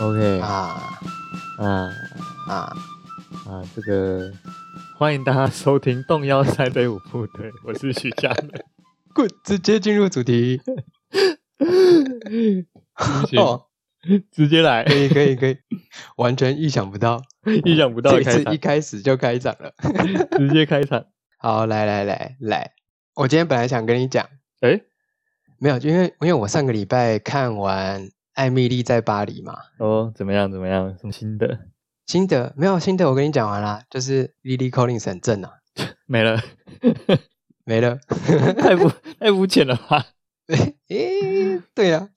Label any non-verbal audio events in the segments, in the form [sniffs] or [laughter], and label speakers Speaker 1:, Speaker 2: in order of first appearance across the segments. Speaker 1: OK
Speaker 2: 啊
Speaker 1: 啊
Speaker 2: 啊！
Speaker 1: 啊，这个欢迎大家收听《动腰三队五部队》，我是徐佳美。
Speaker 2: [laughs] 滚，直接进入主题。
Speaker 1: 不行
Speaker 2: 哦，
Speaker 1: 直接来
Speaker 2: 可，以可以可以，完全意想不到，
Speaker 1: 意想不到
Speaker 2: 这
Speaker 1: 的开场
Speaker 2: 一次一，开始就开场了。
Speaker 1: 直接开场。
Speaker 2: 好，来来来来，我今天本来想跟你讲，
Speaker 1: 诶
Speaker 2: 没有，因为因为我上个礼拜看完《艾米丽在巴黎》嘛，
Speaker 1: 哦，怎么样？怎么样？什么新的？
Speaker 2: 新的没有新的，我跟你讲完啦，就是 Lily Collins 很正啊，
Speaker 1: 没
Speaker 2: [laughs]
Speaker 1: 了，
Speaker 2: 没了。
Speaker 1: 太肤太肤浅了吧？
Speaker 2: 诶，对呀、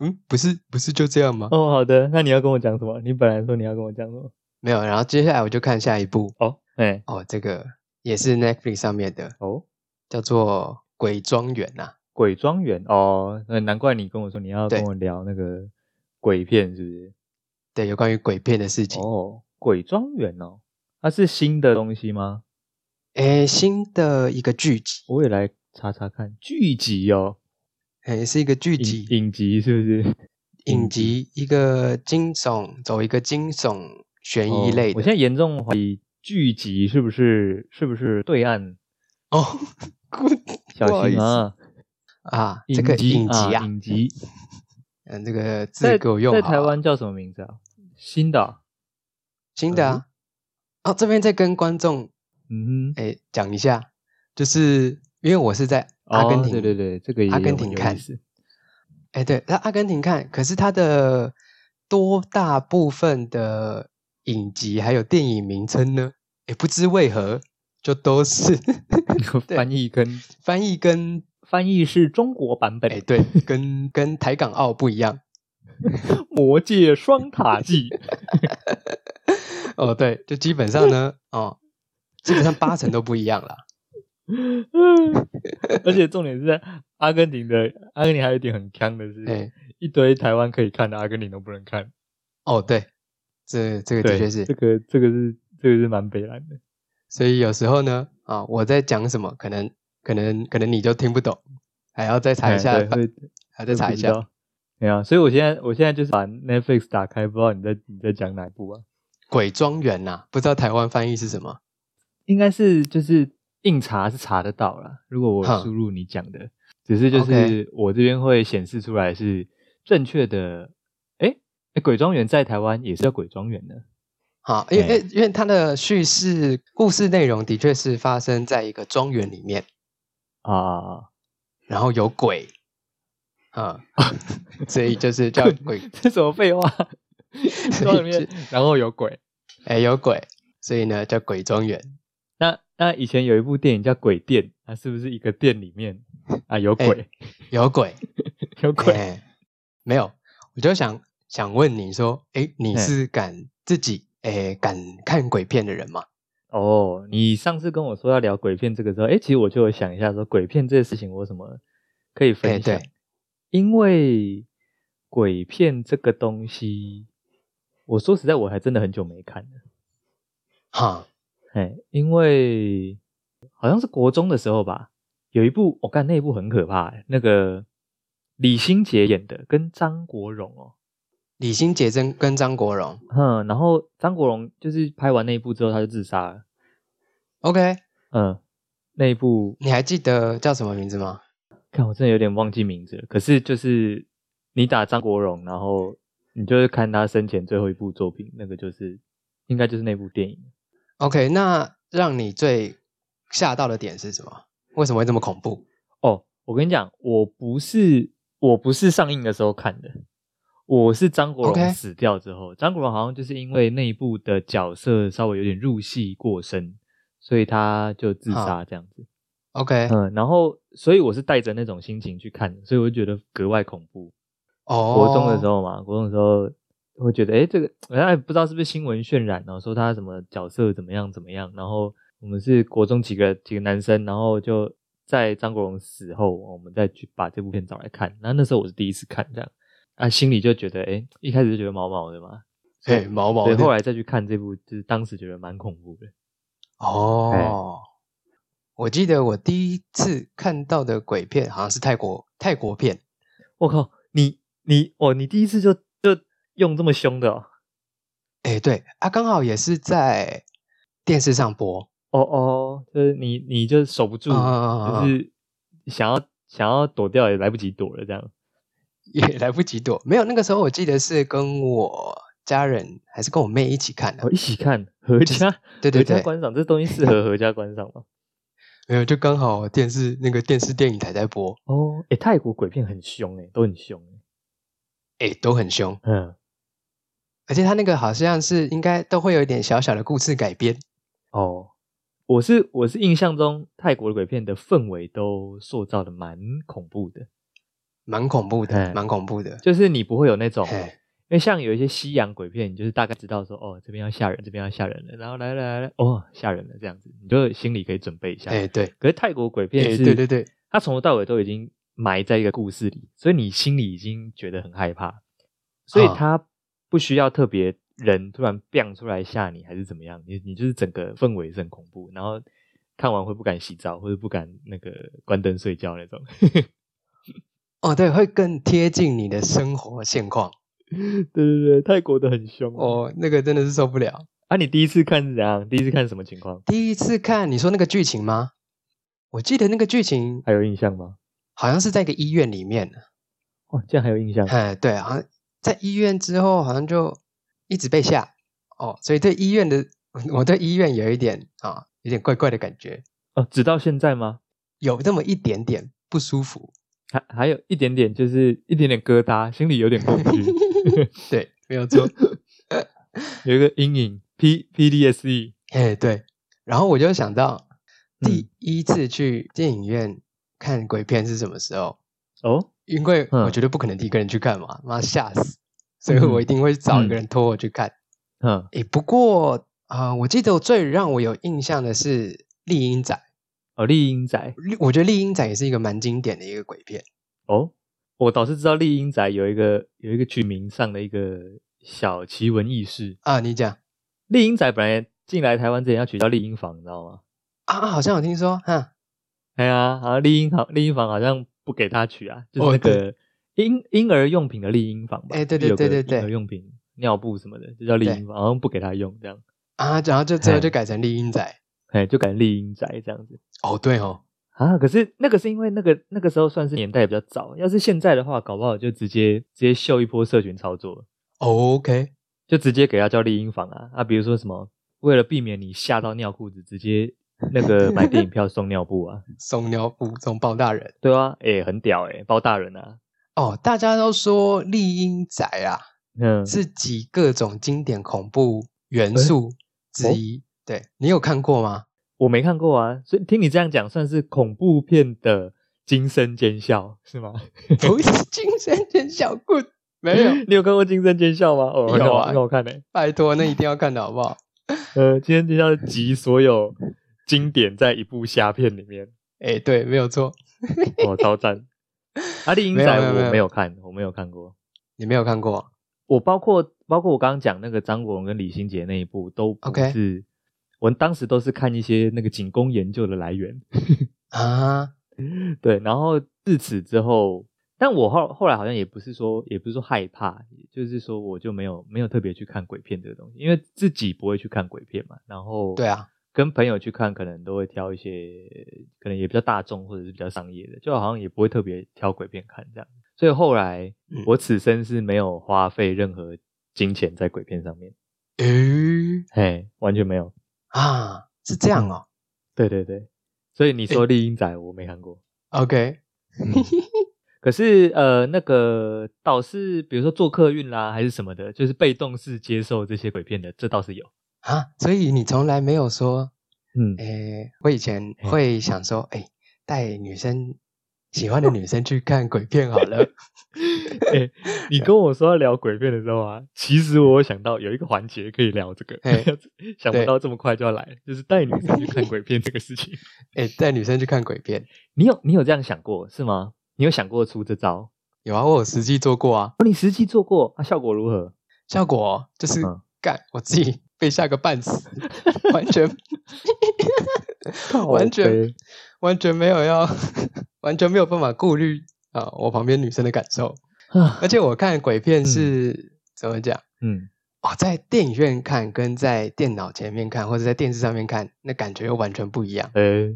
Speaker 2: 嗯，不是不是就这样吗？
Speaker 1: 哦，好的，那你要跟我讲什么？你本来说你要跟我讲什么？
Speaker 2: 没有，然后接下来我就看下一部
Speaker 1: 哦，哎，
Speaker 2: 哦，这个也是 Netflix 上面的，
Speaker 1: 哦，
Speaker 2: 叫做《鬼庄园》呐。
Speaker 1: 鬼庄园哦，那难怪你跟我说你要
Speaker 2: 对
Speaker 1: 跟我聊那个鬼片，是不是？
Speaker 2: 对，有关于鬼片的事情。
Speaker 1: 哦，鬼庄园哦，它是新的东西吗？
Speaker 2: 诶，新的一个剧集，
Speaker 1: 我也来查查看剧集哦，
Speaker 2: 诶，是一个剧
Speaker 1: 影
Speaker 2: 集
Speaker 1: 影集是不是？
Speaker 2: 影集，一个惊悚，走一个惊悚悬疑
Speaker 1: 哦
Speaker 2: 类
Speaker 1: 我
Speaker 2: 的。
Speaker 1: 现在严重怀疑剧集是不是是不是对岸？
Speaker 2: 哦， [laughs]
Speaker 1: 小
Speaker 2: 不好意
Speaker 1: 心
Speaker 2: 思
Speaker 1: 啊！
Speaker 2: 啊，
Speaker 1: 影
Speaker 2: 这个
Speaker 1: 集
Speaker 2: 影集啊，
Speaker 1: 影
Speaker 2: [laughs]
Speaker 1: 集
Speaker 2: 嗯，这个字
Speaker 1: 在
Speaker 2: 给我用
Speaker 1: 在
Speaker 2: 好
Speaker 1: 台
Speaker 2: 啊
Speaker 1: 湾叫什么名字啊？新的啊、
Speaker 2: 新的啊。哦，这边再跟观众
Speaker 1: 嗯哼，
Speaker 2: 诶讲一下，就是因为我是在阿根廷，
Speaker 1: 哦、对对对，这个也
Speaker 2: 阿根
Speaker 1: 有
Speaker 2: 廷
Speaker 1: 有
Speaker 2: 看
Speaker 1: 意思 [laughs]
Speaker 2: 哎，对，那阿根廷看，可是它的多大部分的影集还有电影名称呢？也不知为何，就都是 [laughs] 对
Speaker 1: 翻译跟
Speaker 2: 翻译跟
Speaker 1: 翻译是中国版本，
Speaker 2: 哎，对，跟跟台港澳不一样。
Speaker 1: 魔界双塔记》
Speaker 2: [laughs] 哦，对，就基本上呢，哦，基本上八成都不一样啦。
Speaker 1: 嗯。 [laughs] 而且重点是在阿根廷的，阿根廷还有一点很坑的是，
Speaker 2: 哎，
Speaker 1: 一堆台湾可以看的，阿根廷都不能看。
Speaker 2: 哦，对，这这个
Speaker 1: 对，
Speaker 2: 的确是
Speaker 1: 这，个这个是这个是蛮北蓝的。
Speaker 2: 所以有时候呢，啊、我在讲什么，可能可能可能你就听不懂，还要再查一
Speaker 1: 哎
Speaker 2: 下
Speaker 1: 对，会
Speaker 2: 还要 [laughs] 再查一。
Speaker 1: 会不
Speaker 2: 下
Speaker 1: 知。道对啊，所以我现在我现在就是把 Netflix 打开，不知道你在你在讲哪一部啊？
Speaker 2: 鬼庄园呐、不知道台湾翻译是什么？
Speaker 1: 应该是就是硬查是查得到啦。如果我
Speaker 2: 哼
Speaker 1: 输入你讲的，只是就
Speaker 2: OK
Speaker 1: 是我这边会显示出来是正确的。哎，诶鬼庄园在台湾也是叫鬼庄园的。
Speaker 2: 好，因为、
Speaker 1: 哎
Speaker 2: 因为它的叙事故事内容的确是发生在一个庄园里面，
Speaker 1: 啊，
Speaker 2: 然后有鬼，啊、 [laughs] 所以就是叫鬼，
Speaker 1: [laughs] 这什么废话？庄园里面，然后有鬼。
Speaker 2: 哎、有鬼，所以呢叫鬼庄园。
Speaker 1: 那那以前有一部电影叫《鬼店》，它是不是一个店里面啊有鬼、
Speaker 2: 哎有鬼，
Speaker 1: 有
Speaker 2: 哎、
Speaker 1: 鬼？
Speaker 2: 没有，我就想想问你说，哎、你
Speaker 1: 哎
Speaker 2: 是敢自己哎、敢看鬼片的人吗？
Speaker 1: 哦，你上次跟我说要聊鬼片这个时候，哎，其实我就有想一下说鬼片这件事情，我有什么可以分享？
Speaker 2: 哎对
Speaker 1: 因为鬼片这个东西，我说实在，我还真的很久没看了。
Speaker 2: 哈，
Speaker 1: 哎，因为好像是国中的时候吧，有一部我看、那一部很可怕、欸那个李心洁演的，跟张国荣哦，
Speaker 2: 李心洁真跟张国荣
Speaker 1: 哼，然后张国荣就是拍完那一部之后他就自杀了，
Speaker 2: ，OK，
Speaker 1: 嗯，那一部
Speaker 2: 你还记得叫什么名字吗？
Speaker 1: 看我真的有点忘记名字了，可是就是你打张国荣，然后你就会看他生前最后一部作品，那个就是应该就是那部电影，
Speaker 2: OK，那让你最吓到的点是什么？为什么会这么恐怖？
Speaker 1: 哦，我跟你讲，我不是我不是上映的时候看的，我是张国
Speaker 2: OK
Speaker 1: 荣死掉之后，张国荣好像就是因为那一部的角色稍微有点入戏过深，所以他就自杀这样子。
Speaker 2: OK，
Speaker 1: 嗯，然后所以我是带着那种心情去看的，所以我就觉得格外恐怖。
Speaker 2: 哦，
Speaker 1: 国中的时候嘛，国中的时候会觉得，哎，这个好像不知道是不是新闻渲染哦，说他什么角色怎么样怎么样，然后我们是国中几个几个男生，然后就在张国荣死后，我们再去把这部片找来看。那那时候我是第一次看这样，啊，心里就觉得，哎，一开始就觉得毛毛的嘛，
Speaker 2: 嘿，毛毛
Speaker 1: 所以
Speaker 2: 的，
Speaker 1: 后来再去看这部，就是当时觉得蛮恐怖的。
Speaker 2: 哦，我记得我第一次看到的鬼片好像是泰国泰国片，
Speaker 1: 我靠，你你哦，你第一次就就用这么凶的哦，
Speaker 2: 哎，对，啊，刚好也是在电视上播，
Speaker 1: 哦哦，就是你你就守不住，
Speaker 2: 啊啊啊啊啊
Speaker 1: 就是想要想要躲掉也来不及躲了，这样。
Speaker 2: 也来不及躲。没有，那个时候我记得是跟我家人还是跟我妹一起看的
Speaker 1: 哦，，一起看合家合
Speaker 2: 对对
Speaker 1: 家
Speaker 2: 对，
Speaker 1: 观赏，这东西适合合家观赏吗？
Speaker 2: 没有，就刚好电视那个电视电影台在播，
Speaker 1: [laughs] 哦，哎，泰国鬼片很凶哎，都很凶哎。
Speaker 2: 哎，都很凶，
Speaker 1: 嗯，
Speaker 2: 而且他那个好像是应该都会有一点小小的故事改编，
Speaker 1: 哦，我是我是印象中泰国的鬼片的氛围都塑造的蛮恐怖的，
Speaker 2: 蛮恐怖
Speaker 1: 哎
Speaker 2: 的，蛮恐怖的。
Speaker 1: 就是你不会有那种，
Speaker 2: 嘿
Speaker 1: 因为像有一些西洋鬼片，你就是大概知道说，哦，这边要吓人，这边要吓人了，然后来来来来，哦，吓人了这样子，你就心里可以准备一下。
Speaker 2: 哎，对，
Speaker 1: 可是泰国鬼片
Speaker 2: 哎
Speaker 1: 是，
Speaker 2: 对对对，
Speaker 1: 它从头到尾都已经埋在一个故事里，所以你心里已经觉得很害怕，所以
Speaker 2: 啊
Speaker 1: 它不需要特别人突然 biang 出来吓你，还是怎么样，你你就是整个氛围是很恐怖，然后看完会不敢洗澡，或者不敢那个关灯睡觉那种。 [laughs]
Speaker 2: 哦，对，会更贴近你的生活现况。
Speaker 1: 对对对，泰国的很凶哦。
Speaker 2: 哦，那个真的是受不了。
Speaker 1: 啊，你第一次看是怎样？第一次看什么情况？
Speaker 2: 第一次看，你说那个剧情吗？我记得那个剧情
Speaker 1: 还有印象吗？
Speaker 2: 好像是在一个医院里面，
Speaker 1: 哦，这样还有印象？
Speaker 2: 哎，对，好像在医院之后，好像就一直被吓哦，所以对医院的 [laughs] 我对医院有一点啊、有点怪怪的感觉，
Speaker 1: 哦，直到现在吗？
Speaker 2: 有那么一点点不舒服。
Speaker 1: 还还有一点点，就是一点点疙瘩，心里有
Speaker 2: [laughs]
Speaker 1: 点恐惧。
Speaker 2: 对，没有错。
Speaker 1: 有一个阴影，P P D S E。
Speaker 2: 哎，对。然后我就想到
Speaker 1: 嗯
Speaker 2: 第一次去电影院看鬼片是什么时候？
Speaker 1: 哦，
Speaker 2: 因为我
Speaker 1: 嗯
Speaker 2: 绝对不可能一个人去看嘛，妈吓死！所以我一定会找一个人拖我去看。
Speaker 1: 嗯，
Speaker 2: 诶，不过啊、呃我记得我最让我有印象的是《丽英仔》。
Speaker 1: 哦，丽英仔。
Speaker 2: 丽我觉得《丽英仔》也是一个蛮经典的一个鬼片。
Speaker 1: 哦，我倒是知道丽英仔有一个有一个取名上的一个小奇闻异事。
Speaker 2: 啊，你讲
Speaker 1: 丽英仔本来进来台湾之前要取叫丽英房，你知道吗？
Speaker 2: 啊，啊好像有听说哈，
Speaker 1: 哎呀，好像丽英好丽英房好像不给他取啊，就是那
Speaker 2: 哦对
Speaker 1: 个婴婴儿用品的丽英房吧？
Speaker 2: 哎对
Speaker 1: 就是有
Speaker 2: 对
Speaker 1: 个
Speaker 2: 对对对
Speaker 1: 婴儿用品、尿布什么的，就叫丽
Speaker 2: 对
Speaker 1: 英房，好像不给他用这样。
Speaker 2: 啊，然后就最后
Speaker 1: 嘿
Speaker 2: 就改成《丽英仔
Speaker 1: 哎，就改丽英仔这样子。》。
Speaker 2: 哦，对哦，
Speaker 1: 啊，可是那个是因为那个那个时候算是年代比较早，要是现在的话，搞不好就直接直接秀一波社群操作了，
Speaker 2: 哦 OK，
Speaker 1: 就直接给他叫丽婴房啊啊，比如说什么，为了避免你吓到尿裤子，直接那个买电影票送尿布啊， [laughs]
Speaker 2: 送尿布送包大人
Speaker 1: 对啊，哎、很屌哎、包大人啊，
Speaker 2: 哦，大家都说《丽英仔》啊
Speaker 1: 嗯，
Speaker 2: 是集各种经典恐怖元素之一，对你有看过吗？
Speaker 1: 我没看过啊，所以听你这样讲，算是恐怖片的惊声尖笑是吗？ [laughs]
Speaker 2: 不是金神犬小棍，没有，
Speaker 1: 你有看过惊声尖笑吗？哦，很
Speaker 2: 有
Speaker 1: 好
Speaker 2: 啊
Speaker 1: 很好看哎、
Speaker 2: 拜托，那一定要看的好不好？
Speaker 1: 呃，今天就要集所有经典在一部虾片里面。
Speaker 2: 哎，对，没有错， [laughs]
Speaker 1: 哦，超赞！阿丽英
Speaker 2: 没
Speaker 1: 仔
Speaker 2: 有没有没
Speaker 1: 我
Speaker 2: 有
Speaker 1: 没有看，我没有看过。
Speaker 2: 你没有看过
Speaker 1: 我包括包括我刚刚讲那个张国荣跟李心洁那一部都不
Speaker 2: OK
Speaker 1: 是我当时都是看一些那个仅供研究的来源， [laughs]
Speaker 2: 啊？
Speaker 1: 对。然后自此之后，但我后后来好像也不是说也不是说害怕，就是说我就没有没有特别去看鬼片这个东西，因为自己不会去看鬼片嘛。然后
Speaker 2: 对啊，
Speaker 1: 跟朋友去看，可能都会挑一些，可能也比较大众或者是比较商业的，就好像也不会特别挑鬼片看这样。所以后来
Speaker 2: 嗯
Speaker 1: 我此生是没有花费任何金钱在鬼片上面，
Speaker 2: 诶
Speaker 1: 嘿，完全没有。
Speaker 2: 啊，是这样哦。
Speaker 1: 对对对，所以你说《丽英仔》我没看过，
Speaker 2: OK，
Speaker 1: 可是呃，那个倒是比如说做客运啦还是什么的，就是被动式接受这些鬼片的，这倒是有。
Speaker 2: [laughs] 啊，所以你从来没有说，
Speaker 1: 嗯，
Speaker 2: 诶，我以前
Speaker 1: 嘿
Speaker 2: 会想说，诶，带女生喜欢的女生去看鬼片好了。
Speaker 1: [laughs] 欸，你跟我说要聊鬼片的时候啊，其实我有想到有一个环节可以聊这个
Speaker 2: 嘿，
Speaker 1: [laughs] 想不
Speaker 2: 对
Speaker 1: 到这么快就要来，就是带女生去看鬼片这个事情。 [laughs]
Speaker 2: 诶，带女生去看鬼片，
Speaker 1: 你有你有这样想过是吗？你有想过出这招？
Speaker 2: 有啊，我有实际做过啊，
Speaker 1: 哦，你实际做过，啊，效果如何？
Speaker 2: 效果就是
Speaker 1: 嗯
Speaker 2: 干，我自己被吓个半死， [laughs] 完全完
Speaker 1: 靠
Speaker 2: 全
Speaker 1: 北
Speaker 2: 完全没有要， [laughs] 完全没有办法顾虑啊我旁边女生的感受。
Speaker 1: 啊
Speaker 2: 而且我看鬼片是怎么讲？
Speaker 1: 嗯，
Speaker 2: 哦，在电影院看跟在电脑前面看，或者在电视上面看，那感觉又完全不一样。
Speaker 1: 呃，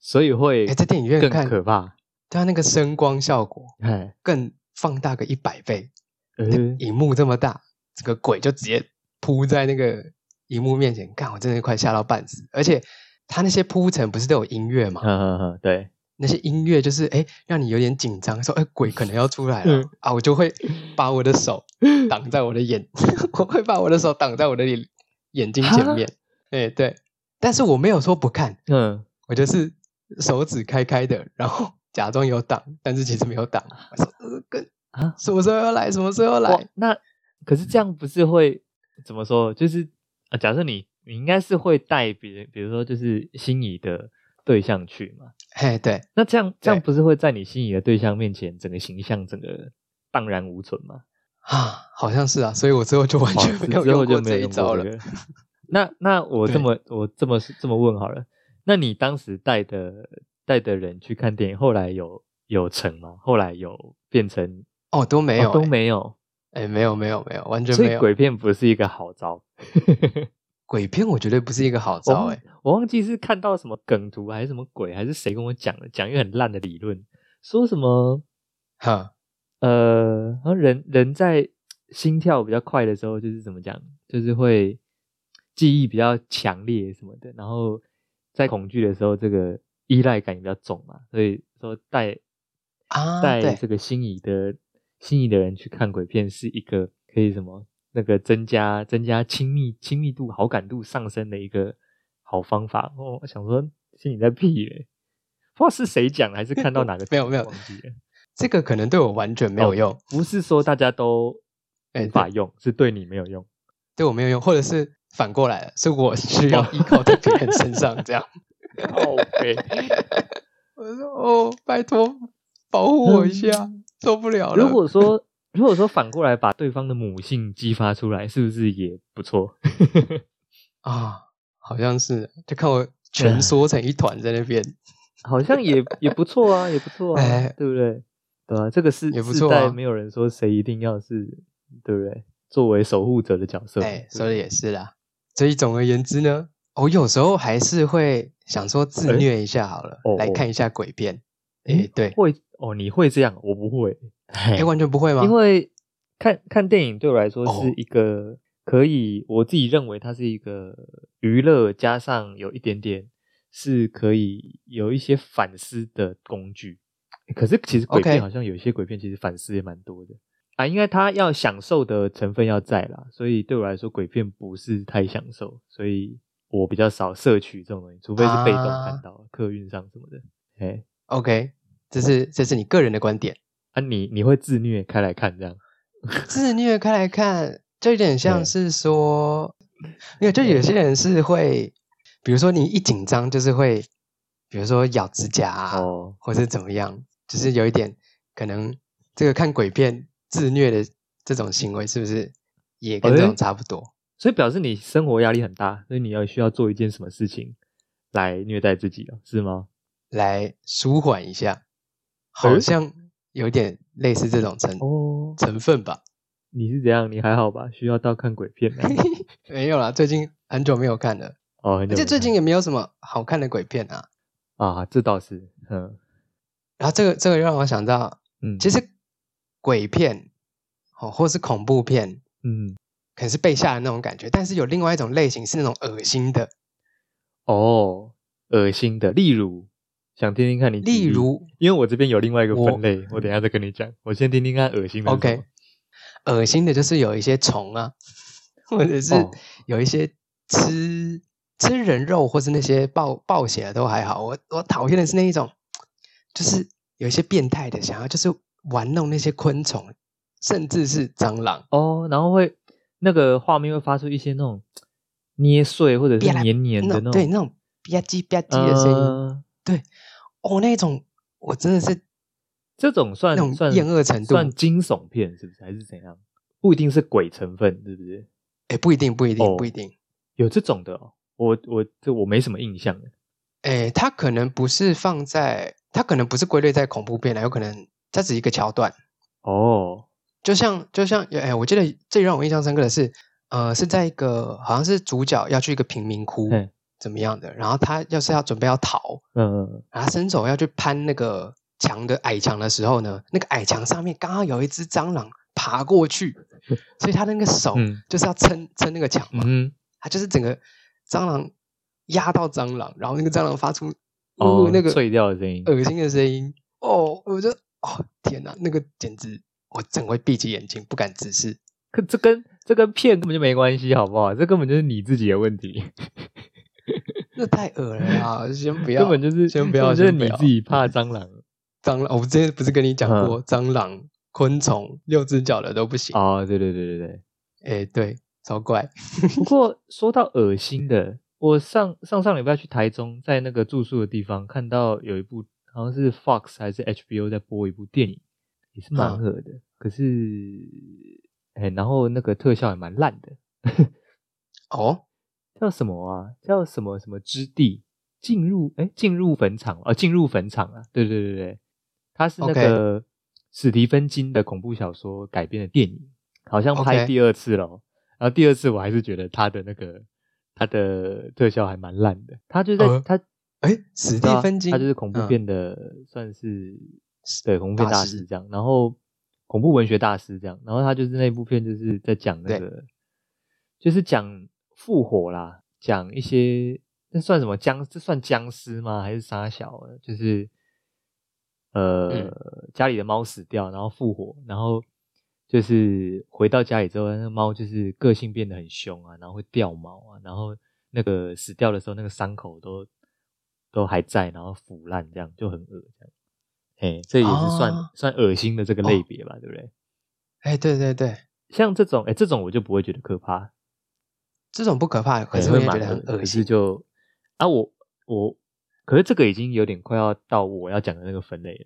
Speaker 1: 所以会
Speaker 2: 哎，在电影院
Speaker 1: 更
Speaker 2: 看，
Speaker 1: 可怕，
Speaker 2: 它那个声光效果
Speaker 1: 哎，
Speaker 2: 更放大个一百倍，
Speaker 1: 呃，
Speaker 2: 荧幕这么大，这个鬼就直接扑在那个荧幕面前，看我真的快吓到半死。而且它那些铺陈不是都有音乐嘛？
Speaker 1: 呵呵呵，嗯对，
Speaker 2: 那些音乐就是哎，诶让你有点紧张，说哎鬼可能要出来了、
Speaker 1: 嗯
Speaker 2: 啊，我就会把我的手挡在我的眼， [laughs] 我会把我的手挡在我的眼眼睛前面。哎，对，但是我没有说不看，
Speaker 1: 嗯，
Speaker 2: 我就是手指开开的，然后假装有挡，但是其实没有挡。我说呃，跟
Speaker 1: 啊
Speaker 2: 什么时候要来？什么时候要
Speaker 1: 哇
Speaker 2: 来？，
Speaker 1: 那可是这样不是会怎么说？就是啊，假设你你应该是会带别人，比如说就是心仪的对象去嘛，
Speaker 2: 嘿，哎对，
Speaker 1: 那这样这样
Speaker 2: 对
Speaker 1: 不是会在你心仪的对象面前，整个形象整个荡然无存吗？
Speaker 2: 啊，好像是啊，所以我之后 [laughs] 就完全
Speaker 1: 哦
Speaker 2: 没有
Speaker 1: 之后
Speaker 2: 用
Speaker 1: 就
Speaker 2: 过
Speaker 1: 没有
Speaker 2: 这一
Speaker 1: 用
Speaker 2: 招
Speaker 1: 过
Speaker 2: 了
Speaker 1: 这。个。那那我这
Speaker 2: 对
Speaker 1: 么我这么这么问好了，那你当时带的带的人去看电影，后来有有成吗？后来有变成
Speaker 2: 哦，都没有、
Speaker 1: 哦都
Speaker 2: 诶，
Speaker 1: 没有，
Speaker 2: 哎，没有，没有，没有，完全
Speaker 1: 所
Speaker 2: 没
Speaker 1: 以
Speaker 2: 有。
Speaker 1: 鬼片不是一个好招。
Speaker 2: 鬼片我绝对不是一个好
Speaker 1: 我
Speaker 2: 招
Speaker 1: 忘
Speaker 2: 哎、
Speaker 1: 我忘记是看到什么梗图还是什么鬼，还是谁跟我讲的，讲一个很烂的理论，说什么
Speaker 2: 哈，
Speaker 1: 呃，好像人人在心跳比较快的时候，就是怎么讲，就是会记忆比较强烈什么的，然后在恐惧的时候，这个依赖感也比较重嘛，所以说带
Speaker 2: 啊
Speaker 1: 带
Speaker 2: 对
Speaker 1: 这个心仪的心仪的人去看鬼片是一个可以什么那个增加增加亲密亲密度好感度上升的一个好方法。哦，我想说心里在屁耶、不知道是谁讲的，还是看到哪个
Speaker 2: [laughs] 没有没有
Speaker 1: 忘记了。
Speaker 2: 这个可能对我完全没有用，
Speaker 1: 不是说大家都
Speaker 2: 哎
Speaker 1: 哦无法用，是对你没有用。
Speaker 2: [laughs] 对我没有用，或者是反过来了，是我需
Speaker 1: 哦
Speaker 2: 要依靠在别人身上这样。 [laughs]
Speaker 1: OK，
Speaker 2: 我说哦，拜托保护我一下，受不了
Speaker 1: 嗯
Speaker 2: 了。
Speaker 1: 如果说如果说反过来把对方的母性激发出来，是不是也不错？
Speaker 2: 啊，好像是，就看
Speaker 1: [laughs] 啊
Speaker 2: 我蜷缩成一团在那边。
Speaker 1: 好像也也不错啊，也不错啊，
Speaker 2: 哎
Speaker 1: 对不对？对啊，这个是
Speaker 2: 也不
Speaker 1: 是
Speaker 2: 错啊
Speaker 1: 在没有人说谁一定要是，对不对？作为守护者的角色，
Speaker 2: 哎，
Speaker 1: 对
Speaker 2: 说的也是啦。所以总而言之呢，我有时候还是会想说自
Speaker 1: 哎
Speaker 2: 虐一下好了，
Speaker 1: 哦
Speaker 2: 来
Speaker 1: 哦
Speaker 2: 看一下鬼片。
Speaker 1: 哎
Speaker 2: 哎，对，
Speaker 1: 会哦，你会这样，我不会， [laughs]
Speaker 2: 哎，完全不会吗？
Speaker 1: 因为看看电影对我来说
Speaker 2: 哦
Speaker 1: 是一个可以，我自己认为它是一个娱乐加上有一点点是可以有一些反思的工具。可是其实鬼
Speaker 2: OK
Speaker 1: 片好像有一些鬼片其实反思也蛮多的啊，因为它要享受的成分要在啦，所以对我来说鬼片不是太享受，所以我比较少摄取这种东西，除非是被动看
Speaker 2: 啊
Speaker 1: 到、客运上什么的。哎，
Speaker 2: OK，这是这是你个人的观点。
Speaker 1: 啊你你会自虐开来看这样？
Speaker 2: 自虐开来看，就有点像
Speaker 1: 对
Speaker 2: 是说，没有，就有些人是会，比如说你一紧张就是会，比如说咬指甲啊，
Speaker 1: 哦，
Speaker 2: 或是怎么样，就是有一点可能这个看鬼片自虐的这种行为，是不是也跟这
Speaker 1: 哎
Speaker 2: 种差不多？
Speaker 1: 所以表示你生活压力很大，所以你要需要做一件什么事情来虐待自己了，是吗？
Speaker 2: 来舒缓一下，好
Speaker 1: 哎
Speaker 2: 像有点类似这种成
Speaker 1: 哦，
Speaker 2: 成分吧？
Speaker 1: 你是怎样？你还好吧？需要到看鬼片
Speaker 2: [laughs]
Speaker 1: 吗？
Speaker 2: 没有啦，最近很久没有看了，
Speaker 1: 哦，很久
Speaker 2: 而且
Speaker 1: 没
Speaker 2: 最
Speaker 1: 看
Speaker 2: 近也没有什么好看的鬼片啊。
Speaker 1: 啊，这倒是，嗯
Speaker 2: 然后这个这个让我想到，
Speaker 1: 嗯，
Speaker 2: 其
Speaker 1: 实
Speaker 2: 实鬼片哦，或是恐怖片，
Speaker 1: 嗯，
Speaker 2: 可能是被吓的那种感觉，但是有另外一种类型是那种恶心
Speaker 1: 嗯
Speaker 2: 的，
Speaker 1: 哦，恶心的，例如想听听看你举
Speaker 2: 例
Speaker 1: 例，
Speaker 2: 如
Speaker 1: 因为我这边有另外一个
Speaker 2: 我
Speaker 1: 分类，我等一下再跟你讲，我先听听看恶心的是什
Speaker 2: OK，
Speaker 1: 么
Speaker 2: 恶心的就是有一些虫啊，或者是
Speaker 1: 哦
Speaker 2: 有一些吃、吃人肉，或是那些暴暴血的都还好。我我讨厌的是那一种，就是有一些变态的想要就是玩弄那些昆虫，甚至是蟑螂。
Speaker 1: 哦，然后会那个画面会发出一些那种捏碎或者
Speaker 2: 别
Speaker 1: 是
Speaker 2: 来
Speaker 1: 黏黏的
Speaker 2: 那
Speaker 1: 那种，
Speaker 2: 对那种吧唧吧唧的声音，
Speaker 1: 呃
Speaker 2: 对，哦，那种我真的是
Speaker 1: 这种算
Speaker 2: 那种
Speaker 1: 算
Speaker 2: 厌恶程度
Speaker 1: 算惊悚片是不是？还是怎样？不一定是鬼成分，是不是？
Speaker 2: 哎，不一定，不一定，
Speaker 1: 哦
Speaker 2: 不一定，
Speaker 1: 有这种的、哦，我我这我没什么印象。
Speaker 2: 哎，它可能不是放啊在，它可能不是归类在恐怖片了，有可能它只是一个桥段，
Speaker 1: 哦，
Speaker 2: 就像就像哎，我记得最让我印象深刻的是，呃，是在一个好像是主角要去一个贫民窟
Speaker 1: 嘿
Speaker 2: 怎么样的，然后他要是要准备要逃，
Speaker 1: 嗯嗯
Speaker 2: 然后他伸手要去攀那个墙的矮墙的时候呢，那个矮墙上面刚好有一只蟑螂爬过去，所以他那个手
Speaker 1: 嗯
Speaker 2: 就是要撑撑那个墙嘛，
Speaker 1: 嗯
Speaker 2: 他就是整个蟑螂压到蟑螂，然后那个蟑螂发出
Speaker 1: 哼，哦
Speaker 2: 呜，那个呃
Speaker 1: 碎掉的声音，
Speaker 2: 恶心的声音。哦，我就哦天哪，那个简直我真会闭起眼睛不敢直视。
Speaker 1: 可这跟这跟骗根本就没关系，好不好？这根本就是你自己的问题，
Speaker 2: 那太恶了啊！先不要，
Speaker 1: [laughs] 根本就是
Speaker 2: 先不要
Speaker 1: 根本
Speaker 2: 先不
Speaker 1: 就是
Speaker 2: 要
Speaker 1: 你自己怕蟑
Speaker 2: [laughs]
Speaker 1: 螂
Speaker 2: 蟑螂。我之前不是跟你讲过，蟑螂、昆虫、六只脚的都不行。
Speaker 1: 嗯哦，对对对对对。
Speaker 2: 哎、对，超怪。
Speaker 1: 不过说到恶心的，我上上上礼拜去台中，在那个住宿的地方看到有一部好像是 Fox 还是 HBO 在播一部电影，也是蛮
Speaker 2: 嗯
Speaker 1: 恶的，可是哎，然后那个特效也蛮烂的，
Speaker 2: 哦，
Speaker 1: 叫什么啊？叫什么什么之地？进入哎，进入坟场啊，进入坟场啊！对对对对，它是那
Speaker 2: OK
Speaker 1: 个史蒂芬金的恐怖小说改编的电影，好像拍
Speaker 2: OK
Speaker 1: 第二次了。然后第二次我还是觉得它的那个它的特效还蛮烂的。它就在
Speaker 2: 呃
Speaker 1: 它
Speaker 2: 哎，史蒂
Speaker 1: 对啊
Speaker 2: 芬金，
Speaker 1: 他就是恐怖
Speaker 2: 嗯
Speaker 1: 片的，算是对恐怖片
Speaker 2: 大
Speaker 1: 大
Speaker 2: 师
Speaker 1: 师这样，然后恐怖文学大师这样，然后他就是那部片就是在讲那
Speaker 2: 对
Speaker 1: 个，就是讲复活啦，讲一些那算什么僵？这算僵尸吗？还是杀小的？就是呃、
Speaker 2: 嗯
Speaker 1: 家里的猫死掉，然后复活，然后。就是回到家里之后，那个猫就是个性变得很凶啊，然后会掉毛啊，然后那个死掉的时候，那个伤口都都还在，然后腐烂，这样就很恶这样。嘿，这也是算、
Speaker 2: 哦
Speaker 1: 算恶心的这个类别吧，对不对？
Speaker 2: 哎，对对对，
Speaker 1: 像这种，哎，这种我就不会觉得可怕，
Speaker 2: 这种不可怕，可是
Speaker 1: 会
Speaker 2: 我也觉
Speaker 1: 蛮
Speaker 2: 得很
Speaker 1: 恶的
Speaker 2: 恶
Speaker 1: 可是
Speaker 2: 心。
Speaker 1: 就啊，我我，可是这个已经有点快要到我要讲的那个分类了。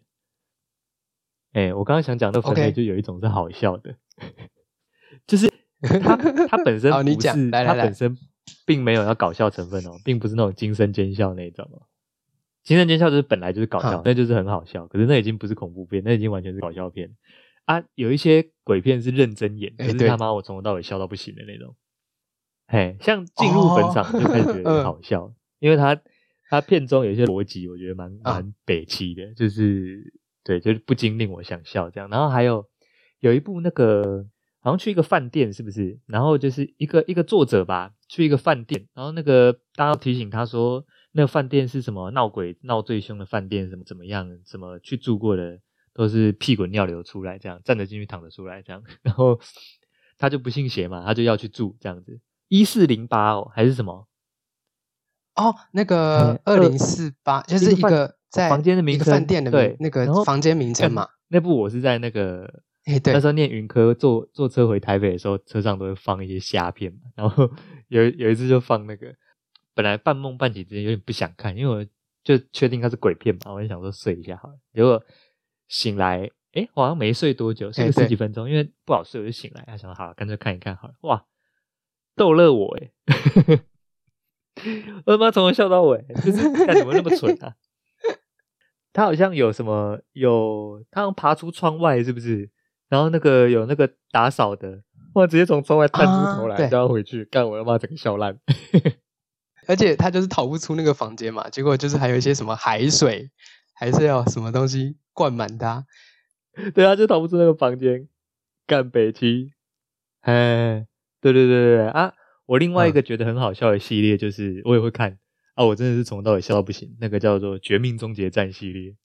Speaker 1: 哎，我刚刚想讲的分类
Speaker 2: OK
Speaker 1: 就有一种是好笑
Speaker 2: [laughs]
Speaker 1: 的，就是它它本身
Speaker 2: 好你
Speaker 1: 不
Speaker 2: 讲
Speaker 1: 是
Speaker 2: 来来
Speaker 1: 它
Speaker 2: 来
Speaker 1: 本身并没有要搞笑成分哦，并不是那种惊声尖笑那一种哦。惊声尖笑就是本来就是搞笑
Speaker 2: 好，
Speaker 1: 那就是很好笑。可是那已经不是恐怖片，那已经完全是搞笑片啊。有一些鬼片是认真演，可
Speaker 2: 哎
Speaker 1: 是
Speaker 2: 对
Speaker 1: 他妈我从头到尾笑到不行的那种。嘿，像进入坟场
Speaker 2: 哦
Speaker 1: 就开始觉得
Speaker 2: 嗯
Speaker 1: 好笑，因为他他片中有一些逻辑，我觉得蛮
Speaker 2: 啊
Speaker 1: 蛮北气的，就是对，就是不禁令我想笑这样。然后还有有一部那个好像去一个饭店是不是？然后就是一个一个作者吧，去一个饭店，然后那个大家提醒他说，那个饭店是什么闹鬼闹最凶的饭店，怎么怎么样，怎么去住过的都是屁滚尿流出来，这样站着进去躺着出来这样。然后 [laughs] 他就不信邪嘛，他就要去住这样子。一四零八哦，还是什么？
Speaker 2: [laughs] 哦，那个
Speaker 1: 哎
Speaker 2: 二
Speaker 1: 二
Speaker 2: 零四八就是
Speaker 1: 一
Speaker 2: 一
Speaker 1: 个饭
Speaker 2: 个在
Speaker 1: 房间的
Speaker 2: 一
Speaker 1: 名
Speaker 2: 个
Speaker 1: 称，
Speaker 2: 饭店的名
Speaker 1: 对
Speaker 2: 那
Speaker 1: 然
Speaker 2: 个
Speaker 1: 后嗯
Speaker 2: 房间名称
Speaker 1: 那
Speaker 2: 嘛。
Speaker 1: 那部我是在那个
Speaker 2: 哎，对
Speaker 1: 那，时候念云科坐坐车回台北的时候，车上都会放一些虾片嘛，然后有一有一次就放那个，本来半梦半醒之间有点不想看，因为我就确定它是鬼片嘛，我就想说睡一下好了，结果醒来，诶，我好像没睡多久，睡
Speaker 2: 哎
Speaker 1: 了
Speaker 2: 对
Speaker 1: 十几分钟，因为不好睡我就醒来，啊，想说好了，干脆看一看好了，哇，逗乐我诶， [laughs] 我他妈从头笑到尾，就是干怎么那么蠢啊？他好像有什么有，他好像爬出窗外是不是？然后那个有那个打扫的，哇，直接从窗外探出头
Speaker 2: 啊
Speaker 1: 来，
Speaker 2: 对
Speaker 1: 就要回去，干我他妈整个笑烂。 [laughs]
Speaker 2: 而且他就是逃不出那个房间嘛，结果就是还有一些什么海水，还是要什么东西灌满它。
Speaker 1: 对啊，就逃不出那个房间，干北七。哎，对对对对对啊！我另
Speaker 2: 嗯
Speaker 1: 外一个觉得很好笑的系列就是，我也会看啊，我真的是从头到尾笑到不行。那个叫做《绝命终结战》系列，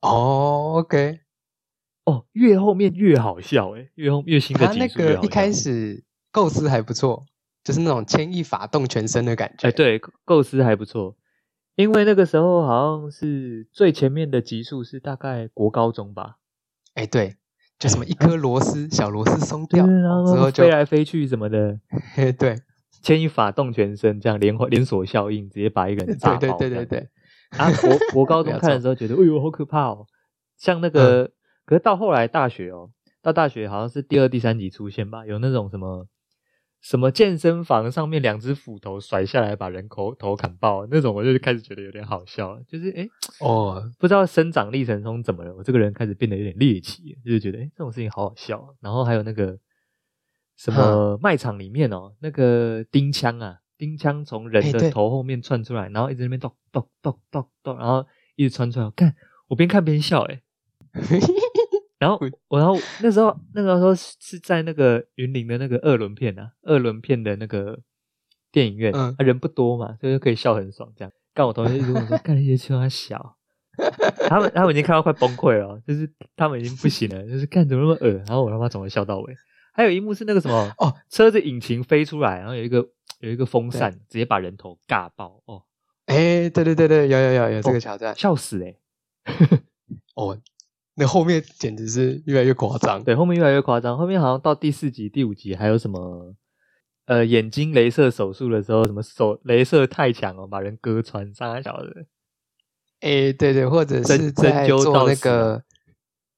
Speaker 2: 哦，OK，
Speaker 1: 哦，越后面越好笑诶、越后越新的
Speaker 2: 他
Speaker 1: 集
Speaker 2: 那
Speaker 1: 数越
Speaker 2: 个
Speaker 1: 好
Speaker 2: 一开
Speaker 1: 笑
Speaker 2: 始构思还不错，就是那种牵一发动全身的感觉。
Speaker 1: 哎，，对，构构思还不错，因为那个时候好像是最前面的集数是大概国高中吧，
Speaker 2: 哎对，就什么一颗螺丝，小螺丝松
Speaker 1: 就
Speaker 2: 掉
Speaker 1: 是然后
Speaker 2: 之后就
Speaker 1: 飞，来飞去什么的，
Speaker 2: 嘿对
Speaker 1: 牵一发动全身，这样连环连锁效应，直接把一个人
Speaker 2: [laughs] 对
Speaker 1: 炸
Speaker 2: 对
Speaker 1: 爆
Speaker 2: 对
Speaker 1: 这
Speaker 2: 对
Speaker 1: 样
Speaker 2: 对，
Speaker 1: 啊，国国高
Speaker 2: [laughs] 不
Speaker 1: 中
Speaker 2: 要
Speaker 1: 看的
Speaker 2: 吵
Speaker 1: 时候觉得，哎呦，好可怕哦。像
Speaker 2: 嗯
Speaker 1: 那个，可是到后来大学哦，到大学好像是第二、第三集出现吧，有那种什么什么健身房上面两只斧头甩下来把人口头砍爆那种，我就开始觉得有点好笑，就是哎，
Speaker 2: 哦， [laughs]
Speaker 1: 不知道生长历程中怎么了，我这个人开始变得有点猎奇，就是觉得哎、诶这种事情好好笑啊。然后还有那个什么卖场里面哦，那个钉枪啊，钉枪从人
Speaker 2: 哎
Speaker 1: 的
Speaker 2: 对
Speaker 1: 头后面窜出来，然后一直在那边咚咚咚咚咚，然后一直窜出来，看我边看边笑哎、诶然后
Speaker 2: 会
Speaker 1: 我，然后那时候那个时候是是在那个云林的那个二轮片啊，二轮片的那个电影院，
Speaker 2: 嗯
Speaker 1: 啊、人不多嘛，所以就可以笑很爽这样。但我同学一直跟我
Speaker 2: [laughs]
Speaker 1: 说，看那些青蛙小，他们他们已经看到快崩溃了哦，就是他们已经不行了，就是看怎么那么恶，然后我他妈从头笑到尾。还有一幕是那个什么
Speaker 2: 哦，
Speaker 1: 车子引擎飞出来，然后有一个有一个风扇直接把人头尬爆，哦，
Speaker 2: 哎，对对对对，有有有有这个挑战
Speaker 1: 笑死哎、欸！
Speaker 2: 哦，那后面简直是越来越夸张。
Speaker 1: 对，后面越来越夸张，后面好像到第四集、第五集还有什么呃眼睛镭射手术的时候，什么手镭射太强哦，把人割穿，啥小的。
Speaker 2: 哎，对对，或者
Speaker 1: 针
Speaker 2: 是
Speaker 1: 针
Speaker 2: 在
Speaker 1: 灸到
Speaker 2: 做那
Speaker 1: 死啊
Speaker 2: 个，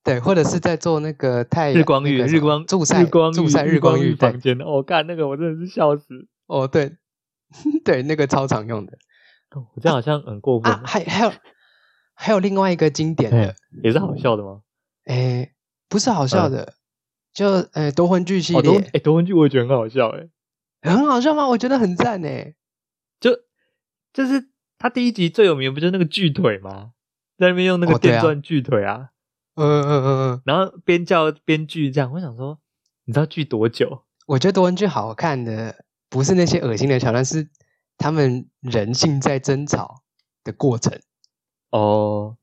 Speaker 2: 对，或者是在做那个太
Speaker 1: 日光
Speaker 2: 那
Speaker 1: 浴，
Speaker 2: 个什
Speaker 1: 日
Speaker 2: 么
Speaker 1: 光
Speaker 2: 驻晒
Speaker 1: 日光
Speaker 2: 驻
Speaker 1: 浴
Speaker 2: 晒
Speaker 1: 日光
Speaker 2: 浴
Speaker 1: 浴
Speaker 2: 对
Speaker 1: 房间，我、哦、干那个我真的是笑死。
Speaker 2: 哦，对对，那个超常用的
Speaker 1: 哦我这样好像很过分，哦
Speaker 2: 啊，还还有还有另外一个经典
Speaker 1: 哎
Speaker 2: 的，
Speaker 1: 也是好笑的吗？
Speaker 2: 哎，不是好笑
Speaker 1: 嗯
Speaker 2: 的，就呃夺魂剧系
Speaker 1: 哦，夺
Speaker 2: 列
Speaker 1: 哎、，夺魂剧我也觉得很好笑哎、
Speaker 2: 很好笑吗？我觉得很赞哎。
Speaker 1: 就就是他第一集最有名不就是那个锯腿吗？在那边用那个
Speaker 2: 哦对
Speaker 1: 电
Speaker 2: 啊
Speaker 1: 钻锯腿啊
Speaker 2: 嗯嗯嗯嗯，
Speaker 1: 然后边叫边锯这样，我想说，你知道锯多久？
Speaker 2: 我觉得夺魂剧好看的不是那些恶心的桥段，是他们人性在争吵的过程。
Speaker 1: 哦，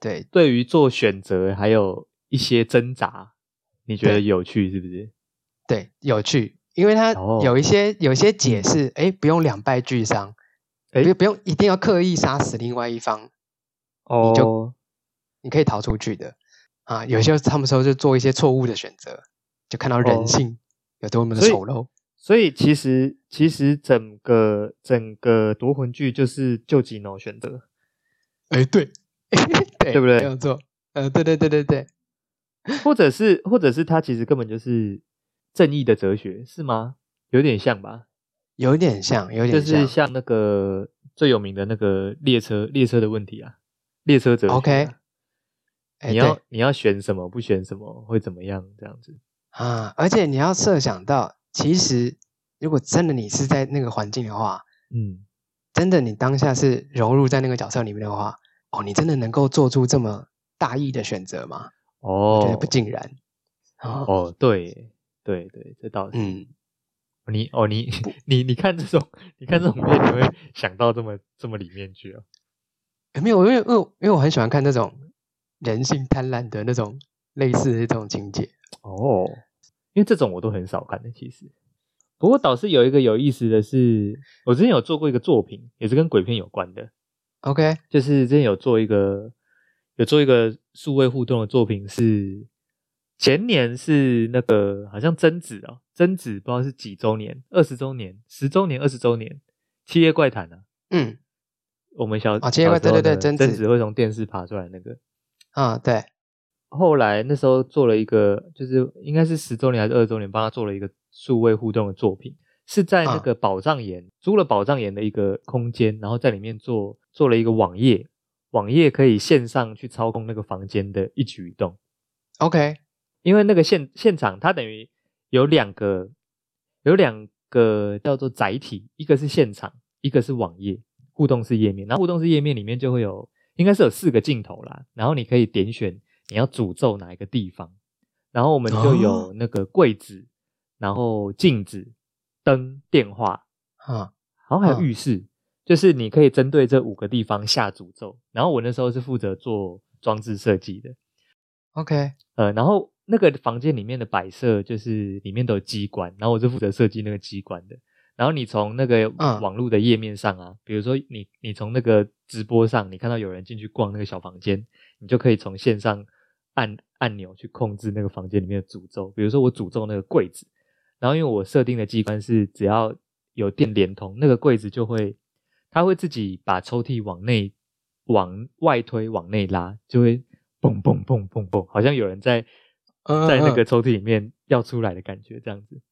Speaker 2: 对，
Speaker 1: 对于做选择还有一些挣扎，你觉得
Speaker 2: 对
Speaker 1: 有趣是不是？
Speaker 2: 对，有趣，因为它
Speaker 1: 哦
Speaker 2: 有一些、有一些解释，哎，不用两败俱伤，
Speaker 1: 诶
Speaker 2: 不不用一定要刻意杀死另外一方，你就
Speaker 1: 哦，
Speaker 2: 你可以逃出去的啊。有些他们时候就做一些错误的选择，就看到
Speaker 1: 哦
Speaker 2: 人性有多么的
Speaker 1: 所以
Speaker 2: 丑陋。
Speaker 1: 所以其实其实整个整个夺魂剧就是救急脑选择，
Speaker 2: 哎，对，对，
Speaker 1: 对不对
Speaker 2: 没有错。呃，对对对对对，
Speaker 1: 或者是或者是它其实根本就是正义的哲学，是吗？有点像吧，
Speaker 2: 有点像，有
Speaker 1: 就
Speaker 2: 点
Speaker 1: 是
Speaker 2: 像。
Speaker 1: 像那个最有名的那个列车列车的问题啊，列车哲学啊、
Speaker 2: OK，哎
Speaker 1: 你
Speaker 2: 对
Speaker 1: 要你要选什么，不选什么会怎么样？这样子，
Speaker 2: 啊，而且你要设想到，其实如果真的你是在那个环境的话，
Speaker 1: 嗯，
Speaker 2: 真的你当下是融入在那个角色里面的话，哦，你真的能够做出这么大义的选择吗？我觉得
Speaker 1: 哦
Speaker 2: 不尽然。哦，
Speaker 1: 哦，对耶对对，这倒是。
Speaker 2: 嗯，
Speaker 1: 你哦，你你你看这种，你看这种片，你会想到这么这么里面去哦。
Speaker 2: 诶没有，因为因为我因为我很喜欢看那种人性贪婪的那种类似的这种情节。
Speaker 1: 哦，因为这种我都很少看的，其实。不过倒是有一个有意思的是，我之前有做过一个作品，也是跟鬼片有关的，
Speaker 2: OK，
Speaker 1: 就是之前有做一个有做一个数位互动的作品是。前年是那个好像贞子哦，贞子不知道是几周年，二十周年、十周年、二十周年，《七夜怪谈》啊，
Speaker 2: 嗯，
Speaker 1: 我们小
Speaker 2: 哦七夜怪
Speaker 1: 小时候
Speaker 2: 对对对
Speaker 1: 的
Speaker 2: 贞
Speaker 1: 贞
Speaker 2: 子
Speaker 1: 子会从电视爬出来那个，
Speaker 2: 啊，对，
Speaker 1: 后来那时候做了一个，就是应该是十周年还是二十周年，帮他做了一个数位互动的作品，是在那
Speaker 2: 啊
Speaker 1: 个宝藏岩、租了宝藏岩的一个空间，然后在里面做做了一个网页，网页可以线上去操控那个房间的一举一动，
Speaker 2: OK，
Speaker 1: 因为那个现现场它等于有两个有两个叫做载体，一个是现场，一个是网页互动式页面，然后互动式页面里面就会有应该是有四个镜头啦，然后你可以点选你要诅咒哪一个地方，然后我们就有
Speaker 2: 哦
Speaker 1: 那个柜子，然后镜子、灯、电话，
Speaker 2: 啊，
Speaker 1: 然后还有
Speaker 2: 嗯
Speaker 1: 浴室，就是你可以针对这五个地方下诅咒。然后我那时候是负责做装置设计的，
Speaker 2: OK，
Speaker 1: 呃，然后那个房间里面的摆设就是里面都有机关，然后我是负责设计那个机关的。然后你从那个
Speaker 2: 嗯
Speaker 1: 网络的页面上啊，比如说你你从那个直播上，你看到有人进去逛那个小房间，你就可以从线上按按钮去控制那个房间里面的诅咒。比如说我诅咒那个柜子，然后因为我设定的机关是只要有电连通，那个柜子就会它会自己把抽屉往内往外推往内拉，就会蹦蹦蹦蹦蹦，好像有人在
Speaker 2: 嗯嗯
Speaker 1: 在那
Speaker 2: 嗯
Speaker 1: 个抽屉里面要出来的感觉，这样子。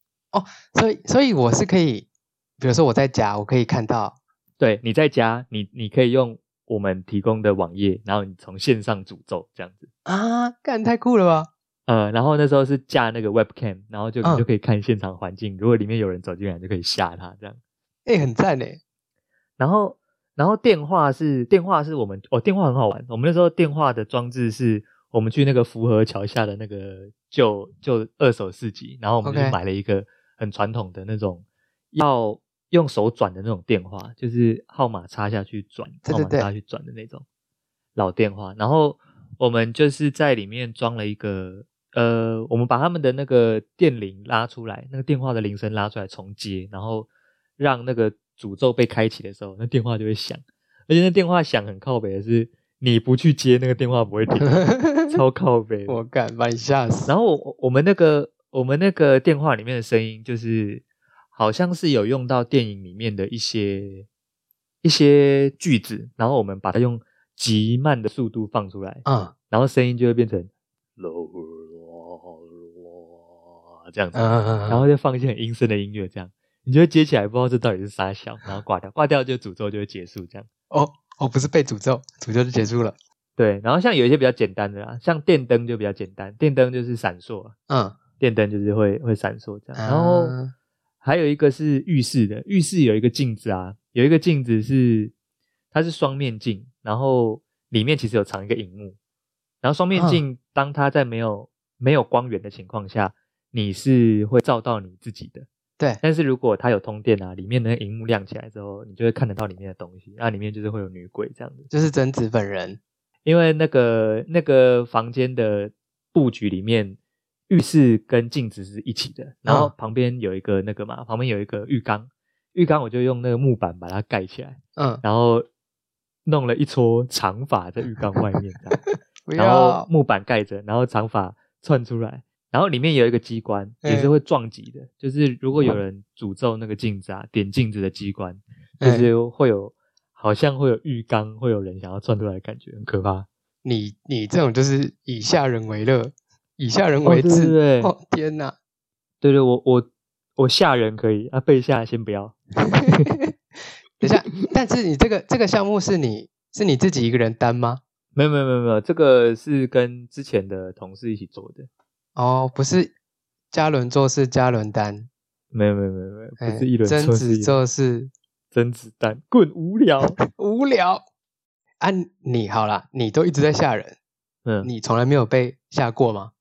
Speaker 2: 所以所以我是可以，比如说我在家，我可以看到
Speaker 1: 对，你在家，你你可以用我们提供的网页，然后你从线上诅咒这样子。
Speaker 2: 啊，干太酷了吧？
Speaker 1: 呃，然后那时候是架那个 webcam，然后就你
Speaker 2: 嗯
Speaker 1: 就可以看现场环境，如果里面有人走进来，你就可以吓他这样。
Speaker 2: 哎、很赞哎、
Speaker 1: 然后，然后电话是电话是我们哦，电话很好玩。我们那时候电话的装置是我们去那个福和桥下的那个旧旧二手市集，然后我们就
Speaker 2: OK
Speaker 1: 买了一个很传统的那种要用手转的那种电话，就是号码插下去转，
Speaker 2: 对对
Speaker 1: 号码
Speaker 2: 对
Speaker 1: 插下去转的那种老电话。然后我们就是在里面装了一个。呃，我们把他们的那个电铃拉出来，那个电话的铃声拉出来重接，然后让那个诅咒被开启的时候，那电话就会响。而且那电话响很靠北的是，你不去接那个电话不
Speaker 2: [laughs]
Speaker 1: 会停，超靠北的。
Speaker 2: 我干，把你吓死！
Speaker 1: 然后我我们那个我们那个电话里面的声音，就是好像是有用到电影里面的一些一些句子，然后我们把它用极慢的速度放出来，
Speaker 2: 啊
Speaker 1: 然后声音就会变成这样子。
Speaker 2: 嗯嗯嗯，
Speaker 1: 然后就放一些很阴森的音乐，这样你就会接起来，不知道这到底是啥小，然后挂掉，挂掉就诅咒就会结束这样。
Speaker 2: 哦哦，不是被诅咒，诅咒就结束了。
Speaker 1: 对，然后像有一些比较简单的啦，像电灯就比较简单，电灯就是闪烁，啊
Speaker 2: 嗯，
Speaker 1: 电灯就是会会闪烁这样。然后
Speaker 2: 啊
Speaker 1: 还有一个是浴室的，浴室有一个镜子啊，有一个镜子是它是双面镜，然后里面其实有藏一个荧幕，然后双面
Speaker 2: 嗯
Speaker 1: 镜当它在没有没有光源的情况下，你是会照到你自己的。
Speaker 2: 对，
Speaker 1: 但是如果它有通电啊，里面的荧幕亮起来之后，你就会看得到里面的东西，那里面就是会有女鬼这样子。
Speaker 2: 就是贞子本人。
Speaker 1: 因为那个那个房间的布局里面，浴室跟镜子是一起的，然后
Speaker 2: 嗯
Speaker 1: 旁边有一个那个嘛，旁边有一个浴缸，浴缸我就用那个木板把它盖起来，
Speaker 2: 嗯，
Speaker 1: 然后弄了一撮长发在浴缸外面这样
Speaker 2: 不
Speaker 1: 然后
Speaker 2: 要，
Speaker 1: 木板盖着，然后长发窜出来，然后里面有一个机关，也是
Speaker 2: 嗯
Speaker 1: 会撞击的，就是如果有人诅咒那个镜子啊，点镜子的机关，就
Speaker 2: 哎
Speaker 1: 是会有好像会有浴缸，会有人想要窜出来的感觉，很可怕。
Speaker 2: 你你这种就是以下人为乐，以下人
Speaker 1: 哦
Speaker 2: 为
Speaker 1: 对
Speaker 2: 治。
Speaker 1: 对对
Speaker 2: 哦天
Speaker 1: [laughs]
Speaker 2: 哪！ [laughs]
Speaker 1: 对对，我我我吓人可以啊，被吓先不要。
Speaker 2: 等一下，但是你这个这个项目是你是你自己一个人担吗？
Speaker 1: 没有没有没有没有，这个是跟之前的同事一起做的。
Speaker 2: 哦，不是，嘉伦做事嘉伦担，
Speaker 1: 没有没有没有没有，
Speaker 2: 哎
Speaker 1: 不是一轮
Speaker 2: 贞
Speaker 1: 做是
Speaker 2: 子
Speaker 1: 一轮
Speaker 2: 做事
Speaker 1: 甄子丹，滚无
Speaker 2: [laughs]
Speaker 1: 聊。
Speaker 2: 无聊。啊，你好啦，你都一直在吓人，
Speaker 1: 嗯，
Speaker 2: 你从来没有被吓过吗？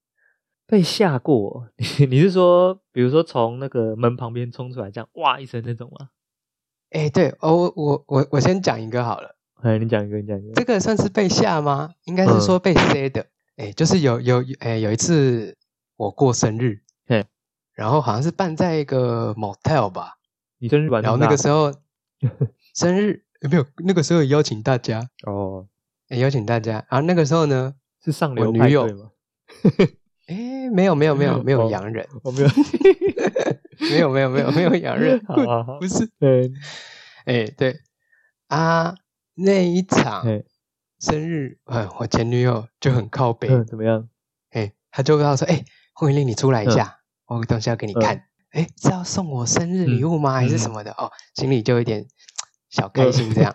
Speaker 1: 被吓过？ [laughs] 你你是说，比如说从那个门旁边冲出来，这样哇一声那种吗？
Speaker 2: 哎，对，哦，我我我我先讲一个好了，
Speaker 1: 哎，你讲一个，你讲一个
Speaker 2: 这。个算是被吓吗？应该是说
Speaker 1: 嗯
Speaker 2: 被塞的。哎、就是有有哎有一次我过生日
Speaker 1: 嘿，
Speaker 2: 然后好像是办在一个 motel 吧，
Speaker 1: 你生日玩
Speaker 2: 然后那个
Speaker 1: [laughs]
Speaker 2: 时候生日有没有？那个时候有邀请大家，
Speaker 1: 候哦，
Speaker 2: 哎邀请大家，然后那个时候呢，
Speaker 1: 是上流
Speaker 2: 我女
Speaker 1: 派
Speaker 2: 友
Speaker 1: 对吗？
Speaker 2: 哎，没有没有没有没有
Speaker 1: 哦
Speaker 2: 洋人，
Speaker 1: 我没有，，
Speaker 2: 没有没有没有没有洋 [laughs] 人
Speaker 1: [laughs] 好啊好好
Speaker 2: 不，是，
Speaker 1: 嗯，
Speaker 2: 哎，对啊，那一场
Speaker 1: 嘿
Speaker 2: 生日，嗯，我前女友就很
Speaker 1: [laughs]
Speaker 2: 靠北，
Speaker 1: 嗯怎么样？
Speaker 2: 哎，她就跟我说，哎，洪云令你出来一
Speaker 1: 嗯
Speaker 2: 下，我有个东西要给你
Speaker 1: 嗯
Speaker 2: 看，哎，是要送我生日礼
Speaker 1: 嗯
Speaker 2: 物吗？还是什
Speaker 1: 嗯
Speaker 2: 么的？哦，心里就有点小开心
Speaker 1: [laughs]
Speaker 2: 这样，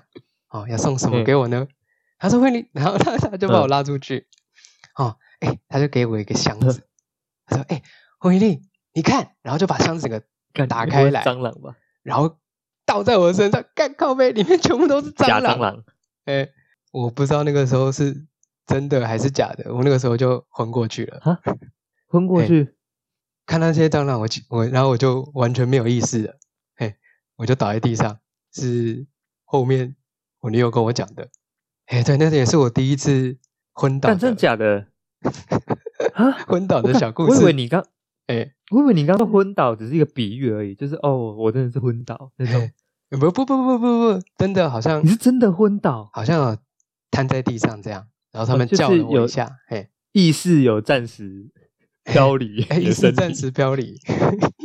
Speaker 2: 哦，要送什么
Speaker 1: 嗯
Speaker 2: 给我呢？她说会你，然后她她就把我
Speaker 1: 嗯
Speaker 2: 拉出去，哦，哎，她就给我一个箱子，她说，哎，洪云令你看，然后就把箱子整个
Speaker 1: 干
Speaker 2: 打
Speaker 1: 你
Speaker 2: 开
Speaker 1: 不会
Speaker 2: 来
Speaker 1: 蟑螂吧？
Speaker 2: 然后倒在我身上，干靠背里面全部都是
Speaker 1: 假
Speaker 2: 蟑
Speaker 1: 蟑
Speaker 2: 螂。
Speaker 1: 螂，
Speaker 2: 哎、我不知道那个时候是真的还是假的，我那个时候就昏过去了。
Speaker 1: 昏过
Speaker 2: 嘿
Speaker 1: 去。
Speaker 2: 看到这些蟑螂，我就我然后我就完全没有意识了，嘿、我就倒在地上。是后面我女友跟我讲的。哎、对，那个也是我第一次昏倒
Speaker 1: 但真
Speaker 2: 的
Speaker 1: 的假
Speaker 2: [laughs]
Speaker 1: 的？啊，
Speaker 2: 昏倒
Speaker 1: 我
Speaker 2: 的
Speaker 1: 看
Speaker 2: 小故
Speaker 1: 我以为
Speaker 2: 事。
Speaker 1: 你刚，
Speaker 2: 哎、
Speaker 1: 我以为你刚刚昏倒只是一个比喻而已，就是哦，我真的是昏倒那
Speaker 2: [laughs]
Speaker 1: 种。
Speaker 2: 不不不不不不，真的好像
Speaker 1: 你是真的昏倒，
Speaker 2: 好像有瘫在地上这样，然后他
Speaker 1: 哦
Speaker 2: 们
Speaker 1: 就
Speaker 2: 叫
Speaker 1: 是
Speaker 2: 了我
Speaker 1: 有
Speaker 2: 一下，嘿、
Speaker 1: 意识有暂时飘离
Speaker 2: [laughs] 哎，
Speaker 1: 你的
Speaker 2: 一
Speaker 1: 身
Speaker 2: 时
Speaker 1: 体
Speaker 2: 暂。时飘离。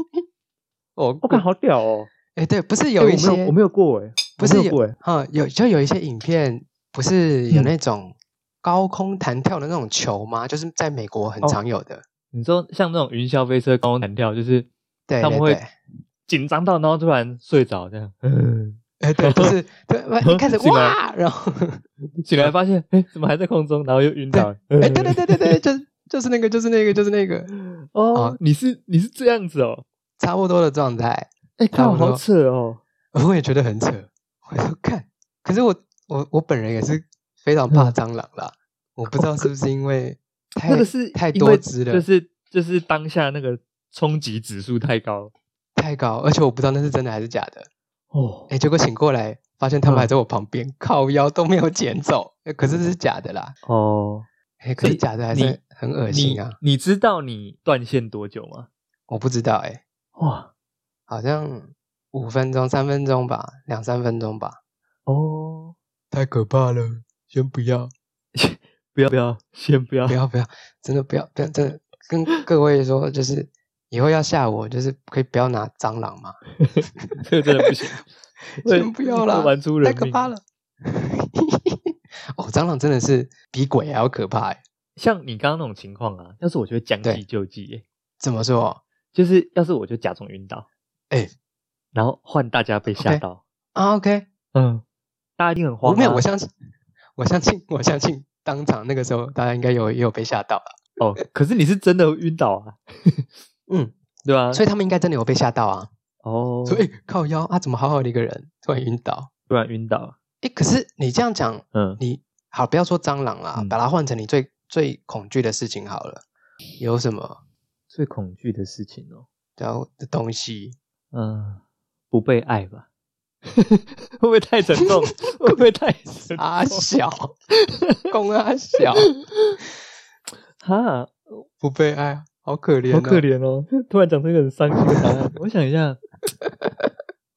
Speaker 2: [laughs] 我
Speaker 1: 我看好屌哦！
Speaker 2: 哎，对，不是
Speaker 1: 哎
Speaker 2: 有
Speaker 1: 我
Speaker 2: 一
Speaker 1: 没
Speaker 2: 些
Speaker 1: 有我没有过哎，
Speaker 2: 不
Speaker 1: 我
Speaker 2: 是
Speaker 1: 没有过哎，
Speaker 2: 哈，哦有就有一些影片不是有
Speaker 1: 嗯
Speaker 2: 那种高空弹跳的那种球吗？就是在美国很
Speaker 1: 哦
Speaker 2: 常有的。
Speaker 1: 你说像那种云霄飞车高空弹跳，就是
Speaker 2: 对
Speaker 1: 他
Speaker 2: 对
Speaker 1: 们会
Speaker 2: 对，
Speaker 1: 紧张到然后突然睡着这样， [laughs]
Speaker 2: 哎对， [laughs] 就是对，一开始
Speaker 1: 醒来
Speaker 2: 哇，
Speaker 1: [laughs]
Speaker 2: 然后
Speaker 1: 醒来发现哎怎么还在空中，然后又晕倒。
Speaker 2: 哎对对对对对，就是就是那个就是那个就是那个
Speaker 1: 哦
Speaker 2: 啊，
Speaker 1: 你是你是这样子哦，
Speaker 2: 差不多的状态，
Speaker 1: 哎
Speaker 2: 差
Speaker 1: 靠，
Speaker 2: 不多
Speaker 1: 好扯哦，
Speaker 2: 我也觉得很扯。我说看，可是我我我本人也是非常怕蟑螂啦，我不知道是不是因为太
Speaker 1: 嗯那个是
Speaker 2: 太
Speaker 1: 因
Speaker 2: 多
Speaker 1: 为
Speaker 2: 只了，
Speaker 1: 就是就是当下那个冲击指数太高
Speaker 2: 太高，而且我不知道那是真的还是假的。
Speaker 1: 哦
Speaker 2: 哎，结果醒过来发现他们
Speaker 1: 嗯
Speaker 2: 还在我旁边，靠腰都没有捡走，诶可是这是假的啦。
Speaker 1: 哦，
Speaker 2: 哎，可
Speaker 1: 所
Speaker 2: 是
Speaker 1: 以
Speaker 2: 假的还
Speaker 1: 你
Speaker 2: 是很恶心啊！
Speaker 1: 你你知道你断线多久吗？
Speaker 2: 我不知道哎，
Speaker 1: 哇
Speaker 2: 好像五分钟、三分钟吧，两三分钟吧。
Speaker 1: 哦，
Speaker 2: 太可怕了，先不要，
Speaker 1: 不要不要，先不要
Speaker 2: 不要不要，真的不要，不要真的跟各位说，就是以后要吓我，就是可以不要拿蟑螂嘛，
Speaker 1: 这个真的不行，会
Speaker 2: [laughs] 先不啊要啦
Speaker 1: 会玩出
Speaker 2: 太
Speaker 1: 人
Speaker 2: 可
Speaker 1: 命。
Speaker 2: 怕了。 [laughs] 哦，蟑螂真的是比鬼还要可怕哎！
Speaker 1: 像你刚刚那种情况啊，要是我就会将
Speaker 2: 对
Speaker 1: 计就计耶，
Speaker 2: 怎么说
Speaker 1: 就是要是我就假装晕倒，
Speaker 2: 哎
Speaker 1: 然后换大家被吓
Speaker 2: OK
Speaker 1: 到，
Speaker 2: 啊？OK，
Speaker 1: 嗯，大家一定很
Speaker 2: 我
Speaker 1: 慌、啊。
Speaker 2: 没有，我相信，我相信，我相信，当场那个时候大家应该有也有被吓到了，
Speaker 1: 哦，可是你是真的晕倒啊，
Speaker 2: 嗯，
Speaker 1: 对吧、
Speaker 2: 所以他们应该真的有被吓到啊。
Speaker 1: 哦，
Speaker 2: 所以靠腰啊，怎么好好的一个人突然晕倒？
Speaker 1: 突然晕倒，
Speaker 2: 哎，可是你这样讲，
Speaker 1: 嗯，
Speaker 2: 你好，不要说蟑螂啦，
Speaker 1: 嗯
Speaker 2: 把它换成你最最恐惧的事情好了。有什么
Speaker 1: 最恐惧的事情哦，
Speaker 2: 然后的东 [laughs] 西？
Speaker 1: 嗯，不被爱吧。 [laughs] 会不会太沉重？ [laughs] 会不会太沉重？ [laughs]
Speaker 2: 阿小， [laughs] 公阿小
Speaker 1: 哈，
Speaker 2: [laughs] 不被爱，好可怜、
Speaker 1: 好可。怜哦！突然讲出一个很伤心的答 [laughs] 案，我想一下，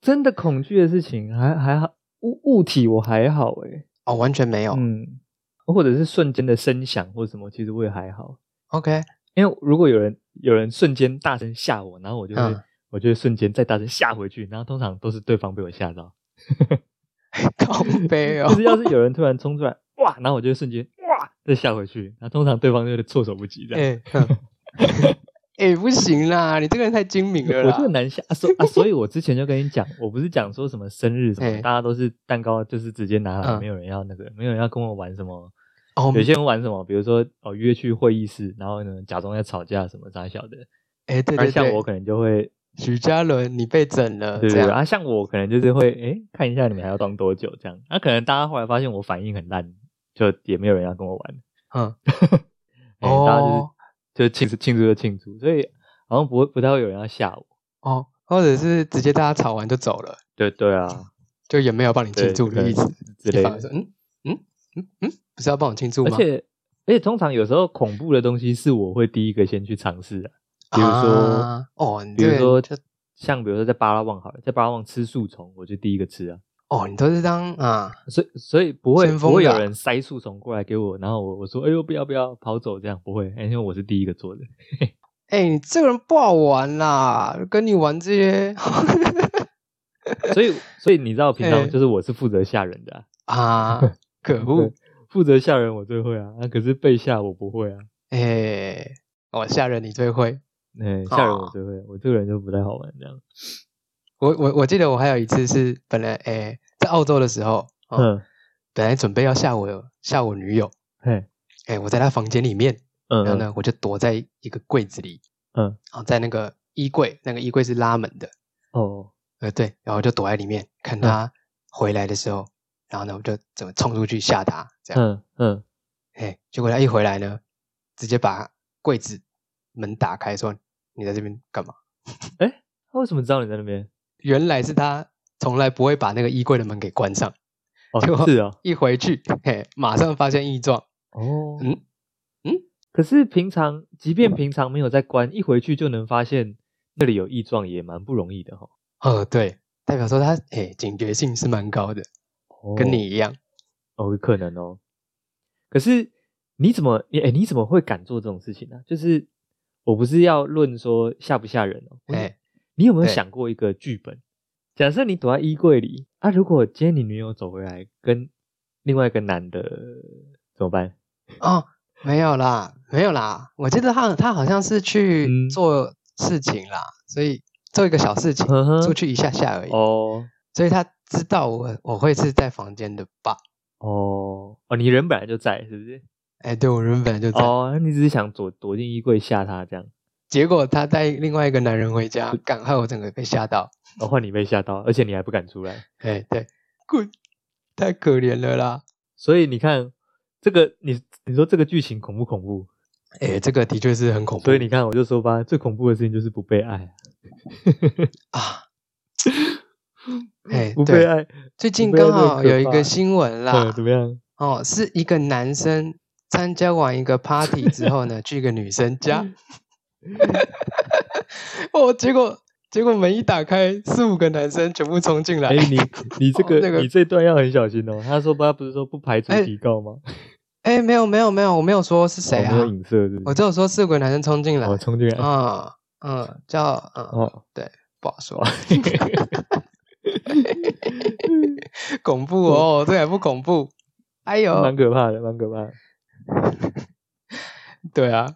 Speaker 1: 真的恐惧的事情还还好，物物体我还好诶、
Speaker 2: 哦，完全没有。
Speaker 1: 嗯，或者是瞬间的声响或什么，其实我也还好，
Speaker 2: [laughs] OK，
Speaker 1: 因为如果有人有人瞬间大声吓我，然后我就会、
Speaker 2: 嗯
Speaker 1: 我就会瞬间再大声吓回去，然后通常都是对方被我吓到，
Speaker 2: 靠背哦
Speaker 1: 就。是要是有人突然冲出来，哇，然后我就会瞬间哇再吓回去，然后通常对方就会措手不及这样。
Speaker 2: [laughs] 哎、 [laughs] 哼哎，不行啦，你这个人太精明了
Speaker 1: 我
Speaker 2: 啦 [laughs]
Speaker 1: 这。个难下啊，所啊，所以我之前就跟你讲，我不是讲说什么生日什么的，
Speaker 2: 嘿
Speaker 1: 大家都是蛋糕就是直接拿来，
Speaker 2: 嗯
Speaker 1: 没有人要那个，没有人要跟我玩什么。
Speaker 2: 哦
Speaker 1: 有些人玩什么，比如说哦约去会议室，然后呢假装在吵架什么啥小的。
Speaker 2: 哎、对
Speaker 1: 而
Speaker 2: 对
Speaker 1: 像
Speaker 2: 对，
Speaker 1: 我可能就会，
Speaker 2: 许嘉伦，你被整了，
Speaker 1: 对
Speaker 2: 这
Speaker 1: 对对
Speaker 2: 样。
Speaker 1: 啊，像我可能就是会哎看一下你们还要当多久这样。那、可能大家后来发现我反应很烂，就也没有人要跟我玩。
Speaker 2: 嗯，
Speaker 1: 哎大家就是、
Speaker 2: 哦
Speaker 1: 就庆祝庆祝就庆祝，所以好像不会不太会有人要吓我。
Speaker 2: 哦，或者是直接大家吵完就走了，
Speaker 1: 对对啊，
Speaker 2: 就也没有帮你
Speaker 1: 对
Speaker 2: 庆祝的
Speaker 1: 对
Speaker 2: 意思。
Speaker 1: [laughs] 之
Speaker 2: 你
Speaker 1: 类
Speaker 2: 反
Speaker 1: 的
Speaker 2: 而。说，嗯嗯嗯嗯，不是要帮我庆祝
Speaker 1: 而
Speaker 2: 吗？
Speaker 1: 且而且通常有时候恐怖的东西是我会第一个先去尝试的，比如说、
Speaker 2: 啊哦，你
Speaker 1: 比
Speaker 2: 这
Speaker 1: 如
Speaker 2: 个
Speaker 1: 说
Speaker 2: 就
Speaker 1: 像比如说在巴拉望好了，在巴拉望吃树虫，我就第一个吃啊，
Speaker 2: 哦，你都是当啊，
Speaker 1: 所以所以不会
Speaker 2: 先锋
Speaker 1: 不会
Speaker 2: 的
Speaker 1: 有
Speaker 2: 啊
Speaker 1: 人塞树虫过来给我，然后我我说哎呦不要不要跑走这样不会，哎因为我是第一个做的，
Speaker 2: 哎、你这个人不好玩啦，跟你玩这些
Speaker 1: 所以所以你知道平常
Speaker 2: [laughs] 哎
Speaker 1: 就是我是负责吓人的、啊，
Speaker 2: 啊，可
Speaker 1: [laughs]
Speaker 2: 恶
Speaker 1: 对，负责吓人我最会啊，啊可是被吓我不会啊，
Speaker 2: 哎、哦，吓人你最会。
Speaker 1: 哎吓人我
Speaker 2: 哦
Speaker 1: 最会，我这个人就不太好玩这样，
Speaker 2: 我我我记得我还有一次是本来哎、在澳洲的时候，哦、
Speaker 1: 嗯
Speaker 2: 本来准备要吓我吓我女友，
Speaker 1: 嘿
Speaker 2: 哎、我在她房间里面，
Speaker 1: 嗯
Speaker 2: 然后
Speaker 1: 嗯
Speaker 2: 呢，我就躲在一个柜子里，
Speaker 1: 嗯
Speaker 2: 然后在那个衣柜，那个衣柜是拉门的，
Speaker 1: 哦
Speaker 2: 呃，对，然后就躲在里面
Speaker 1: 嗯
Speaker 2: 看他回来的时候，然后呢，我就怎么冲出去吓他，这样，
Speaker 1: 嗯嗯
Speaker 2: 哎、结果他一回来呢，直接把柜子门打开，说你在这边干嘛？
Speaker 1: 他为什么知道你在那边？
Speaker 2: 原来是他从来不会把那个衣柜的门给关上， [laughs]
Speaker 1: 哦
Speaker 2: 结果
Speaker 1: 是啊
Speaker 2: 一回去，嘿，马上发现异状，
Speaker 1: 哦，
Speaker 2: 嗯嗯。
Speaker 1: 可是平常，即便平常没有在关，一回去就能发现那里有异状，也蛮不容易的哈、
Speaker 2: 哦，对，代表说他，哎、警觉性是蛮高的，
Speaker 1: 哦。
Speaker 2: 跟你一样，
Speaker 1: 哦，有可能哦。可是你怎么，你哎，你怎么会敢做这种事情呢、就是我不是要论说吓不吓人哦，我
Speaker 2: 哎、
Speaker 1: 是你有没有
Speaker 2: 对
Speaker 1: 想过一个剧本？假设你躲在衣柜里啊，如果今天你女友走回来跟另外一个男的怎么办？
Speaker 2: 哦，没有啦，没有啦。我记得他他好像
Speaker 1: 嗯
Speaker 2: 是去做事情啦，所以做一个小事情，
Speaker 1: 嗯哼
Speaker 2: 出去一下下而已。
Speaker 1: 哦
Speaker 2: 所以他知道我我会是在房间的吧？
Speaker 1: 哦哦，你人本来就在，是不是？
Speaker 2: 哎，对我人本来就在，
Speaker 1: 哦，那你只是想躲躲进衣柜吓他这样，
Speaker 2: 结果他带另外一个男人回家，赶害我整个被吓到。
Speaker 1: 哦，换你被吓到，而且你还不敢出来，
Speaker 2: 哎，对，滚，太可怜了啦。
Speaker 1: 所以你看这个，你你说这个剧情恐不恐怖？
Speaker 2: 哎，这个的确是很恐怖。
Speaker 1: 所以你看，我就说吧，最恐怖的事情就是不被爱， [laughs]
Speaker 2: 啊，哎，
Speaker 1: 不被
Speaker 2: 对，
Speaker 1: 爱，
Speaker 2: 最近
Speaker 1: 不要
Speaker 2: 刚
Speaker 1: 那么
Speaker 2: 好
Speaker 1: 可
Speaker 2: 有一
Speaker 1: 怕
Speaker 2: 个新闻
Speaker 1: 呃，
Speaker 2: 啦，
Speaker 1: 怎么样？
Speaker 2: 哦，是一个男生参加完一个
Speaker 1: [laughs]
Speaker 2: party 之后呢，去一个女生家，
Speaker 1: 嗯
Speaker 2: [laughs] 哦，结果结果门一打开，四五个男生全部冲进来，
Speaker 1: 哎，你你这个、
Speaker 2: 哦那个
Speaker 1: 你这段要很小心哦。他说吧，不是说不排除
Speaker 2: 哎
Speaker 1: 提告吗？
Speaker 2: [laughs] 哎，没有没有没有，我没有说是谁
Speaker 1: 哦
Speaker 2: 啊
Speaker 1: 没，有影射是不是？
Speaker 2: 我只有说四五个男生冲进来，
Speaker 1: 哦，冲进来，
Speaker 2: 嗯嗯，叫嗯
Speaker 1: 哦，
Speaker 2: 不好说， [laughs] 恐怖哦，这个还不恐怖，哎呦
Speaker 1: 蛮，可怕的，蛮可怕的。
Speaker 2: 对啊，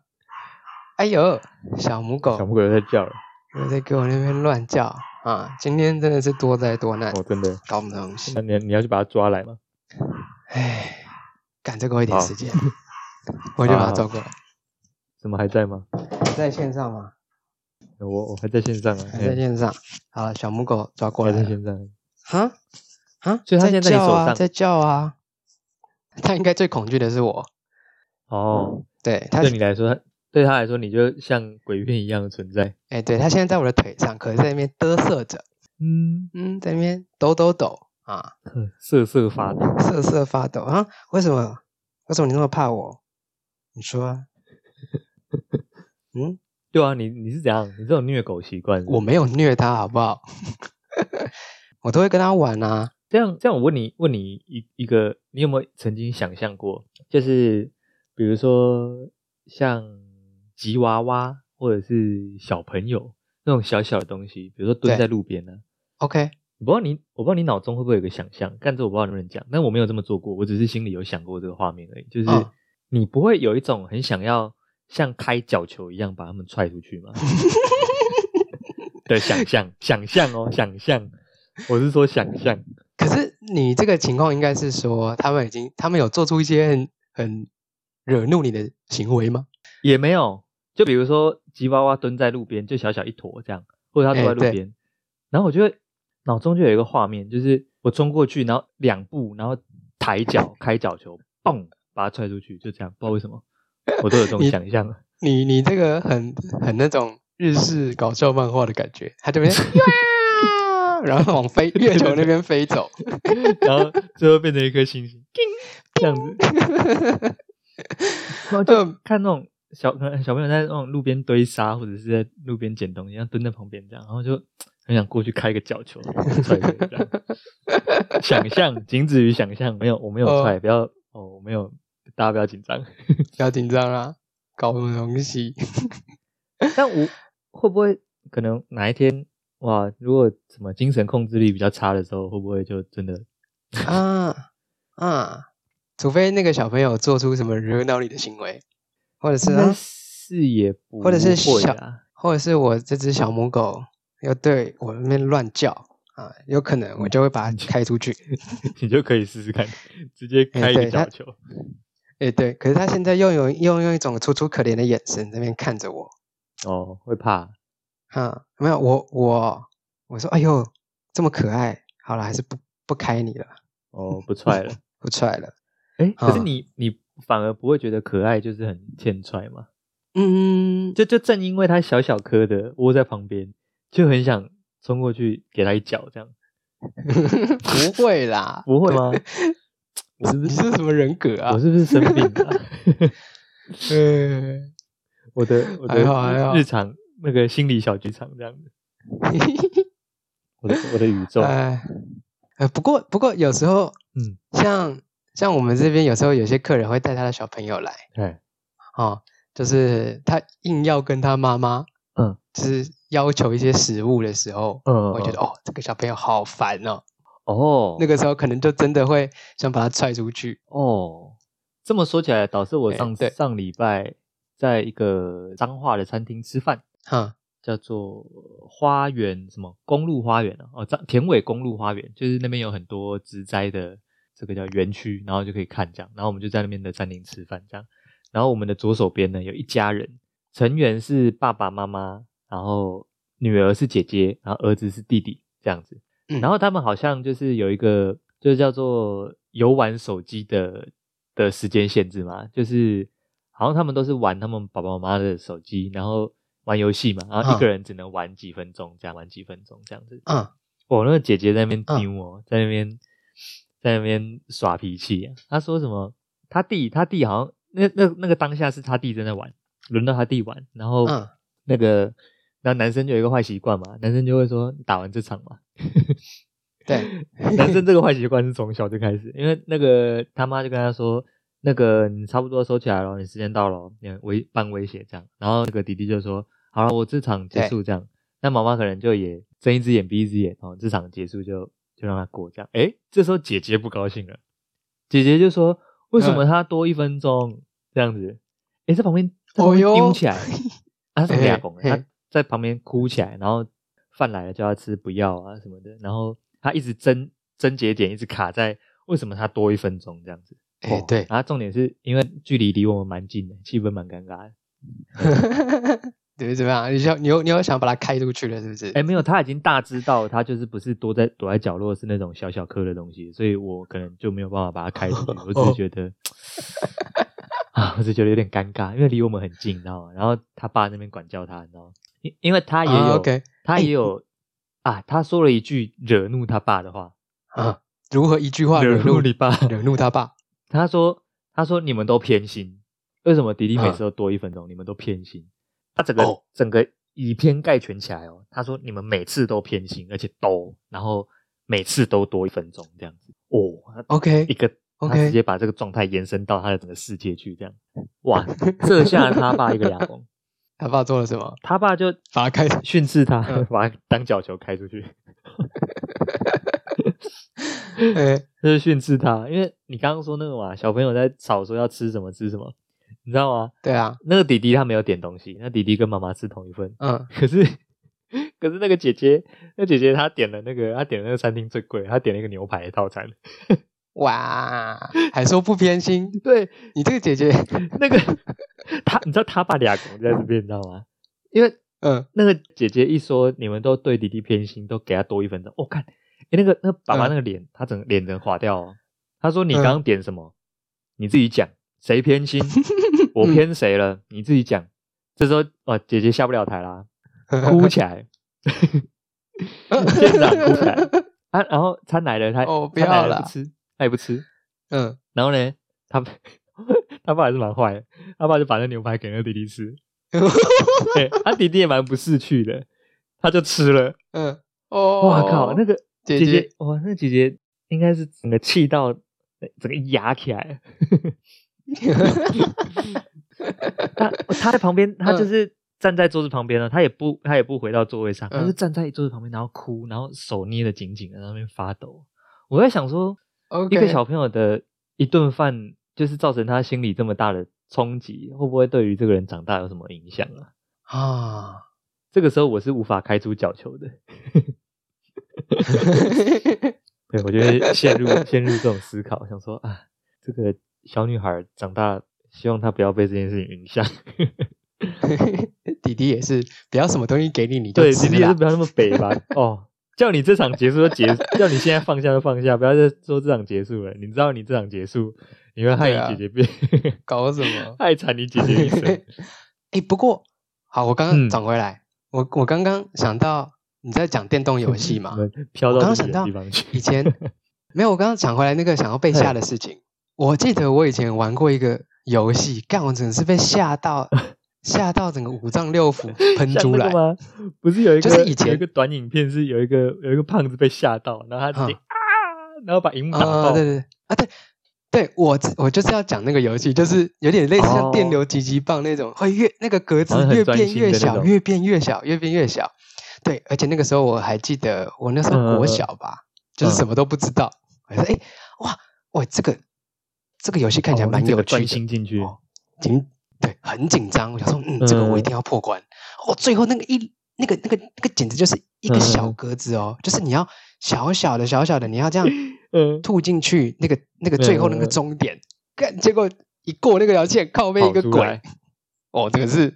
Speaker 2: 哎呦，小母狗
Speaker 1: 小，木狗在叫了，
Speaker 2: 我在给我那边乱叫啊！今天真的是多灾多难，
Speaker 1: 嗯哦，真的。
Speaker 2: 搞不东西
Speaker 1: 那。你你要去把它抓来吗？
Speaker 2: 哎，赶这个我一点
Speaker 1: 好
Speaker 2: 时间，我就把
Speaker 1: 好
Speaker 2: 它
Speaker 1: 好
Speaker 2: 照过来。
Speaker 1: 怎么还在吗？
Speaker 2: 还在线上吗？
Speaker 1: 我我还在线上啊，
Speaker 2: 还在
Speaker 1: 哎
Speaker 2: 线上。好了，小母狗抓过
Speaker 1: 还
Speaker 2: 来
Speaker 1: 在
Speaker 2: 了。
Speaker 1: 线上。
Speaker 2: 啊啊！
Speaker 1: 所以它现在在你
Speaker 2: 叫
Speaker 1: 手
Speaker 2: 啊，
Speaker 1: 上
Speaker 2: 在叫啊。 [laughs] 它应该最恐惧的是我。
Speaker 1: 哦，
Speaker 2: 对它，
Speaker 1: 对你来说，对他来说，你就像鬼片一样的存在。
Speaker 2: 哎，对它现在在我的腿上，可是在那边嘚瑟着，
Speaker 1: 嗯，
Speaker 2: 嗯，在那边抖抖抖啊，
Speaker 1: 瑟瑟发抖。
Speaker 2: 瑟瑟发抖啊！为什么？为什么你那么怕我？你说啊。嗯，
Speaker 1: 对啊，你你是怎样？你这种虐狗习惯是不是，
Speaker 2: 我没有虐它，好不好？ [laughs] 我都会跟它玩啊。
Speaker 1: 这样这样，我问你问你一一个，你有没有曾经想象过，就是比如说像吉娃娃或者是小朋友那种小小的东西，比如说蹲
Speaker 2: 对
Speaker 1: 在路边呢、
Speaker 2: OK，
Speaker 1: 我不知道你，我不知道你脑中会不会有个想象，但这我不知道能不能讲。但我没有这么做过，我只是心里有想过这个画面而已。就是
Speaker 2: 嗯
Speaker 1: 你不会有一种很想要像开脚球一样把他们踹出去吗？的想象，想象哦，想象，我是说想象。
Speaker 2: 可是你这个情况应该是说，他们已经他们有做出一些很很惹怒你的行为吗？
Speaker 1: 也没有。就比如说吉娃娃蹲在路边，就小小一坨这样，或者它蹲在
Speaker 2: 哎
Speaker 1: 路
Speaker 2: 对
Speaker 1: 边，然后我就会脑中就有一个画面，就是我冲过去，然后两步，然后抬脚开脚球，嘣，把它踹出去，就这样，不知道为什么，我都有这种
Speaker 2: 你
Speaker 1: 想象。
Speaker 2: 你你这个很很那种日式搞笑漫画的感觉，他这边 [laughs] 哇，然后往飞月球那边飞走，
Speaker 1: 然后最后变成一颗星星，叮这样子，然后就
Speaker 2: 嗯
Speaker 1: 看那种小可能小朋友在那种路边堆沙，或者是在路边捡东西，然后蹲在旁边这样，然后就很想过去开个脚球踹一个这样。想象仅止于想象，没有，我没有
Speaker 2: 哦
Speaker 1: 踹，不要哦，我没有，大家不要紧
Speaker 2: [laughs]
Speaker 1: 张。
Speaker 2: 不要紧张啦，搞什么东西？
Speaker 1: 但我会不会可能哪一天哇，如果什么精神控制力比较差的时候，会不会就真的
Speaker 2: 啊啊！除非那个小朋友做出什么惹恼你的行为，或者是、
Speaker 1: 应该
Speaker 2: 啊、
Speaker 1: 是也不
Speaker 2: 或者是
Speaker 1: 会啊
Speaker 2: 小
Speaker 1: 啦
Speaker 2: 或者是我这只小母狗又对我那边乱叫啊，有可能
Speaker 1: 嗯
Speaker 2: 我就会把它开出去。
Speaker 1: 你就可以试试看， [laughs] 直接开一个
Speaker 2: 哎对
Speaker 1: 角
Speaker 2: 他
Speaker 1: 球。
Speaker 2: 诶，对，可是它现在又有又用一种楚楚可怜的眼神在那边看着我，
Speaker 1: 哦，会怕。
Speaker 2: 啊，没有我我我说哎呦这么可爱，好了，还是不不开你了，
Speaker 1: 哦，不踹 [laughs] 了。
Speaker 2: 不踹了。
Speaker 1: 哎，可是
Speaker 2: 啊
Speaker 1: 你你反而不会觉得可爱就是很欠踹嘛？
Speaker 2: [laughs] 嗯，
Speaker 1: 就就正因为它小小颗的窝在旁边，就很想冲过去给它一脚，这样
Speaker 2: 不会啦，
Speaker 1: 不会吗？ [laughs] 我是不
Speaker 2: 你
Speaker 1: 是
Speaker 2: 是什么人格啊
Speaker 1: 我？是不是生病
Speaker 2: [laughs]
Speaker 1: 了？ [laughs]
Speaker 2: 嗯，
Speaker 1: 我的我
Speaker 2: 还好还
Speaker 1: 的
Speaker 2: 好
Speaker 1: 日常那个心理小剧场这样子，我的我的宇宙，
Speaker 2: 哎，呃，不过不过有时候，
Speaker 1: 嗯，
Speaker 2: 像像我们这边有时候有些客人会带他的小朋友来，
Speaker 1: 哎，
Speaker 2: 哦，就是他硬要跟他妈妈，
Speaker 1: 嗯，
Speaker 2: 就是要求一些食物的时候，
Speaker 1: 嗯
Speaker 2: 我觉得
Speaker 1: 嗯
Speaker 2: 哦，这个小朋友好烦哦，
Speaker 1: 哦，
Speaker 2: 那个时候可能就真的会想把他踹出去。
Speaker 1: 哦，这么说起来，导致我
Speaker 2: 哎
Speaker 1: 上、
Speaker 2: 对
Speaker 1: 上礼拜在一个彰化的餐厅吃饭，
Speaker 2: 哈、
Speaker 1: 叫做花园什么公路花园啊，哦，张田尾公路花园，就是那边有很多植栽的这个叫园区，然后就可以看这样，然后我们就在那边的餐厅吃饭这样，然后我们的左手边呢有一家人，成员是爸爸妈妈，然后女儿是姐姐，然后儿子是弟弟这样子，
Speaker 2: 嗯
Speaker 1: 然后他们好像就是有一个就是叫做游玩手机的的时间限制嘛，就是好像他们都是玩他们爸爸妈妈的手机，然后玩游戏嘛，然后一
Speaker 2: 嗯
Speaker 1: 个人只能玩几分钟，这样玩几分钟这样子。
Speaker 2: 嗯，
Speaker 1: 我那个姐姐在那边
Speaker 2: 嗯
Speaker 1: 丢哦，在那边在那边耍脾气、啊。她说什么？她弟，她弟好像那那那个当下是她弟正在玩，轮到她弟玩，然后
Speaker 2: 嗯
Speaker 1: 那个那男生就有一个坏习惯嘛，男生就会说你打完这场嘛。 [laughs]
Speaker 2: 对，
Speaker 1: 男生这个坏习惯是从小就开始，因为那个他妈就跟他说，那个你差不多收起来了，你时间到了，你威半威胁这样。然后那个弟弟就说，好了，我这场结束这样。那妈妈可能就也睁一只眼闭一只眼，哦，这场结束就就让他过这样。诶，这时候姐姐不高兴了，姐姐就说，为什么他多一分钟、这样子？诶，在旁边在旁
Speaker 2: 哦
Speaker 1: 边
Speaker 2: 哟
Speaker 1: 丢起 [laughs] 来，啊，他是俩
Speaker 2: 嘿
Speaker 1: 拱的，
Speaker 2: 嘿
Speaker 1: 他在旁边哭起来，然后饭来了叫他吃不要啊什么的，然后他一直争争节点，一直卡在为什么他多一分钟这样子。
Speaker 2: 哎，对，
Speaker 1: 然后重点是因为距离离我们蛮近的，气氛蛮尴尬的。
Speaker 2: [laughs] 对，怎么样？你想，你又你又想把它开出去了，是不是？
Speaker 1: 哎，没有，他已经大知道他就是不是躲在躲在角落是那种小小颗的东西，所以我可能就没有办法把它开出去。我只是觉
Speaker 2: 哦 [laughs]
Speaker 1: 得啊，我只是觉得有点尴尬，因为离我们很近，你知道吗？然后他爸在那边管教他，你知道吗？因因为他也有、
Speaker 2: 啊，OK，
Speaker 1: 他
Speaker 2: 哎
Speaker 1: 也有、啊，他说了一句惹怒他爸的话，
Speaker 2: 啊，如何一句话惹
Speaker 1: 嗯
Speaker 2: 怒
Speaker 1: 怒你爸。
Speaker 2: 惹怒他爸？
Speaker 1: 他说他说你们都偏心，为什么迪迪每次都多一分钟？你们都偏心。他整个、
Speaker 2: 嗯哦
Speaker 1: 整个以偏概全起来哦。他说你们每次都偏心，而且都然后每次都多一分钟这样子。哦，他
Speaker 2: OK，
Speaker 1: [laughs] 一个。他
Speaker 2: OK
Speaker 1: 直接把这个状态延伸到他的整个世界去，这样，哇，这下他爸一个
Speaker 2: [laughs]
Speaker 1: 哑光，
Speaker 2: 他爸做了什么？
Speaker 1: 他爸就
Speaker 2: 把他开，
Speaker 1: 训斥他，
Speaker 2: 嗯
Speaker 1: 把他当角球开出去。
Speaker 2: [laughs] 哎，
Speaker 1: 就是训斥他，因为你刚刚说那个嘛，小朋友在吵说要吃什么吃什么，你知道吗？
Speaker 2: 对啊，
Speaker 1: 那个弟弟他没有点东西，那弟弟跟妈妈吃同一份，
Speaker 2: 嗯，
Speaker 1: 可是可是那个姐姐，那姐姐她点了那个，她点了那个餐厅最贵，她点了一个牛排套餐。
Speaker 2: 哇，还说不偏心，
Speaker 1: 对，
Speaker 2: 你这个姐姐，
Speaker 1: 那个 [laughs] 他，你知道他爸俩拱在这边，你知道吗？因为
Speaker 2: 嗯， [laughs]
Speaker 1: 那个姐姐一说你们都对弟弟偏心，都给他多一分钟，我、看，哎、那个那个爸爸
Speaker 2: 嗯
Speaker 1: 那个脸，他整个脸能划掉哦。他说你
Speaker 2: 嗯
Speaker 1: 刚刚点什么？你自己讲，谁偏
Speaker 2: [laughs]
Speaker 1: 心？我
Speaker 2: 嗯
Speaker 1: 偏谁了？你自己讲。这时候哇，姐姐下不了台啦，哭起
Speaker 2: [laughs]
Speaker 1: 来现场哭起来啊！然后餐来了，他
Speaker 2: 哦不
Speaker 1: 餐来
Speaker 2: 要
Speaker 1: 了
Speaker 2: 啦
Speaker 1: 不吃，他也不吃。
Speaker 2: 嗯，
Speaker 1: 然后呢， [laughs] 他他爸还是蛮坏的，他爸就把那牛排给那弟弟
Speaker 2: [laughs]
Speaker 1: 吃，
Speaker 2: 嗯
Speaker 1: 对他弟弟也蛮不识趣的，他就吃了。
Speaker 2: 嗯，哦，
Speaker 1: [laughs] 哇靠，那个
Speaker 2: 姐
Speaker 1: 姐
Speaker 2: [laughs] 姐，
Speaker 1: 哇，那姐姐应该是整个气到呃整个压起来。
Speaker 2: [laughs]
Speaker 1: 他他在旁边，他
Speaker 2: 嗯
Speaker 1: 就是站在桌子旁边了，他也不他也不回到座位上，
Speaker 2: 嗯
Speaker 1: 他就站在桌子旁边，然后哭，然后手捏得紧紧的，在那边发抖。我在想说，
Speaker 2: OK
Speaker 1: 一个小朋友的一顿饭，就是造成他心里这么大的冲击，会不会对于这个人长大有什么影响啊？
Speaker 2: 啊， [laughs]
Speaker 1: 这个时候我是无法开出角球的，对我就会陷入陷入这种思考，想说啊，这个小女孩长大，希望她不要被这件事情影响。
Speaker 2: 弟弟也是，不要什么东西给你你就
Speaker 1: 对，
Speaker 2: 吃
Speaker 1: 弟弟也
Speaker 2: 啦
Speaker 1: 是不要那么北吧。哦，叫你这场结束就结，叫你现在放下就放下，不要再说这场结束了。你知道你这场结束，你会害
Speaker 2: 对啊
Speaker 1: 你姐姐变， [laughs]？
Speaker 2: 搞什么
Speaker 1: 害惨你姐姐一
Speaker 2: [laughs]
Speaker 1: 生。
Speaker 2: 哎，不过好，我刚
Speaker 1: 嗯
Speaker 2: 刚转回来，我我刚刚想到你在讲电动游戏嘛
Speaker 1: 我，们 [laughs] 飘
Speaker 2: 我
Speaker 1: 到
Speaker 2: 刚
Speaker 1: 这么远
Speaker 2: 想
Speaker 1: 的
Speaker 2: 到
Speaker 1: 地方
Speaker 2: [laughs]
Speaker 1: 去。[laughs]
Speaker 2: 以前没有，我刚刚讲回来那个想要被吓的事情。我记得我以前玩过一个游戏，干我真的是被吓
Speaker 1: [laughs]
Speaker 2: 到，吓到整个五脏六腑喷
Speaker 1: 像
Speaker 2: 出
Speaker 1: 那
Speaker 2: 来
Speaker 1: 个。吗？不是有一个
Speaker 2: 就是以前
Speaker 1: 有一个短影片，是有一个有一个胖子被吓到，然后他直接
Speaker 2: 嗯
Speaker 1: 啊，然后把荧幕打
Speaker 2: 啊、
Speaker 1: 爆。
Speaker 2: 对对对，啊对，对我我就是要讲那个游戏，就是有点类似像电
Speaker 1: 哦
Speaker 2: 流击击棒那种，会越那个格子
Speaker 1: 好像很
Speaker 2: 越
Speaker 1: 专
Speaker 2: 变
Speaker 1: 心
Speaker 2: 越
Speaker 1: 的那
Speaker 2: 小，
Speaker 1: 种
Speaker 2: 越变越小，越变越小。对，而且那个时候我还记得，我那时
Speaker 1: 嗯嗯
Speaker 2: 候国
Speaker 1: 嗯
Speaker 2: 小吧，就是什
Speaker 1: 嗯
Speaker 2: 么都不知道。我说，哎，哇，哇，这个这个游戏看起来
Speaker 1: 哦
Speaker 2: 蛮
Speaker 1: 你整
Speaker 2: 有
Speaker 1: 个
Speaker 2: 趣
Speaker 1: 专
Speaker 2: 的。
Speaker 1: 心进去，嗯
Speaker 2: 哦紧对，很紧张。我想说，嗯，这个我一定要破关。哦，最后那个一那个那个那个简直就是一个小
Speaker 1: 嗯
Speaker 2: 格子哦，就是你要小小的小小的，你
Speaker 1: [sniffs]
Speaker 2: 要这样
Speaker 1: 嗯，
Speaker 2: 吐进去那个那个最后那个
Speaker 1: 嗯嗯嗯
Speaker 2: 终点，干结果一过那个条线，靠背一
Speaker 1: 跑
Speaker 2: 个
Speaker 1: 出
Speaker 2: 鬼
Speaker 1: 来，
Speaker 2: 哦，这个是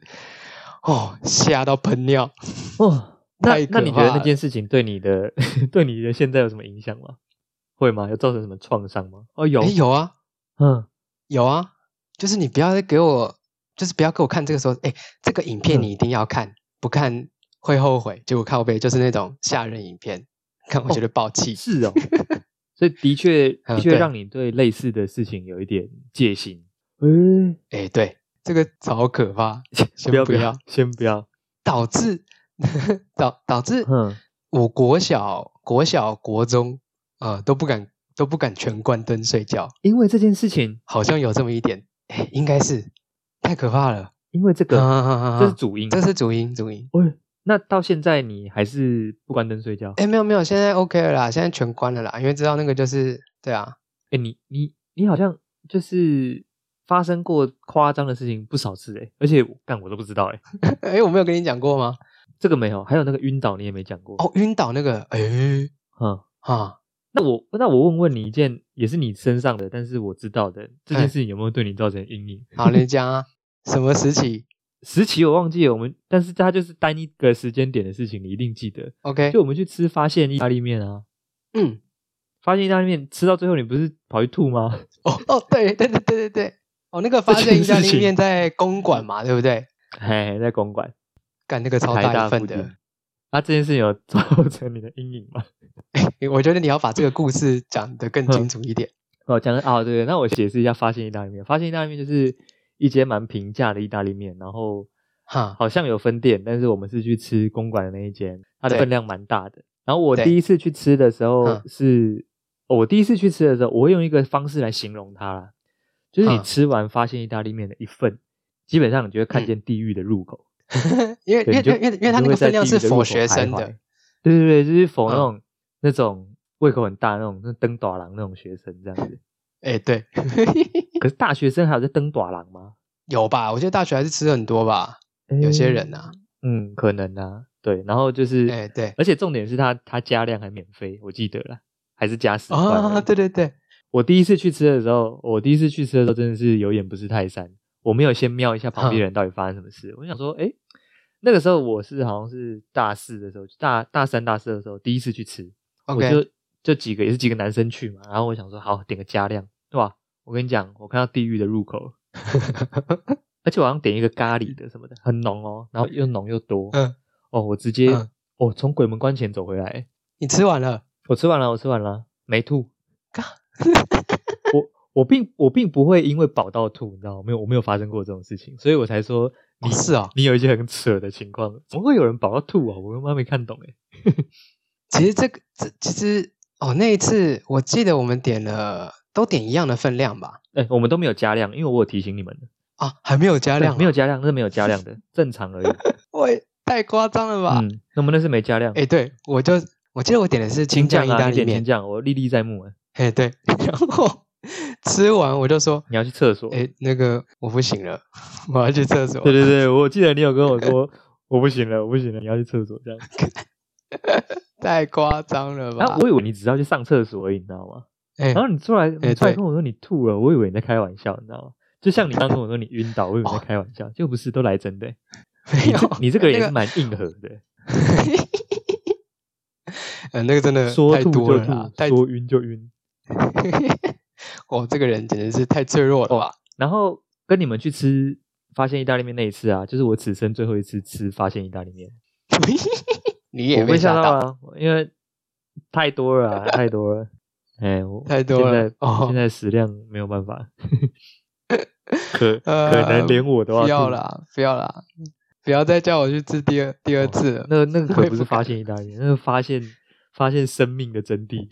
Speaker 2: 哦吓到喷尿。
Speaker 1: [laughs] 哦，那
Speaker 2: 太
Speaker 1: 那
Speaker 2: 可
Speaker 1: 你觉得
Speaker 2: 怕
Speaker 1: 那
Speaker 2: 了
Speaker 1: 件事情对你的 [laughs] 对你的现在有什么影响吗？会吗？有造成什么创伤吗？哦，有
Speaker 2: 哎，，有啊
Speaker 1: 嗯，
Speaker 2: 有啊，就是你不要再给我，就是不要给我看这个时候，哎，这个影片
Speaker 1: 嗯
Speaker 2: 你一定要看，不看会后悔。结果靠背就是那种吓人影片，看我
Speaker 1: 哦
Speaker 2: 觉得爆气。
Speaker 1: 是哦，所以的
Speaker 2: [laughs]
Speaker 1: 确
Speaker 2: 嗯
Speaker 1: 的确
Speaker 2: 对
Speaker 1: 让你对类似的事情有一点戒心。哎，
Speaker 2: 哎，对，这个超可怕，先
Speaker 1: 不要
Speaker 2: 不要，
Speaker 1: 先不要，
Speaker 2: 导致导导致
Speaker 1: 嗯，
Speaker 2: 我国小、国小、国中，呃，都不敢都不敢全关灯睡觉，
Speaker 1: 因为这件事情，
Speaker 2: 好像有这么一点，哎，应该是太可怕了。
Speaker 1: 因为这
Speaker 2: 啊
Speaker 1: 个，
Speaker 2: 啊啊啊
Speaker 1: 这是主因。
Speaker 2: 这是主因，主因。
Speaker 1: 哎，那到现在你还是不关灯睡觉？
Speaker 2: 哎，没有没有，现在 OK 了啦，现在全关了啦，因为知道那个就是对啊， [laughs]
Speaker 1: 哎，你你你好像就是发生过夸张的事情不少次哎，而且我干我都不知道哎，
Speaker 2: 哎，我没有跟你讲过吗？
Speaker 1: 这个没有，还有那个晕倒你也没讲过。
Speaker 2: 哦，晕倒那个，哎，
Speaker 1: 嗯，
Speaker 2: 啊，
Speaker 1: 那我那我问问你一件，也是你身上的，但是我知道的这
Speaker 2: 哎
Speaker 1: 件事情有没有对你造成阴影？
Speaker 2: 好，你讲啊，什么时期
Speaker 1: 时期我忘记了，我们但是它就是单一个时间点的事情，你一定记得。
Speaker 2: ？OK，
Speaker 1: 就我们去吃发现意大利面啊，
Speaker 2: 嗯，
Speaker 1: 发现意大利面吃到最后，你不是跑去吐吗？ [laughs]
Speaker 2: 哦哦，对对对对对对，哦，那个发
Speaker 1: 这
Speaker 2: 现意
Speaker 1: 件
Speaker 2: 大
Speaker 1: 事
Speaker 2: 利
Speaker 1: 情
Speaker 2: 面在公馆嘛，对不对？
Speaker 1: 嘿，在公馆
Speaker 2: 干那个超
Speaker 1: 台
Speaker 2: 大一份
Speaker 1: 附近
Speaker 2: 的，。
Speaker 1: 那、这件事情有造成你的阴影吗？ [laughs]
Speaker 2: 我觉得你要把这个故事讲得更清楚一点。
Speaker 1: 哦，讲啊、对对，那我解释一下发现意大利面。发现意大利面就是一间蛮平价的意大利面，然后
Speaker 2: 哈， [laughs]
Speaker 1: 好像有分店，但是我们是去吃公馆的那一间，它的
Speaker 2: 对
Speaker 1: 分量蛮大的。然后我
Speaker 2: 对
Speaker 1: 第一次去吃的时候
Speaker 2: 嗯
Speaker 1: 是，哦我第一次去吃的时候，我会用一个方式来形容它啦，就是你
Speaker 2: 嗯
Speaker 1: 吃完发现意大利面的一份，基本上你就会看见地狱的入口，
Speaker 2: 因为因
Speaker 1: 对
Speaker 2: 为
Speaker 1: 你就
Speaker 2: 因为因为因为它
Speaker 1: 你就会
Speaker 2: 那个
Speaker 1: 在
Speaker 2: 分量
Speaker 1: 地狱
Speaker 2: 是
Speaker 1: 的入
Speaker 2: 否
Speaker 1: 口
Speaker 2: 学生
Speaker 1: 徘
Speaker 2: 的
Speaker 1: 徊，对对对，就是否
Speaker 2: 嗯
Speaker 1: 那种、那种胃口很大那种那登短郎那种学生这样子。
Speaker 2: 哎，对， [laughs]
Speaker 1: 可是大学生还有在登短郎吗？
Speaker 2: 有吧？我觉得大学还是吃很多吧，有些人呐、
Speaker 1: 诶，嗯，可能啊，对。然后就是，
Speaker 2: 哎，对，
Speaker 1: 而且重点是他他加量还免费，我记得了，还是加十块而
Speaker 2: 啊，
Speaker 1: 已。
Speaker 2: 对对对，
Speaker 1: 我第一次去吃的时候，我第一次去吃的时候真的是有眼不识泰山，我没有先瞄一下旁
Speaker 2: 嗯
Speaker 1: 边人到底发生什么事。我想说，哎，那个时候我是好像是大四的时候，大大三大四的时候第一次去吃，我
Speaker 2: OK，
Speaker 1: 就就几个也是几个男生去嘛，然后我想说好点个加量，对吧？我跟你讲，我看到地狱的入
Speaker 2: [laughs]
Speaker 1: 口，而且我好像点一个咖喱的什么的，很浓哦，然后又浓又多，
Speaker 2: 嗯，
Speaker 1: 哦，我直接、
Speaker 2: 嗯
Speaker 1: 哦从鬼门关前走回来，
Speaker 2: 你吃完了，
Speaker 1: 我吃完了，我吃完了，没吐。 [laughs] 我我并我并不会因为饱到吐，你知道吗？没有，我没有发生过这种事情，所以我才说你、
Speaker 2: 哦，是哦。
Speaker 1: 你有一些很扯的情况，怎么会有人饱到吐啊？我他妈没看懂哎。
Speaker 2: 其实这个这其实哦，那一次我记得我们点了都点一样的分量吧？
Speaker 1: 哎、我们都没有加量，因为我有提醒你们的，
Speaker 2: 啊，还没有加
Speaker 1: 对
Speaker 2: 量啊，
Speaker 1: 没有加量，那是没有加量的，正常 [laughs] 而已。
Speaker 2: 喂，太夸张了吧？
Speaker 1: 嗯，那么那是没加量。
Speaker 2: 哎、对，我就我记得我点的是青
Speaker 1: 青
Speaker 2: 酱
Speaker 1: 酱
Speaker 2: 意
Speaker 1: 啊，你
Speaker 2: 大利
Speaker 1: 点
Speaker 2: 面
Speaker 1: 青，酱，我历历在目啊。
Speaker 2: 哎、对， [laughs] 然后吃完我就说，
Speaker 1: 你要去厕所？
Speaker 2: 哎、那个我不行了，我要去厕所。
Speaker 1: 对对对，我记得你有 [laughs] 跟我说我不行了，我不行了，你要去厕所这样。
Speaker 2: 太夸张了吧？
Speaker 1: 然后我以为你只是要去上厕所而已，你知道吗？
Speaker 2: 哎、
Speaker 1: 然后你出来，
Speaker 2: 哎
Speaker 1: 你出来
Speaker 2: 对
Speaker 1: 跟我说你吐了，我以为你在开玩笑，你知道吗？就像
Speaker 2: [laughs]
Speaker 1: 你刚跟我说你晕倒，我以为你在开玩笑，就不是，都来真的欸。
Speaker 2: 没
Speaker 1: 你
Speaker 2: 有
Speaker 1: 这，你这个人也
Speaker 2: 哦哎那
Speaker 1: 是蛮硬核的，
Speaker 2: [laughs] 呃，那个真
Speaker 1: [laughs]
Speaker 2: 的
Speaker 1: 说
Speaker 2: 太
Speaker 1: 吐
Speaker 2: 多
Speaker 1: 就
Speaker 2: 了啦，太
Speaker 1: 吐，，
Speaker 2: [laughs]
Speaker 1: 说晕就晕。
Speaker 2: 我这个人简直是太脆弱了吧？
Speaker 1: 然后跟你们去吃发现意大利面那一次啊，就是我此生最后一次吃发现意大利面，
Speaker 2: 你也
Speaker 1: 我被
Speaker 2: 被吓
Speaker 1: 吓
Speaker 2: 到，
Speaker 1: 啊，因为太多了啊、太多了。哎，我
Speaker 2: 太多
Speaker 1: 现
Speaker 2: 了
Speaker 1: 在
Speaker 2: 哦
Speaker 1: 现在食量没有办
Speaker 2: [laughs]
Speaker 1: 法， [laughs] 可可
Speaker 2: 呃
Speaker 1: 能连我都要
Speaker 2: 不要
Speaker 1: 吐
Speaker 2: 啦，不要啦，不要再叫我去吃第二第二
Speaker 1: 哦
Speaker 2: 次了。
Speaker 1: 那那个
Speaker 2: 我也
Speaker 1: 可不
Speaker 2: 不
Speaker 1: 是发
Speaker 2: 敢
Speaker 1: 现意大利面，那个发现发现生命的真
Speaker 2: [laughs]
Speaker 1: 谛，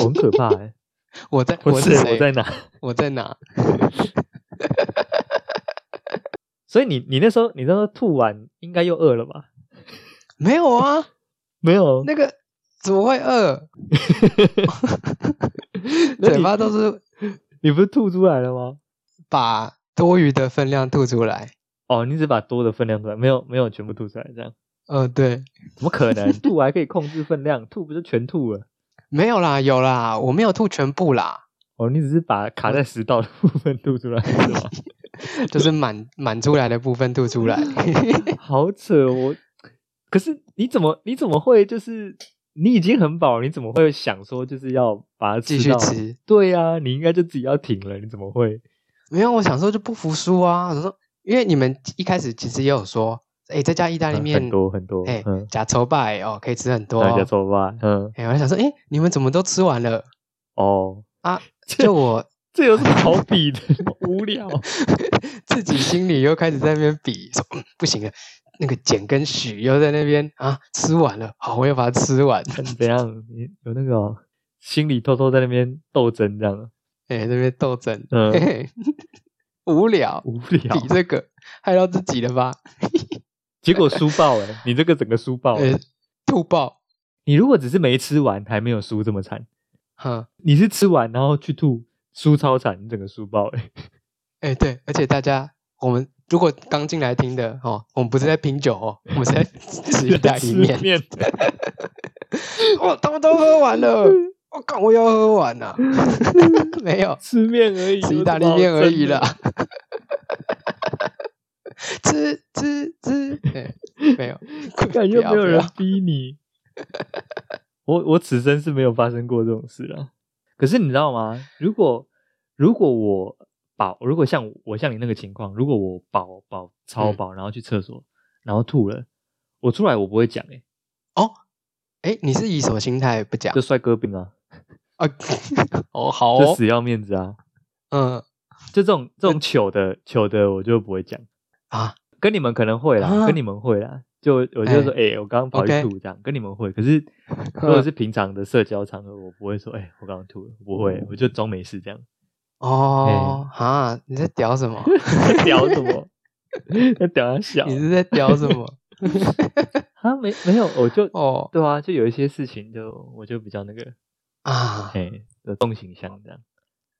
Speaker 1: 我很可怕、欸。
Speaker 2: 我在
Speaker 1: 我
Speaker 2: 是
Speaker 1: 是
Speaker 2: 谁？
Speaker 1: 我在哪？ [laughs]
Speaker 2: 我在哪？
Speaker 1: 所以你你那时候你那时候吐完应该又饿了吧？
Speaker 2: 没有啊，
Speaker 1: 没有，
Speaker 2: 那个怎么会饿？ [laughs]
Speaker 1: 那
Speaker 2: 嘴
Speaker 1: 你
Speaker 2: 巴都是
Speaker 1: 你不是吐出来了吗？
Speaker 2: 把多余的分量吐出来。
Speaker 1: 哦，你只把多的分量出来，没有没有全部吐出来，这样
Speaker 2: 呃，对，
Speaker 1: 怎么可能？吐还可以控制分量，吐不是全吐了？
Speaker 2: 没有啦，有啦，我没有吐全部啦，
Speaker 1: 哦，你只是把卡在食道的部分吐出来是吗？ [laughs]
Speaker 2: 就是满满出来的部分吐出来。
Speaker 1: 好扯，我可是你怎么你怎么会就是你已经很饱，你怎么会想说就是要把它
Speaker 2: 继
Speaker 1: 吃
Speaker 2: 续
Speaker 1: 到
Speaker 2: 吃？
Speaker 1: 对呀、你应该就自己要停了，你怎么会？
Speaker 2: 没有，我想说就不服输啊！我说，因为你们一开始其实也有说，哎，这家意大利
Speaker 1: 嗯
Speaker 2: 面
Speaker 1: 很多很多，
Speaker 2: 哎
Speaker 1: 嗯，
Speaker 2: 假愁拜哦，可以吃很多
Speaker 1: 大家
Speaker 2: 哦。
Speaker 1: 说吧，嗯，
Speaker 2: 哎，我还想说，哎，你们怎么都吃完了
Speaker 1: 哦，
Speaker 2: 啊？
Speaker 1: [laughs] 这
Speaker 2: 就我
Speaker 1: 这有什么好比
Speaker 2: [laughs]
Speaker 1: 的？无聊，
Speaker 2: 自己心里又开始在那边比，说、嗯、不行了，那个简跟许又在那边啊，吃完了，好，我要把它吃完。
Speaker 1: 怎样？你有那个哦、心里偷偷在那边斗争这样，啊
Speaker 2: 哎，那边斗争，
Speaker 1: 嗯
Speaker 2: [laughs] 嘿嘿无聊，
Speaker 1: 无聊，
Speaker 2: 比这个害到自己了吧？
Speaker 1: 结果输爆哎、你这个整个输爆、欸
Speaker 2: 哎，吐爆，
Speaker 1: 你如果只是没吃完，还没有输这么惨。
Speaker 2: 哈，
Speaker 1: 你是吃完然后去吐，输超惨，你整个输爆哎、
Speaker 2: 哎，对，而且大家，我们如果刚进来听的哦，我们不是在拼酒哦，我们是在 [laughs] 吃意大利
Speaker 1: [laughs] 吃
Speaker 2: 面。
Speaker 1: 面，
Speaker 2: [laughs] 我哦他们都喝完
Speaker 1: [laughs]
Speaker 2: 了，我靠，我要喝完了、 [laughs] 没有，
Speaker 1: 吃面而已，
Speaker 2: 吃意大利面而已啦。吃吃吃，哎没有，
Speaker 1: [laughs] 感觉
Speaker 2: 不要
Speaker 1: 没有
Speaker 2: 不
Speaker 1: 人
Speaker 2: 要
Speaker 1: 逼你。 [laughs] 我我此生是没有发生过这种事啊。可是你知道吗？如果如果我饱，如果像我像你那个情况，如果我饱饱超饱，然后去厕所，然后吐了，我出来我不会讲哎、
Speaker 2: 哦。哎，你是以什么心态不讲
Speaker 1: 这帅哥病啊，
Speaker 2: 啊？哦，好
Speaker 1: 这
Speaker 2: 哦，
Speaker 1: 死要面子啊，
Speaker 2: 嗯
Speaker 1: 就这种这种糗的糗的我就不会讲。
Speaker 2: 啊，
Speaker 1: 跟你们可能会啦，
Speaker 2: 啊
Speaker 1: 跟你们会啦。就我就说，哎、我刚刚跑去
Speaker 2: OK
Speaker 1: 吐这样，跟你们会。可是如
Speaker 2: 嗯
Speaker 1: 果是平常的社交场合，我不会说，哎、我刚刚吐了，不会，我就装没事这样。哎
Speaker 2: 哦啊，你在屌什
Speaker 1: [laughs]
Speaker 2: 么？
Speaker 1: 在屌什么？ [laughs] 在屌他小？
Speaker 2: 你是在屌什么？
Speaker 1: 他没没有，我就
Speaker 2: 哦
Speaker 1: 对啊，就有一些事情就我就比较那个， [laughs]
Speaker 2: 啊，
Speaker 1: 哎、的动形象这样。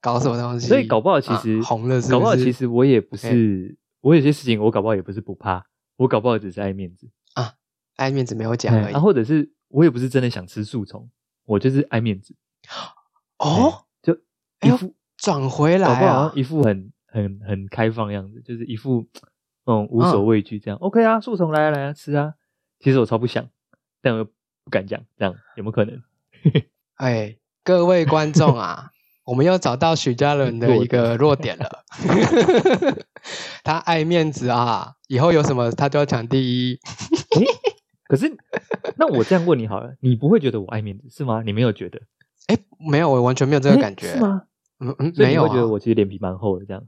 Speaker 2: 搞什么东西？
Speaker 1: 所以搞不好其实、
Speaker 2: 啊红了是不是
Speaker 1: 搞不好其实我也不是，我有些事情我搞不好也不是不怕，我搞不好只是爱面子，
Speaker 2: 爱面子没有讲而
Speaker 1: 哎
Speaker 2: 已
Speaker 1: 啊，。或者是我也不是真的想吃树丛，我就是爱面子。
Speaker 2: 哦，
Speaker 1: 就一
Speaker 2: 哎呦
Speaker 1: 副、
Speaker 2: 转回
Speaker 1: 搞
Speaker 2: 来
Speaker 1: 不好好
Speaker 2: 啊
Speaker 1: 像！一副很很很开放样子，就是一副那种无
Speaker 2: 嗯
Speaker 1: 所畏惧这样。OK 啊，树丛来啊来啊吃啊。其实我超不想，但我又不敢讲，这样有没有可能？
Speaker 2: 哎，各位观众啊，我们又找到许家伦的一个弱点了。 [laughs] 他爱面子啊，以后有什么他都要抢第一。
Speaker 1: 可是那我这样问你好了，你不会觉得我爱面子是吗？你没有觉得
Speaker 2: 哎，没有，我完全没有这
Speaker 1: 这
Speaker 2: 个感觉。
Speaker 1: 是吗？
Speaker 2: 嗯嗯，
Speaker 1: 所以
Speaker 2: 没
Speaker 1: 你
Speaker 2: 有
Speaker 1: 会
Speaker 2: 啊
Speaker 1: 觉，得我其实脸皮蛮厚的，这样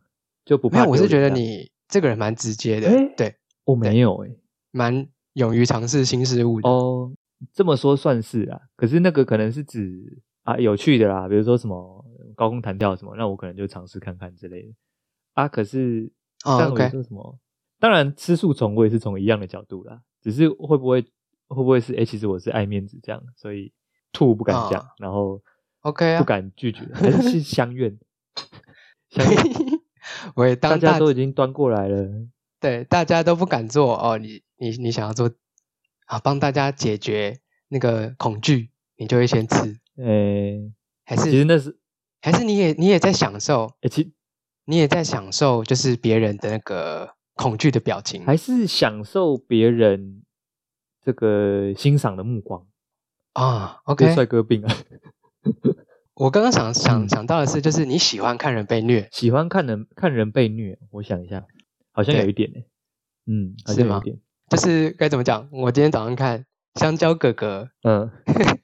Speaker 1: 就不
Speaker 2: 没
Speaker 1: 怕
Speaker 2: 有，
Speaker 1: 丢
Speaker 2: 我
Speaker 1: 脸
Speaker 2: 是
Speaker 1: 这
Speaker 2: 觉
Speaker 1: 样。
Speaker 2: 得你这个人蛮直接的
Speaker 1: 哎，
Speaker 2: 对，
Speaker 1: 我没有哎、
Speaker 2: 蛮勇于尝试新事物的。
Speaker 1: 哦，这么说算是啦、可是那个可能是指啊有趣的啦，比如说什么高空弹跳什么，那我可能就尝试看看之类的啊。可是
Speaker 2: 哦
Speaker 1: 像我
Speaker 2: OK
Speaker 1: 说什么，当然吃素虫我也是从一样的角度啦，只是会不会会不会是哎、诶其实我是爱面子这样，所以吐不敢讲，
Speaker 2: 哦
Speaker 1: 然后
Speaker 2: OK 啊
Speaker 1: 不，敢拒绝，还是是相
Speaker 2: [laughs]
Speaker 1: 怨，相怨
Speaker 2: 我也
Speaker 1: 大
Speaker 2: 当
Speaker 1: 家
Speaker 2: 大
Speaker 1: 都已经端过来了。
Speaker 2: 对大家都不敢做哦，你你你想要做啊，帮大家解决那个恐惧，你就会先吃，
Speaker 1: 诶、
Speaker 2: 还
Speaker 1: 其实
Speaker 2: 是
Speaker 1: 那是，
Speaker 2: 还是你也你也在享受，
Speaker 1: 诶、其
Speaker 2: 你也在享受，就是别人的那个恐惧的表情。
Speaker 1: 还是享受别人这个欣赏的目光，这
Speaker 2: 啊
Speaker 1: 是
Speaker 2: ，OK，
Speaker 1: 帅哥病啊！ [laughs]
Speaker 2: 我刚刚想想
Speaker 1: 嗯
Speaker 2: 想到的是，就是你喜欢看人被虐，
Speaker 1: 喜欢看人看人被虐，我想一下，好像
Speaker 2: 对
Speaker 1: 有一点呢、嗯，好
Speaker 2: 是
Speaker 1: 像有
Speaker 2: 吗
Speaker 1: 一点，
Speaker 2: 就是该怎么讲？我今天早上看香蕉哥哥，
Speaker 1: 嗯，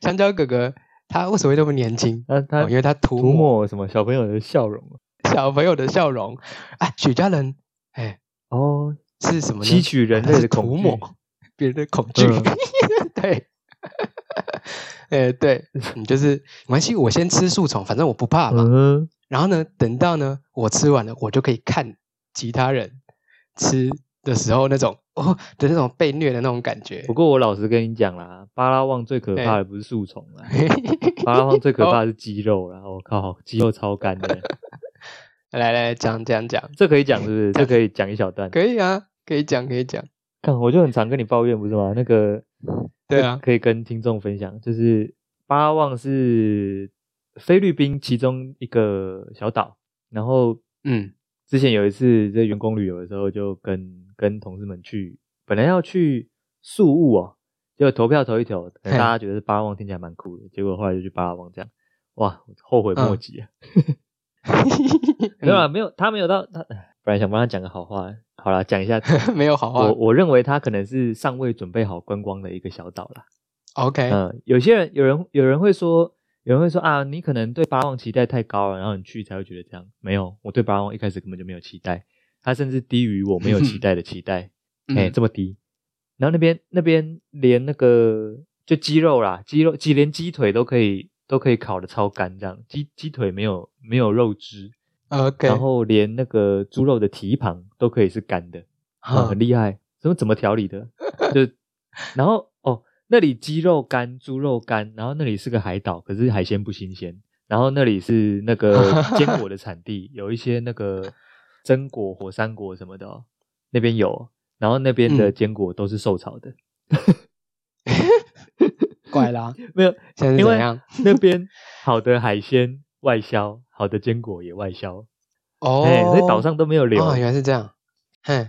Speaker 2: 香蕉哥哥他为什么会那么年轻？
Speaker 1: 那他
Speaker 2: 哦，因为他涂
Speaker 1: 涂
Speaker 2: 抹
Speaker 1: 抹什么小朋友的笑容啊
Speaker 2: 小朋友的笑容。哎，许家人，哎，
Speaker 1: 哦，
Speaker 2: 是什么呢？
Speaker 1: 吸取人
Speaker 2: 他
Speaker 1: 类
Speaker 2: 是
Speaker 1: 的
Speaker 2: 涂
Speaker 1: 恐惧，
Speaker 2: 抹别人的恐惧。
Speaker 1: 嗯
Speaker 2: [laughs] 对， [laughs] 哎，对，你就是没关系，我先吃树虫，反正我不怕嘛。
Speaker 1: 嗯，
Speaker 2: 然后呢，等到呢我吃完了，我就可以看其他人吃的时候那种哦的那种被虐的那种感觉 [laughs]
Speaker 1: 不。过我老实跟你讲啦，巴拉望最可怕
Speaker 2: 哎
Speaker 1: 的不是树丛啦，巴拉望最
Speaker 2: 哦
Speaker 1: 可怕的是鸡肉啦，我、靠，鸡肉超干的，
Speaker 2: [laughs] 来来讲讲讲，
Speaker 1: 这可以讲是不是？
Speaker 2: 讲
Speaker 1: 这可以讲一小段，
Speaker 2: 可以啊，可以讲可以讲。
Speaker 1: 干，我就很常跟你抱怨，不是吗？那个，
Speaker 2: [laughs] 对啊
Speaker 1: 这可以跟听众分享，就是巴望是菲律宾其中一个小岛，然后，
Speaker 2: 嗯， [laughs]
Speaker 1: 之前有一次在员工旅游的时候，就跟跟同事们去，本来要去宿务哦，结果投票投一投，可能
Speaker 2: 嘿
Speaker 1: 大家觉得是巴望听起来蛮酷的，结果后来就去巴望这样，哇，后悔莫
Speaker 2: 嗯
Speaker 1: 及啊！没有啊，没有，他没有到他，本来想帮他讲个好话，好啦，讲一下
Speaker 2: 没有好话
Speaker 1: 我我认为他可能是尚未准备好观光的一个小岛啦。
Speaker 2: ，OK，
Speaker 1: 嗯，有些人有人有人会说，有人会说啊，你可能对巴望期待太高了，然后你去才会觉得这样。没有，我对巴望一开始根本就没有期待，它甚至低于我没有期待的期待，哎、
Speaker 2: 嗯
Speaker 1: 这么低。然后那边那边连那个就鸡肉啦，鸡肉鸡连鸡腿都可以都可以烤的超干，这样鸡鸡腿没有没有肉汁，
Speaker 2: ，OK，
Speaker 1: 然后连那个猪肉的蹄膀都可以是干的，啊、
Speaker 2: 嗯
Speaker 1: 很厉害。怎么怎么调理的？就然后哦，那里鸡肉干、猪肉干，然后那里是个海岛，可是海鲜不新鲜。然后那里是那个
Speaker 2: [laughs]
Speaker 1: 坚果的产地，有一些那个榛果、火山果什么的、哦，那边有。然后那边的
Speaker 2: 嗯
Speaker 1: 坚果都是受潮的，
Speaker 2: 怪啦，
Speaker 1: 没有
Speaker 2: 现在是
Speaker 1: 因为
Speaker 2: 怎样？
Speaker 1: 那边好的海鲜外销，好的坚果也外销，
Speaker 2: 哦，
Speaker 1: 哎、所以岛上都没有流。
Speaker 2: 哦，原来是这样。哼，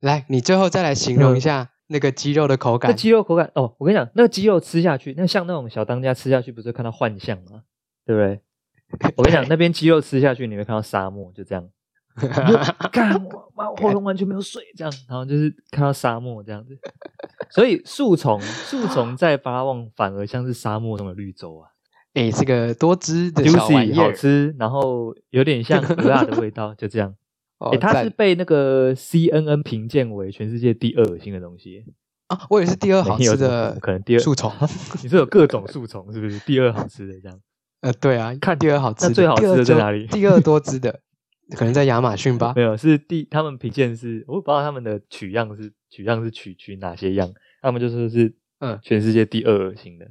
Speaker 2: 来，你最后再来形容一下那个鸡肉的口
Speaker 1: 嗯那
Speaker 2: 感。
Speaker 1: 鸡肉口感哦，我跟你讲，那个鸡肉吃下去，那像那种小当家吃下去，不是会看到幻象吗？对不对？
Speaker 2: [laughs]
Speaker 1: 我跟你讲，那边鸡肉吃下去，你会看到沙漠，就这样。干，我妈，我喉咙完全没有水，这样，然后就是看到沙漠这样子。所以树丛，树丛在巴望反而像是沙漠中的绿洲
Speaker 2: [laughs]
Speaker 1: 啊
Speaker 2: [laughs] 哎，这个多汁的小玩意
Speaker 1: ，juicy 好
Speaker 2: 儿，
Speaker 1: 吃，然后有点像鹅辣的味
Speaker 2: [laughs]
Speaker 1: 道，就这样。
Speaker 2: 哦
Speaker 1: 诶，哎它是
Speaker 2: 赞
Speaker 1: 被那个 CNN 评鉴为全世界第二恶心的东西。
Speaker 2: 啊，我也是第二好
Speaker 1: 没有
Speaker 2: 吃
Speaker 1: 什么
Speaker 2: 的
Speaker 1: 可能第二
Speaker 2: 树丛。
Speaker 1: 你是有各种树丛是不是？第二好吃的这样。
Speaker 2: [laughs] 呃，对啊，
Speaker 1: 看
Speaker 2: 第二好吃的，
Speaker 1: 那最好
Speaker 2: 第
Speaker 1: 吃
Speaker 2: 二
Speaker 1: 的在
Speaker 2: 多
Speaker 1: 哪里
Speaker 2: [laughs] 第二多汁的，可能在亚马逊吧
Speaker 1: 没。有，是第他们评鉴是，我不知道他们的取样是取样是取取哪些样，他们就说是
Speaker 2: 嗯
Speaker 1: 全世界第二恶心的。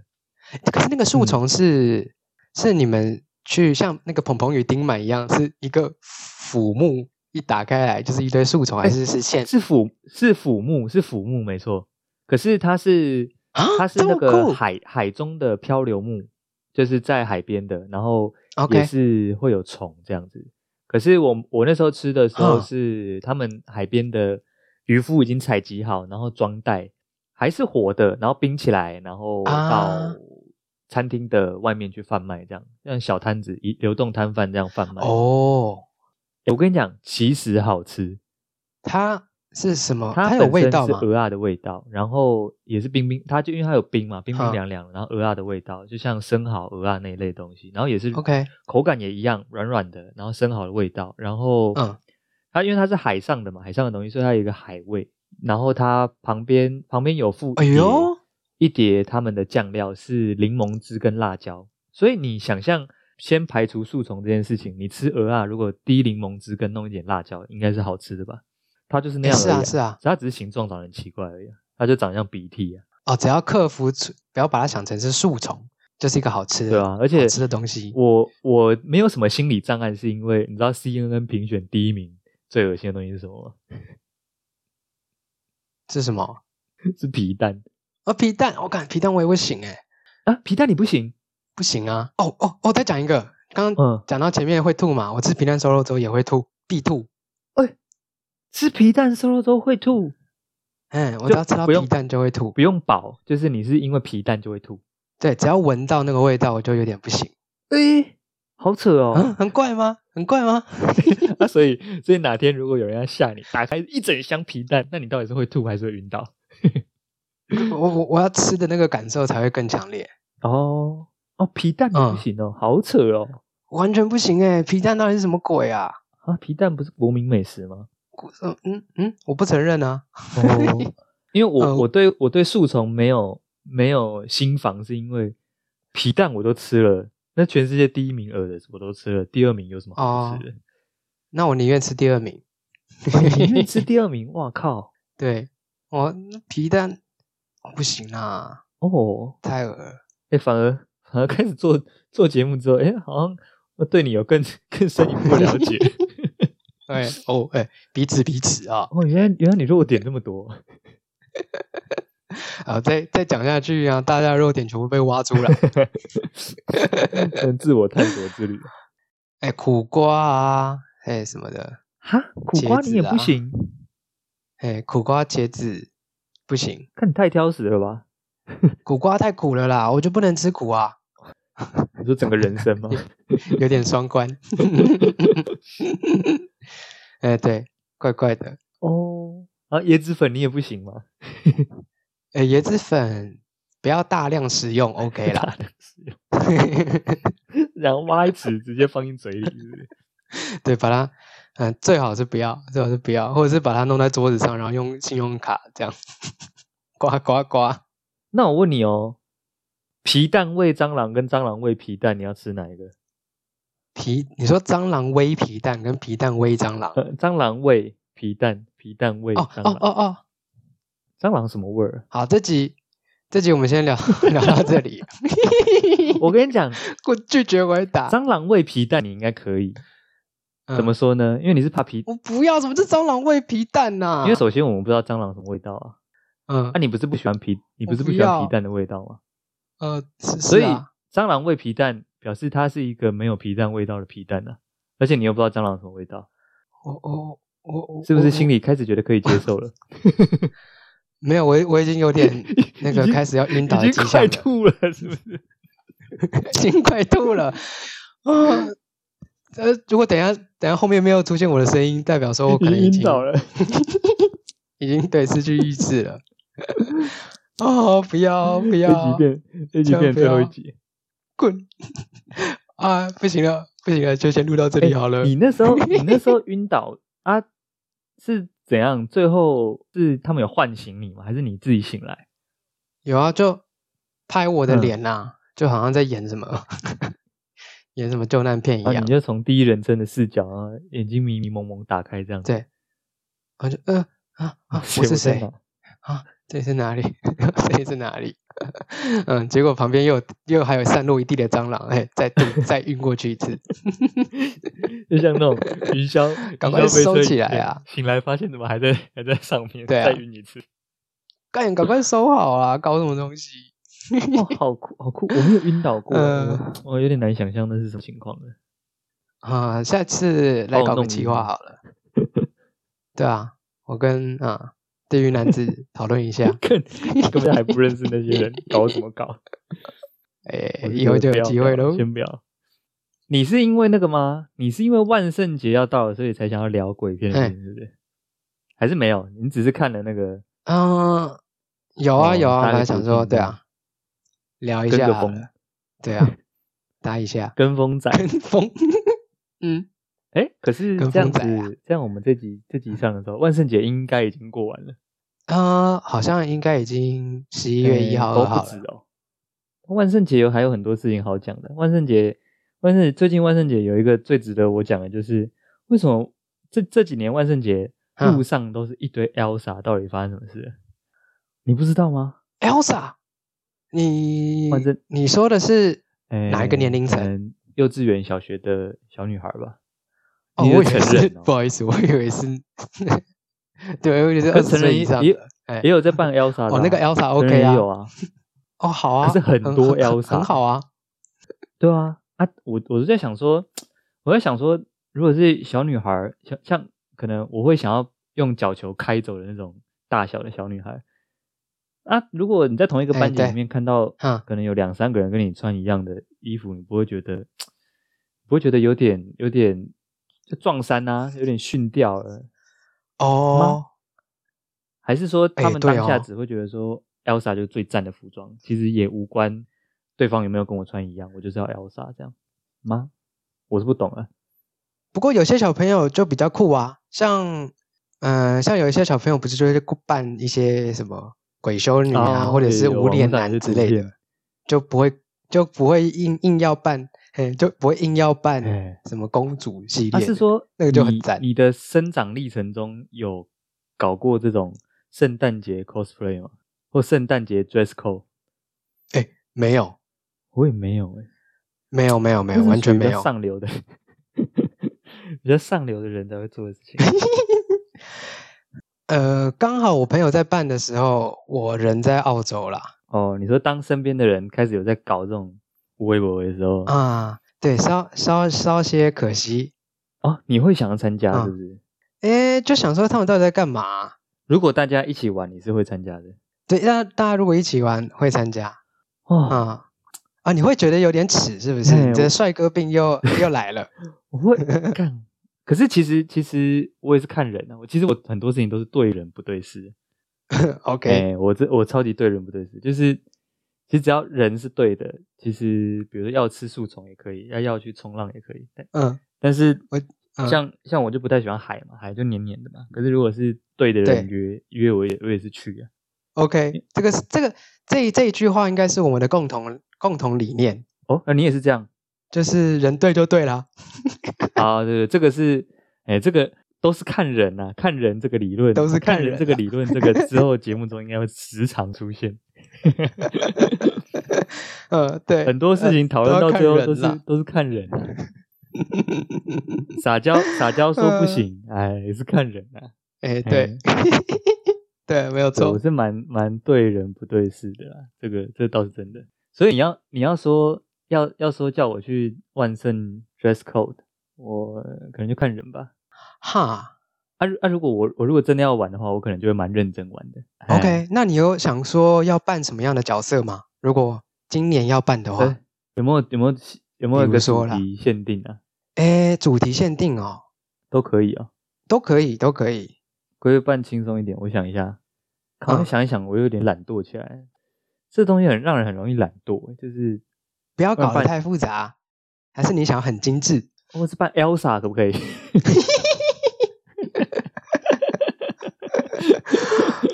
Speaker 2: 可是那个
Speaker 1: 嗯
Speaker 2: 树丛是是你们去像那个蓬蓬与丁满一样，是一个腐木，一打开来就是一堆树丛，还是是现
Speaker 1: 哎是腐是腐木是腐木没错，可是它是
Speaker 2: 啊
Speaker 1: 它是
Speaker 2: 这
Speaker 1: 那
Speaker 2: 么
Speaker 1: 个
Speaker 2: 酷
Speaker 1: 海海中的漂流木，就是在海边的，然后
Speaker 2: OK
Speaker 1: 也是会有虫这样子。可是我我那时候吃的时候
Speaker 2: 嗯
Speaker 1: 是他们海边的渔夫已经采集好，然后装袋，还是活的，然后冰起来，然后到
Speaker 2: 啊
Speaker 1: 餐厅的外面去贩卖，这样像小摊子一流动摊贩这样贩卖。
Speaker 2: 哦，
Speaker 1: 诶我跟你讲，其实好吃。
Speaker 2: 它是什么？
Speaker 1: 它
Speaker 2: 有
Speaker 1: 本
Speaker 2: 味
Speaker 1: 身
Speaker 2: 道
Speaker 1: 是
Speaker 2: 吗？
Speaker 1: 鹅啊的味道，然后也是冰冰，它就因为它有冰嘛，冰冰
Speaker 2: 哈
Speaker 1: 凉凉的，然后鹅啊的味道，就像生蚝、鹅啊那一类东西，然后也是
Speaker 2: OK
Speaker 1: 口感也一样，软软的，然后生蚝的味道，然后
Speaker 2: 嗯，
Speaker 1: 它因为它是海上的嘛，海上的东西，所以它有一个海味，然后它旁边旁边有附
Speaker 2: 哎
Speaker 1: 一
Speaker 2: 呦
Speaker 1: 碟一碟他们的酱料是柠檬汁跟辣椒，所以你想象。先排除树丛这件事情，你吃鹅啊，如果滴柠檬汁跟弄一点辣椒，应该是好吃的吧？它就是那
Speaker 2: 诶
Speaker 1: 样而已、
Speaker 2: 是啊是啊，
Speaker 1: 它只是形状长得很奇怪而已啊、它就长得像鼻涕啊，
Speaker 2: 哦，只要克服出，不要把它想成是树丛，就是一个好吃的，
Speaker 1: 对啊，而且
Speaker 2: 好吃的东西。
Speaker 1: 我我没有什么心理障碍，是因为你知道 CNN 评选第一名最恶心的东西是什么吗？ [laughs]
Speaker 2: 是什么？
Speaker 1: 是皮蛋
Speaker 2: 哦，皮蛋，我、感皮蛋我也不行哎，
Speaker 1: 啊，皮蛋你不行，
Speaker 2: 不行啊！哦哦哦，再讲一个，刚刚
Speaker 1: 嗯，
Speaker 2: 讲到前面会吐嘛，我吃皮蛋瘦肉粥也会吐，必吐。
Speaker 1: 吃皮蛋瘦肉粥会吐，
Speaker 2: 嗯，
Speaker 1: 就
Speaker 2: 我只要吃到
Speaker 1: 不用
Speaker 2: 皮蛋就会吐
Speaker 1: 不，用饱，就是你是因为皮蛋就会吐，
Speaker 2: 对，只要闻到那个味道我就有点不行。
Speaker 1: 诶、好扯
Speaker 2: 嗯，
Speaker 1: 哦，
Speaker 2: 很怪吗？很怪吗？
Speaker 1: [laughs] 啊、所以所以哪天如果有人要吓你，打开一整箱皮蛋，那你到底是会吐还是会晕倒？
Speaker 2: 我我我要吃的那个感受才会更强烈，
Speaker 1: 哦哦，皮蛋你不
Speaker 2: 嗯
Speaker 1: 行哦，好扯哦，
Speaker 2: 完全不行哎，皮蛋到底是什么鬼啊？
Speaker 1: 啊，皮蛋不是国民美食吗？
Speaker 2: 嗯嗯嗯，我不承认啊。
Speaker 1: 哦， [laughs] 因为我、
Speaker 2: 嗯
Speaker 1: 我对我对树丛没有没有心防，是因为皮蛋我都吃了，那全世界第一名鹅的我都吃了，第二名有什么好吃的？
Speaker 2: 那我宁愿吃第二名。
Speaker 1: 你宁愿吃第二名，哇靠！
Speaker 2: [laughs] 对，我皮蛋我不行啊，
Speaker 1: 哦，
Speaker 2: 太恶了。
Speaker 1: 哎、反而反而开始做做节目之后，哎、好像我对你有更更深一步的了解。
Speaker 2: 哎哦哎，彼此彼此啊，
Speaker 1: 哦，原来原来你弱点那么多，
Speaker 2: 啊，再再讲下去啊，大家的弱点全部被挖出来。
Speaker 1: 跟自我探索之旅。
Speaker 2: 哎、苦瓜啊，哎、什么的，
Speaker 1: 哈，苦瓜
Speaker 2: 茄
Speaker 1: 你也
Speaker 2: 子
Speaker 1: 不
Speaker 2: 啊
Speaker 1: 行，
Speaker 2: 哎、苦瓜、茄子不行，
Speaker 1: 看你太挑食了吧？
Speaker 2: 苦瓜太苦了啦，我就不能吃苦啊，
Speaker 1: 你说整个人生吗？
Speaker 2: 有点双关。 [laughs] 哎、对，怪怪的。
Speaker 1: 哦，啊，椰子粉你也不行吗？
Speaker 2: 哎、椰子粉不要大量食用，OK 啦。 [laughs]
Speaker 1: 然后挖一尺直接放进嘴里，是不 [laughs] 是？
Speaker 2: 对，把它，嗯、最好是不要，最好是不要，或者是把它弄在桌子上，然后用信用卡这样， [laughs] 刮刮刮，
Speaker 1: 那我问你哦，皮蛋喂蟑螂跟蟑螂喂皮蛋，你要吃哪一个？
Speaker 2: 皮，你说蟑螂煨皮蛋跟皮蛋煨蟑螂，
Speaker 1: 呃，蟑螂喂皮蛋，皮蛋喂
Speaker 2: 哦
Speaker 1: 蟑螂，
Speaker 2: 哦哦哦，
Speaker 1: 蟑螂什么味儿？ [laughs]
Speaker 2: 好，这集这集我们先聊 [laughs] 聊到这里，
Speaker 1: 我跟你讲，
Speaker 2: [laughs] 我拒绝回答，
Speaker 1: 蟑螂喂皮蛋你应该可以。
Speaker 2: 嗯
Speaker 1: 怎么说呢？因为你是怕皮，
Speaker 2: 我不要，什么是蟑螂煨皮蛋呐、
Speaker 1: 因为首先我们不知道蟑螂什么味道啊。
Speaker 2: 嗯
Speaker 1: 啊，你不是不喜欢皮，你不
Speaker 2: 我
Speaker 1: 是
Speaker 2: 不
Speaker 1: 不喜欢
Speaker 2: 要
Speaker 1: 皮蛋的味道吗？
Speaker 2: 呃，是
Speaker 1: 所
Speaker 2: 是
Speaker 1: 以
Speaker 2: 啊，
Speaker 1: 蟑螂喂皮蛋，表示它是一个没有皮蛋味道的皮蛋啊。而且你又不知道蟑螂什么味道，
Speaker 2: 我我我我
Speaker 1: 是不是心
Speaker 2: 里
Speaker 1: 里开始觉得可以接受了？
Speaker 2: 没有？我我已经有点那个
Speaker 1: 已经
Speaker 2: 开始要晕倒的
Speaker 1: 已
Speaker 2: 迹
Speaker 1: 经
Speaker 2: 象
Speaker 1: 快
Speaker 2: 了。
Speaker 1: 吐了，是不是？
Speaker 2: [laughs] 心快吐
Speaker 1: [laughs]
Speaker 2: 了。啊，呃，如果等一下等一下后面没有出现我的声音，代表说我可能已
Speaker 1: 已经
Speaker 2: 经
Speaker 1: 晕倒了。
Speaker 2: 已经对失去意志了。 [laughs] 哦，不要不
Speaker 1: 这
Speaker 2: 要
Speaker 1: 集，变，这集
Speaker 2: 千万
Speaker 1: 变
Speaker 2: 不
Speaker 1: 最后一
Speaker 2: 要
Speaker 1: 集。
Speaker 2: 滚！啊，不行了不行了，就先录到这里好了。
Speaker 1: 哎你那
Speaker 2: [laughs]
Speaker 1: 时候，你那时候晕倒啊，是怎样？最后是他们有唤醒你吗？还是你自己醒来？
Speaker 2: 有啊，就拍我的
Speaker 1: 嗯
Speaker 2: 脸呐、就好像在演什么 [laughs] 演什么救难片一
Speaker 1: 然后
Speaker 2: 样
Speaker 1: 啊你。就从第一人称的视角，然后眼睛迷迷蒙蒙打开这样。 [laughs]
Speaker 2: 对我就呃啊啊，
Speaker 1: 谁
Speaker 2: 我是
Speaker 1: 在
Speaker 2: 谁
Speaker 1: 哪？？
Speaker 2: 啊，这里是哪里？ [laughs] 这里是哪里？ [laughs] 嗯，结果旁边又有又还有散落一地的蟑螂，哎，再吐再运过去一次， [laughs]
Speaker 1: 就像那种云霄，
Speaker 2: 赶
Speaker 1: 云
Speaker 2: 快
Speaker 1: 霄飞
Speaker 2: 收
Speaker 1: 车
Speaker 2: 起
Speaker 1: 影
Speaker 2: 来
Speaker 1: 片
Speaker 2: 啊！
Speaker 1: 醒来发现怎么还在还在上面，
Speaker 2: 对啊
Speaker 1: 再晕一
Speaker 2: [laughs]
Speaker 1: 次。
Speaker 2: 赶赶快收好啊！搞什么东西？
Speaker 1: 哦，好酷，好酷！我没有晕倒过，
Speaker 2: 呃
Speaker 1: 我我有点难想象那是什么情况 [laughs] 了。
Speaker 2: 啊，下次
Speaker 1: 帮
Speaker 2: 来
Speaker 1: 我
Speaker 2: 搞个
Speaker 1: 弄
Speaker 2: 计
Speaker 1: 晕
Speaker 2: 划好了。对啊，我跟啊地狱男
Speaker 1: [laughs]
Speaker 2: 子讨论一下，
Speaker 1: 更根本还不认识那些人，搞什么搞？
Speaker 2: 哎，
Speaker 1: 我是
Speaker 2: 以
Speaker 1: 觉
Speaker 2: 后
Speaker 1: 得
Speaker 2: 就
Speaker 1: 不
Speaker 2: 有
Speaker 1: 要
Speaker 2: 机
Speaker 1: 不
Speaker 2: 会
Speaker 1: 要
Speaker 2: 喽。
Speaker 1: 先不要。你是因为那个吗？你是因为万圣节要到了，所以才想要聊鬼片的事情，对不对？还是没有？你只是看了那个
Speaker 2: 嗯，有啊
Speaker 1: 哦
Speaker 2: 有啊，
Speaker 1: 搭
Speaker 2: 本来
Speaker 1: 个
Speaker 2: 想
Speaker 1: 主
Speaker 2: 说，
Speaker 1: 题
Speaker 2: 对
Speaker 1: 这
Speaker 2: 啊，聊一
Speaker 1: 跟
Speaker 2: 下
Speaker 1: 个
Speaker 2: 好
Speaker 1: 风
Speaker 2: 了，对啊，搭一下
Speaker 1: 跟风仔，
Speaker 2: 跟风，嗯。
Speaker 1: 哎、可是
Speaker 2: 跟
Speaker 1: 这样
Speaker 2: 风
Speaker 1: 子，
Speaker 2: 仔啊
Speaker 1: 这样我们这集这集上的时候，万圣节应该已经过完了，
Speaker 2: 呃，好像应该已经十一月一
Speaker 1: 诶
Speaker 2: 号、
Speaker 1: 都
Speaker 2: 二
Speaker 1: 不
Speaker 2: 号
Speaker 1: 止
Speaker 2: 了。
Speaker 1: 哦。万圣节有还有很多事情好讲的。万圣节，万圣节最近万圣节有一个最值得我讲的就是，为什么这这几年万圣节
Speaker 2: 嗯
Speaker 1: 路上都是一堆 Elsa，、到底发生什么事了？你不知道吗？
Speaker 2: Elsa，你
Speaker 1: 反正
Speaker 2: 你说的是哪一
Speaker 1: 诶
Speaker 2: 个年龄层
Speaker 1: 哎可能幼稚园、小学的小女孩吧。
Speaker 2: 哦，
Speaker 1: 你
Speaker 2: 我以
Speaker 1: 是
Speaker 2: 为
Speaker 1: 成
Speaker 2: 是
Speaker 1: 人哦
Speaker 2: 不好意思，我以为是， [laughs] 对，我以为是
Speaker 1: 可
Speaker 2: 二
Speaker 1: 是
Speaker 2: 十
Speaker 1: 成人
Speaker 2: 岁以
Speaker 1: 也
Speaker 2: 上
Speaker 1: 也
Speaker 2: 的。哎
Speaker 1: 也，有在扮 Elsa 的、啊，
Speaker 2: 哦，那个 Elsa
Speaker 1: 成人
Speaker 2: OK
Speaker 1: 也
Speaker 2: 啊，
Speaker 1: 有
Speaker 2: [laughs]
Speaker 1: 啊，
Speaker 2: 哦，好啊，
Speaker 1: 可是很多
Speaker 2: 很很
Speaker 1: Elsa
Speaker 2: 很好啊，
Speaker 1: 对啊，啊，我我是在想说，我在想说，如果是小女孩儿，像像可能我会想要用脚球开走的那种大小的小女孩。啊，如果你在同一个
Speaker 2: 哎
Speaker 1: 班级
Speaker 2: 对
Speaker 1: 里面看到，
Speaker 2: 嗯
Speaker 1: 可能有两三个人跟你穿一样的衣服，你不会觉得，不会觉得有点有点就撞衫啊，有点逊掉了，
Speaker 2: 哦，
Speaker 1: 还是说他
Speaker 2: 哎
Speaker 1: 们
Speaker 2: 对
Speaker 1: 当下
Speaker 2: 哦
Speaker 1: 只会觉得说 Elsa 就是最赞的服装，其实也无关对方有没有跟我穿一样，我就是要 Elsa 这样吗？我是不懂啊了。
Speaker 2: 不过有些小朋友就比较酷啊，像嗯、呃像有一些小朋友不是就会扮一些什么鬼修女啊，
Speaker 1: 哦
Speaker 2: 或者
Speaker 1: 也
Speaker 2: 是
Speaker 1: 有
Speaker 2: 无
Speaker 1: 网
Speaker 2: 脸
Speaker 1: 上有
Speaker 2: 男
Speaker 1: 些
Speaker 2: 之
Speaker 1: 图
Speaker 2: 类的
Speaker 1: 片，
Speaker 2: 就不会就不会硬硬要扮，嘿，就不会硬要扮
Speaker 1: 哎
Speaker 2: 什么公主系列的。
Speaker 1: 他啊是说
Speaker 2: 那个就很
Speaker 1: 你
Speaker 2: 赞
Speaker 1: 你的生长历程中有搞过这种圣诞节 cosplay 吗？或圣诞节 dress code？
Speaker 2: 没有
Speaker 1: 我也没有哎、
Speaker 2: 没有没有没
Speaker 1: 这
Speaker 2: 有
Speaker 1: 是
Speaker 2: 完
Speaker 1: 属
Speaker 2: 全
Speaker 1: 于比
Speaker 2: 没
Speaker 1: 较
Speaker 2: 有。
Speaker 1: 上流的， [laughs]
Speaker 2: [laughs]
Speaker 1: 比较上流的人才会做的事情。
Speaker 2: 呃，刚好我朋友在办的时候，我人在澳洲啦。
Speaker 1: 哦，你说当身边的人开始有在搞这种微博的时候，
Speaker 2: 啊，对，稍稍稍些可惜。
Speaker 1: 哦，你会想要参加
Speaker 2: 啊
Speaker 1: 是不是？
Speaker 2: 诶，就想说他们到底在干嘛、
Speaker 1: 如果大家一起玩，你是会参加的
Speaker 2: 对，那大家如果一起玩会参加
Speaker 1: 哦。
Speaker 2: 啊啊，你会觉得有点耻是不是？
Speaker 1: 哎
Speaker 2: 你
Speaker 1: 我
Speaker 2: 这帅哥
Speaker 1: [laughs]
Speaker 2: 病又又来了。
Speaker 1: 我
Speaker 2: [laughs]
Speaker 1: 会干，可是其实其实我也是看人啊。我其实我很多事情都是对人不对事。
Speaker 2: OK，、
Speaker 1: [laughs] 哎、我这我超级对人不对事，就是其实只要人是对的，其实比如说要吃树丛也可以，要要去冲浪也可以，但
Speaker 2: 嗯，
Speaker 1: 但是
Speaker 2: 我嗯
Speaker 1: 像像我就不太喜欢海嘛，海就黏黏的嘛。可是如果是对的人约约我也我也是去啊。
Speaker 2: OK，这个是这个这一这一句话应该是我们的共同共同理念，
Speaker 1: 哦，那、你也是这样
Speaker 2: 就是人对就对啦， [laughs]
Speaker 1: 啊？对对，这个是哎、这个都是看人啊，看人这个理论
Speaker 2: 都是
Speaker 1: 看
Speaker 2: 看人
Speaker 1: 这个
Speaker 2: 啊
Speaker 1: 理论，这个之后节目中应该会时常出
Speaker 2: [laughs]
Speaker 1: 现。
Speaker 2: 呃，对，
Speaker 1: 很多事情讨论
Speaker 2: 都
Speaker 1: 到最后
Speaker 2: 要呃看人
Speaker 1: 都是
Speaker 2: 啦
Speaker 1: 都是看人、啊，
Speaker 2: [laughs]
Speaker 1: 撒娇撒娇说不行，
Speaker 2: 呃
Speaker 1: 哎，也是看人啊。
Speaker 2: 哎，对， [laughs] 对，没有
Speaker 1: 对，我
Speaker 2: 错，
Speaker 1: 是蛮蛮对人不对事的啦，这个这倒是真的。所以你要你要说要要说叫我去万圣 dress code，我可能就看人吧。
Speaker 2: 哈
Speaker 1: 啊如啊，如果我我如果真的要玩的话，我可能就会蛮认真玩的。哎
Speaker 2: ，OK，那你有想说要扮什么样的角色吗？如果今年要办的话
Speaker 1: 哎，有没有有没有有没有一
Speaker 2: 比
Speaker 1: 个
Speaker 2: 如
Speaker 1: 主
Speaker 2: 说啦
Speaker 1: 题限定啊？
Speaker 2: 哎，主题限定哦，
Speaker 1: 都可以哦。
Speaker 2: 都可以，都可以，
Speaker 1: 规范轻松一点，我想一下，好像
Speaker 2: 嗯
Speaker 1: 想一想，我有点懒惰起来。这东西很让人很容易懒惰，就是
Speaker 2: 不要搞
Speaker 1: 办
Speaker 2: 得太复杂，还是你想要很
Speaker 1: [laughs]
Speaker 2: 精致？
Speaker 1: 我是扮 Elsa 可不
Speaker 2: [laughs]
Speaker 1: 可以？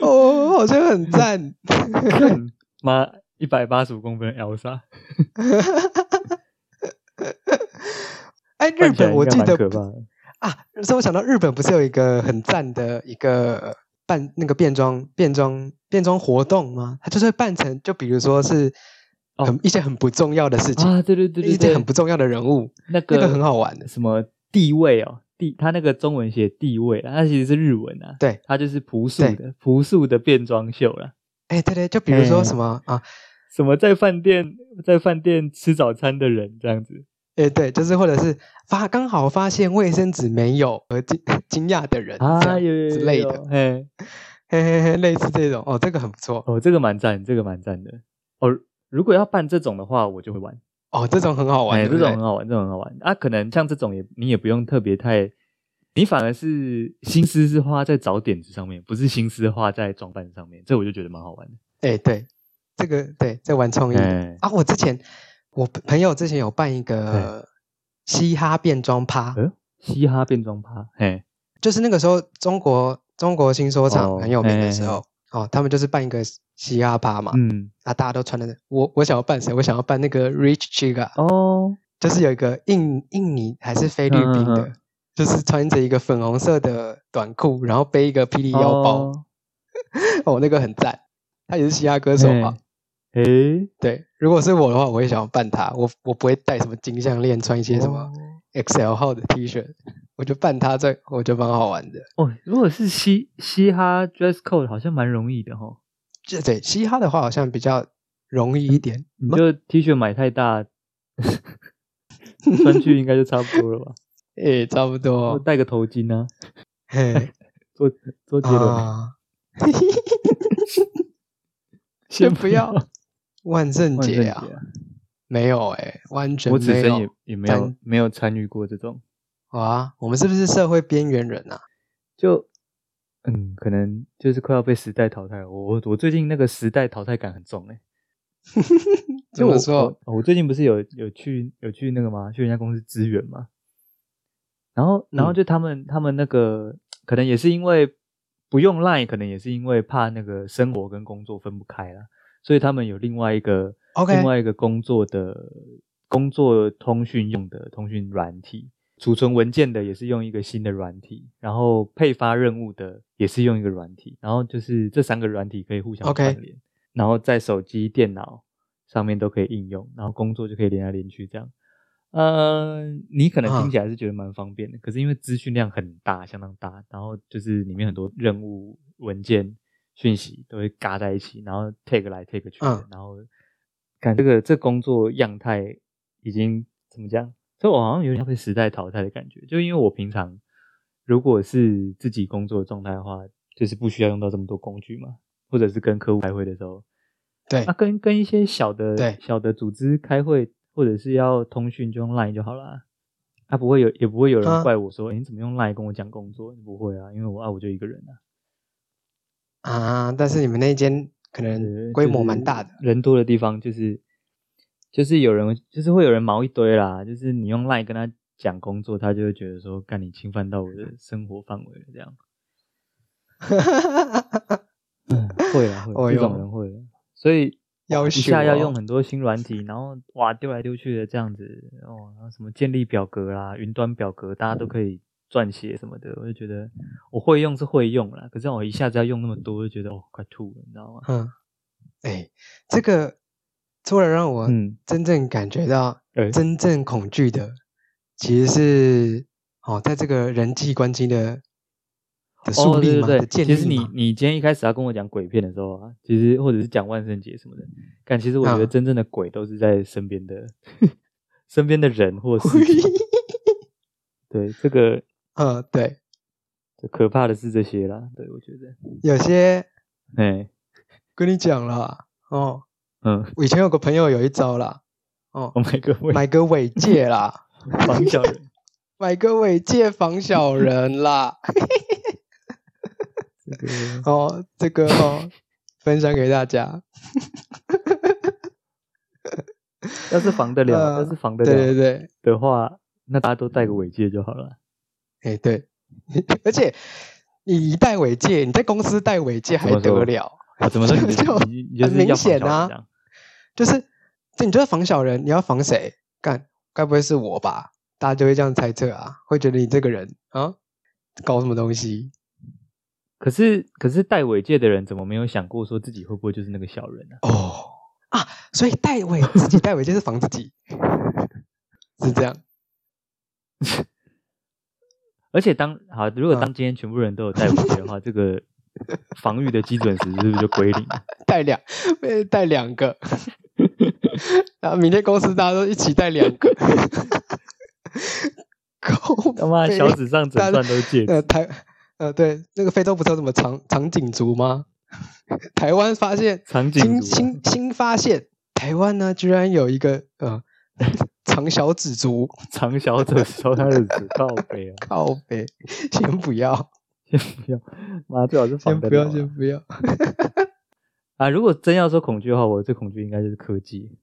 Speaker 2: 哦，好像很赞，
Speaker 1: 看妈，一百八十五公分的 Elsa， [laughs]
Speaker 2: 哎，
Speaker 1: 扮
Speaker 2: 日
Speaker 1: 起来
Speaker 2: 本我
Speaker 1: 应该
Speaker 2: 记
Speaker 1: 蛮
Speaker 2: 得
Speaker 1: 可
Speaker 2: 不
Speaker 1: 怕的。
Speaker 2: 啊，所以我想到日本不是有一个很赞的一个呃扮那个变装变装变装活动吗？它就是会扮成，就比如说是
Speaker 1: 哦
Speaker 2: 很、一些很不重要的事情，
Speaker 1: 啊，对对对对
Speaker 2: 一些
Speaker 1: 对，
Speaker 2: 很不重要的人物，
Speaker 1: 那
Speaker 2: 那
Speaker 1: 个
Speaker 2: 个很好玩的。
Speaker 1: 什么地位哦，地他那个中文写地位啦，它其实是日文啊。
Speaker 2: 对，
Speaker 1: 它就是朴素的朴素的变装秀啦。
Speaker 2: 哎，对对，就比如说什
Speaker 1: 哎
Speaker 2: 么、啊，
Speaker 1: 什么在饭店在饭店吃早餐的人这样子，
Speaker 2: 哎，对，就是或者是发刚好发现卫生纸没有而惊 [laughs] 惊讶的人 [laughs] 这
Speaker 1: 啊，
Speaker 2: 样
Speaker 1: 有有有
Speaker 2: 之类，的
Speaker 1: 有，嘿。
Speaker 2: 嘿嘿嘿，类似这种哦，这个很不错
Speaker 1: 哦，这个蛮赞，这个蛮赞的。哦，如果要办这种的话，我就会玩。
Speaker 2: 哦，这种很好玩，
Speaker 1: 哎，
Speaker 2: 对
Speaker 1: 这
Speaker 2: 不
Speaker 1: 种
Speaker 2: 对
Speaker 1: 很好玩，这种很好玩。啊，可能像这种也你也不用特别太，你反而是心思是花在找点子上面，不是心思花在装扮上面。这我就觉得蛮好玩的。
Speaker 2: 哎、对，这个对，在玩创意的、
Speaker 1: 哎
Speaker 2: 啊。我之前我朋友之前有办一个嘻哈变装趴，
Speaker 1: 嗯，嘻哈变装趴，嘿，
Speaker 2: 就是那个时候中国中国新说
Speaker 1: 哦
Speaker 2: 唱很有名的时
Speaker 1: 哎
Speaker 2: 候，哦，他们就是办一个嘻哈趴嘛，
Speaker 1: 嗯，
Speaker 2: 啊，大家都穿的我我想要扮谁？我想要扮那个 Rich Chiga，、
Speaker 1: 哦，
Speaker 2: 就是有一个印印尼还是菲律宾的，
Speaker 1: 嗯嗯
Speaker 2: 就是穿着一个粉红色的短裤，然后背一个霹雳腰包，
Speaker 1: 哦，
Speaker 2: [laughs] 哦那个很赞，他也是嘻哈歌手嘛。
Speaker 1: 哎，
Speaker 2: 对，如果是我的话，我会想要扮他。我我不会戴什么金项链，穿一些什么
Speaker 1: 哦
Speaker 2: XL 号的 T 恤，我就扮他这，我觉得蛮好玩的。
Speaker 1: 哦，如果是嘻嘻哈 dress code，好像蛮容易的哦。
Speaker 2: 这对嘻哈的话，好像比较容易一点。
Speaker 1: 你就 T 恤买太大，穿去应该就差不多了吧？
Speaker 2: 诶、差不
Speaker 1: 或
Speaker 2: 多。
Speaker 1: 戴个头巾啊，
Speaker 2: 嘿，
Speaker 1: 周周杰伦、
Speaker 2: 啊，
Speaker 1: 先
Speaker 2: 先不要万圣
Speaker 1: 万圣
Speaker 2: 节啊，没有诶、完全
Speaker 1: 我此
Speaker 2: 没
Speaker 1: 生也
Speaker 2: 有。
Speaker 1: 也没有
Speaker 2: 但
Speaker 1: 没有参与过这种，
Speaker 2: 哇，我们是不是社会边缘人啊？
Speaker 1: 就嗯，可能就是快要被时代淘汰了。我我我最近那个时代淘汰感很重哎、
Speaker 2: 怎
Speaker 1: 我
Speaker 2: 么说？
Speaker 1: 我，我最近不是有有去有去那个吗？去人家公司支援嘛。然后，然后
Speaker 2: 嗯
Speaker 1: 就他们、他们那个可能也是因为不用 Line，可能也是因为怕那个生活跟工作分不开啦，所以他们有另外一个
Speaker 2: OK
Speaker 1: 另外一个工作的工作通讯用的通讯软体，储存文件的也是用一个新的软体，然后配发任务的也是用一个软体，然后就是这三个软体可以互相
Speaker 2: OK
Speaker 1: 关联然后在手机、电脑上面都可以应用，然后工作就可以连来连去这样。呃，你可能听起来是觉得蛮方便的，可是因为资讯量很大，相当大，然后就是里面很多任务文件讯息都会嘎在一起，然后 take 来 take 去的，
Speaker 2: 嗯
Speaker 1: 然后感觉这个这工作样态已经怎么讲？所以我好像有点要被时代淘汰的感觉，就因为我平常如果是自己工作的状态的话，就是不需要用到这么多工具嘛，或者是跟客户开会的时候，[laughs]
Speaker 2: 对
Speaker 1: 啊，跟跟一些小的
Speaker 2: 对
Speaker 1: 小的组织开会，或者是要通讯就用 Line 就好啦。啊，不会有也不会有人
Speaker 2: 啊
Speaker 1: 怪我说，诶你怎么用 Line 跟我讲工作？不会啊，因为我啊我就一个人啊，
Speaker 2: 啊，但是你们那间可
Speaker 1: 呃
Speaker 2: 能嗯规模蛮大的，，
Speaker 1: 就是人多的地方就是就是有人就是会有人毛一堆啦，就是你用 Line 跟他讲工作，他就会觉得说，干你侵犯到我的生活范围了
Speaker 2: [laughs]
Speaker 1: 这样。嗯，会啦，
Speaker 2: 哎
Speaker 1: 会，
Speaker 2: 呦
Speaker 1: 这种人会的，所以
Speaker 2: 要
Speaker 1: 一
Speaker 2: 求
Speaker 1: 下要
Speaker 2: 哦
Speaker 1: 用很多新软体，然后哇丢来丢去的这样子，哦，然后什么建立表格啦、云端表格，大家都可以撰写什么的，我就觉得我会用是会用啦，可是我一下子要用那么多，我就觉得哦快吐了，你知道吗？
Speaker 2: 嗯，哎，这个突然让我
Speaker 1: [laughs] 嗯，
Speaker 2: 真正感觉到
Speaker 1: 哎
Speaker 2: 真正恐惧的，其实是哦，在这个人际关系的的树
Speaker 1: 哦对对
Speaker 2: 立嘛，
Speaker 1: 对
Speaker 2: 的，建
Speaker 1: 其实
Speaker 2: 立
Speaker 1: 你
Speaker 2: 嘛，
Speaker 1: 你今天一开始要跟我讲鬼片的时候啊，其实或者是讲万圣节什么的，但其实我觉得
Speaker 2: 嗯，
Speaker 1: 真正的鬼都是在身边的 [laughs] 身边的人或事情对这个。
Speaker 2: [laughs] 嗯，对，
Speaker 1: 可怕的是这些啦，对我觉得，
Speaker 2: 有些
Speaker 1: 哎，
Speaker 2: 跟你讲了哦，
Speaker 1: 嗯，
Speaker 2: 我以前有个朋友有一招啦，哦，
Speaker 1: 我买个位
Speaker 2: 买个尾戒啦。
Speaker 1: [laughs] 防小人，
Speaker 2: 买个尾戒防小人啦。
Speaker 1: [laughs] 这个
Speaker 2: [laughs] 哦，这个哦，分享给大家。
Speaker 1: 要是防得了，
Speaker 2: 呃
Speaker 1: 要是防得
Speaker 2: 对对
Speaker 1: 了
Speaker 2: 对，
Speaker 1: 的话，那大家都戴个尾戒就好了。
Speaker 2: 哎对， [laughs] 而且你一戴尾戒，你在公司戴尾戒还
Speaker 1: 怎么说
Speaker 2: 得了？
Speaker 1: 啊，怎么说 [laughs] 你
Speaker 2: 就
Speaker 1: 你你就
Speaker 2: 很
Speaker 1: 是要
Speaker 2: 明
Speaker 1: 防小
Speaker 2: 显
Speaker 1: 人这
Speaker 2: 啊
Speaker 1: 样？
Speaker 2: 就是，就你就是防小人，你要防谁？干，该不会是我吧？大家就会这样猜测啊，会觉得你这个人啊，搞什么东西？
Speaker 1: 可是可是戴尾戒的人怎么没有想过说自己会不会就是那个小人呢、
Speaker 2: 哦啊，所以戴尾自己戴尾戒是防自己， [laughs] 是这样。
Speaker 1: 而且当好，如果
Speaker 2: 嗯
Speaker 1: 当今天全部人都有戴尾戒的话，这个防御的基准值是不是就归零了？ [laughs]
Speaker 2: 带两， [laughs] 呃带两个， [laughs] 然后明天公司大家都一起带两个， [laughs] 够
Speaker 1: 他妈
Speaker 2: 背
Speaker 1: 小指上整
Speaker 2: 大
Speaker 1: 串都是戒
Speaker 2: 呃
Speaker 1: 指，
Speaker 2: 台呃对，那个非洲不是有什么长长颈族吗？ [laughs] 台湾发现
Speaker 1: 长颈
Speaker 2: 新
Speaker 1: 族啊
Speaker 2: 新新发现，台湾呢居然有一个呃 [laughs] 长小指族，
Speaker 1: 长小者烧他的指，靠北啊！
Speaker 2: 靠北，先不要，
Speaker 1: 不要，妈最好是防
Speaker 2: 先
Speaker 1: 得
Speaker 2: 不要，
Speaker 1: 了
Speaker 2: 先
Speaker 1: 啦
Speaker 2: 不要，
Speaker 1: 啊！如果真要说恐惧的话，我最恐惧应该就是科技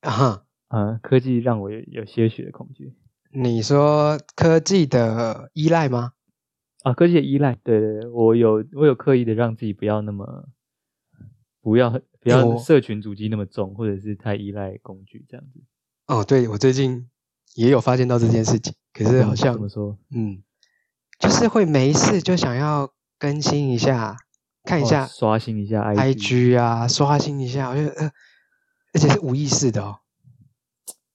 Speaker 2: 啊哈。
Speaker 1: 啊，科技让我有有些许的恐惧
Speaker 2: 你说科技的依赖吗？
Speaker 1: 啊，科技的依赖，对对对，我有我有刻意的让自己不要那么不要不
Speaker 2: 哎
Speaker 1: 要
Speaker 2: 我
Speaker 1: 社群主机那么重，或者是太依赖工具这样子。
Speaker 2: 哦，对，我最近也有发现到这件事情，可是好
Speaker 1: 嗯
Speaker 2: 像
Speaker 1: 怎么说？
Speaker 2: 嗯，就是会没事就想要更新一下，看一
Speaker 1: 哦
Speaker 2: 下
Speaker 1: 刷新一下 IG，
Speaker 2: IG 啊，刷新一下，我就呃，而且是无意识的哦。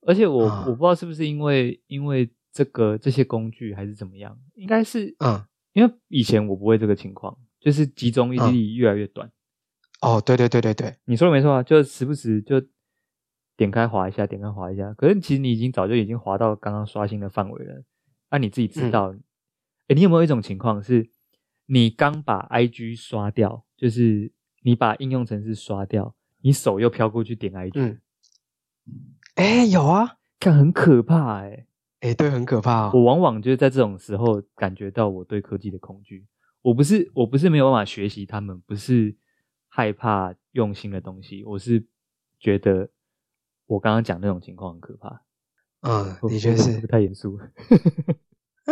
Speaker 1: 而且我、
Speaker 2: 啊
Speaker 1: 我不知道是不是因为因为这个这些工具还是怎么样，应该是
Speaker 2: 嗯，
Speaker 1: 因为以前我不会这个情况，就是集中
Speaker 2: 嗯
Speaker 1: 力越来越短。
Speaker 2: 哦，对对对对对，
Speaker 1: 你说的没错啊，就时不时就点开滑一下，点开滑一下。可是其实你已经早就已经滑到刚刚刷新的范围了，那、你自己知道。诶你有没有一种情况是，你刚把 IG 刷掉，就是你把应用程式刷掉，你手又飘过去点 IG，、
Speaker 2: 嗯，哎，有啊，
Speaker 1: 看很可怕哎、
Speaker 2: 哎，对，很可怕
Speaker 1: 我
Speaker 2: 哦。
Speaker 1: 往往就是在这种时候感觉到我对科技的恐惧。我不是我不是没有办法学习他们，不是害怕用新的东西，我是觉得我刚刚讲那种情况很可怕。
Speaker 2: 嗯，
Speaker 1: 我
Speaker 2: 的确
Speaker 1: 我
Speaker 2: 是，
Speaker 1: 太严肃了。
Speaker 2: 嗯，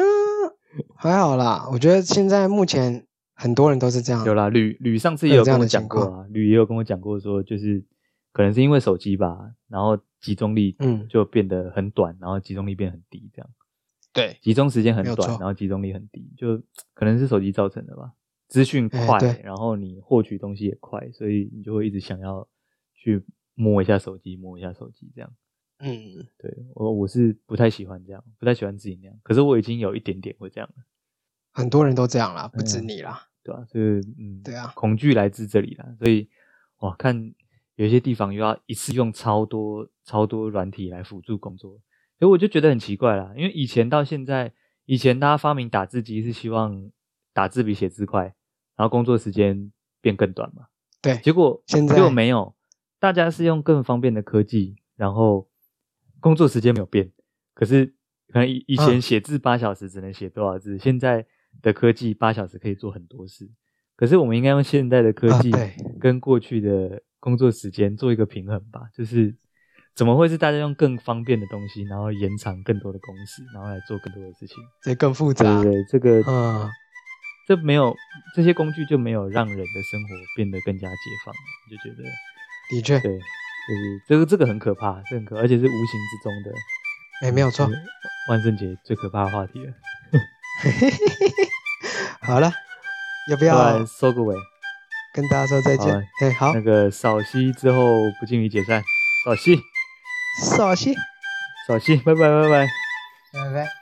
Speaker 2: 还好啦。我觉得现在目前很多人都是这样，
Speaker 1: 有啦，吕吕上次也
Speaker 2: 会嗯有
Speaker 1: 有跟
Speaker 2: 这样
Speaker 1: 我
Speaker 2: 的
Speaker 1: 讲
Speaker 2: 情
Speaker 1: 过啊，吕也有跟我讲过说，就是可能是因为手机吧，然后集中力
Speaker 2: 嗯
Speaker 1: 就变得很短，然后集中力变很低，这样
Speaker 2: 对，
Speaker 1: 集中时间很
Speaker 2: 没有
Speaker 1: 短，
Speaker 2: 错
Speaker 1: 然后集中力很低，就可能是手机造成的吧。资讯
Speaker 2: 哎
Speaker 1: 快，
Speaker 2: 对
Speaker 1: 然后你获取东西也快，所以你就会一直想要去摸一下手机，摸一下手机这样。
Speaker 2: 嗯，
Speaker 1: 对我我是不太喜欢这样，不太喜欢自己那样。可是我已经有一点点会这样了。
Speaker 2: 很多人都这样啦，不
Speaker 1: 哎
Speaker 2: 止
Speaker 1: 呀
Speaker 2: 你啦。
Speaker 1: 对吧、所以嗯，
Speaker 2: 对啊
Speaker 1: 恐惧来自这里啦。所以哇，看有一些地方又要一次用超多超多软体来辅助工作，所以我就觉得很奇怪啦。因为以前到现在，以前大家发明打字机是希望打字比写字快，然后工作时间变更短嘛。
Speaker 2: 对
Speaker 1: 结果
Speaker 2: 现在
Speaker 1: 结果没有，大家是用更方便的科技，然后工作时间没有变，可是可能以以前
Speaker 2: 嗯
Speaker 1: 写字八小时只能写多少字，现在的科技八小时可以做很多事。可是我们应该用现在的科
Speaker 2: 啊
Speaker 1: 技
Speaker 2: 对
Speaker 1: 跟过去的工作时间做一个平衡吧，就是怎么会是大家用更方便的东西，然后延长更多的工时，然后来做更多的事情？
Speaker 2: 这更复
Speaker 1: 对
Speaker 2: 杂
Speaker 1: 不。对？这个
Speaker 2: 啊嗯，
Speaker 1: 这没有这些工具就没有让人的生活变得更加解放，就觉得
Speaker 2: 的确，
Speaker 1: 对，就是这个这个很可怕，这个很可，而且是无形之中的。
Speaker 2: 哎，没有错
Speaker 1: 是。万圣节最可怕的话题了，
Speaker 2: 好了，要不
Speaker 1: 不
Speaker 2: 要
Speaker 1: 然收个尾。
Speaker 2: 跟大家说再见
Speaker 1: 好啊？
Speaker 2: 哎，好
Speaker 1: 那，个扫息之后不敬礼解散，扫息，
Speaker 2: 扫兴，
Speaker 1: 扫息，拜拜拜拜。
Speaker 2: 拜拜。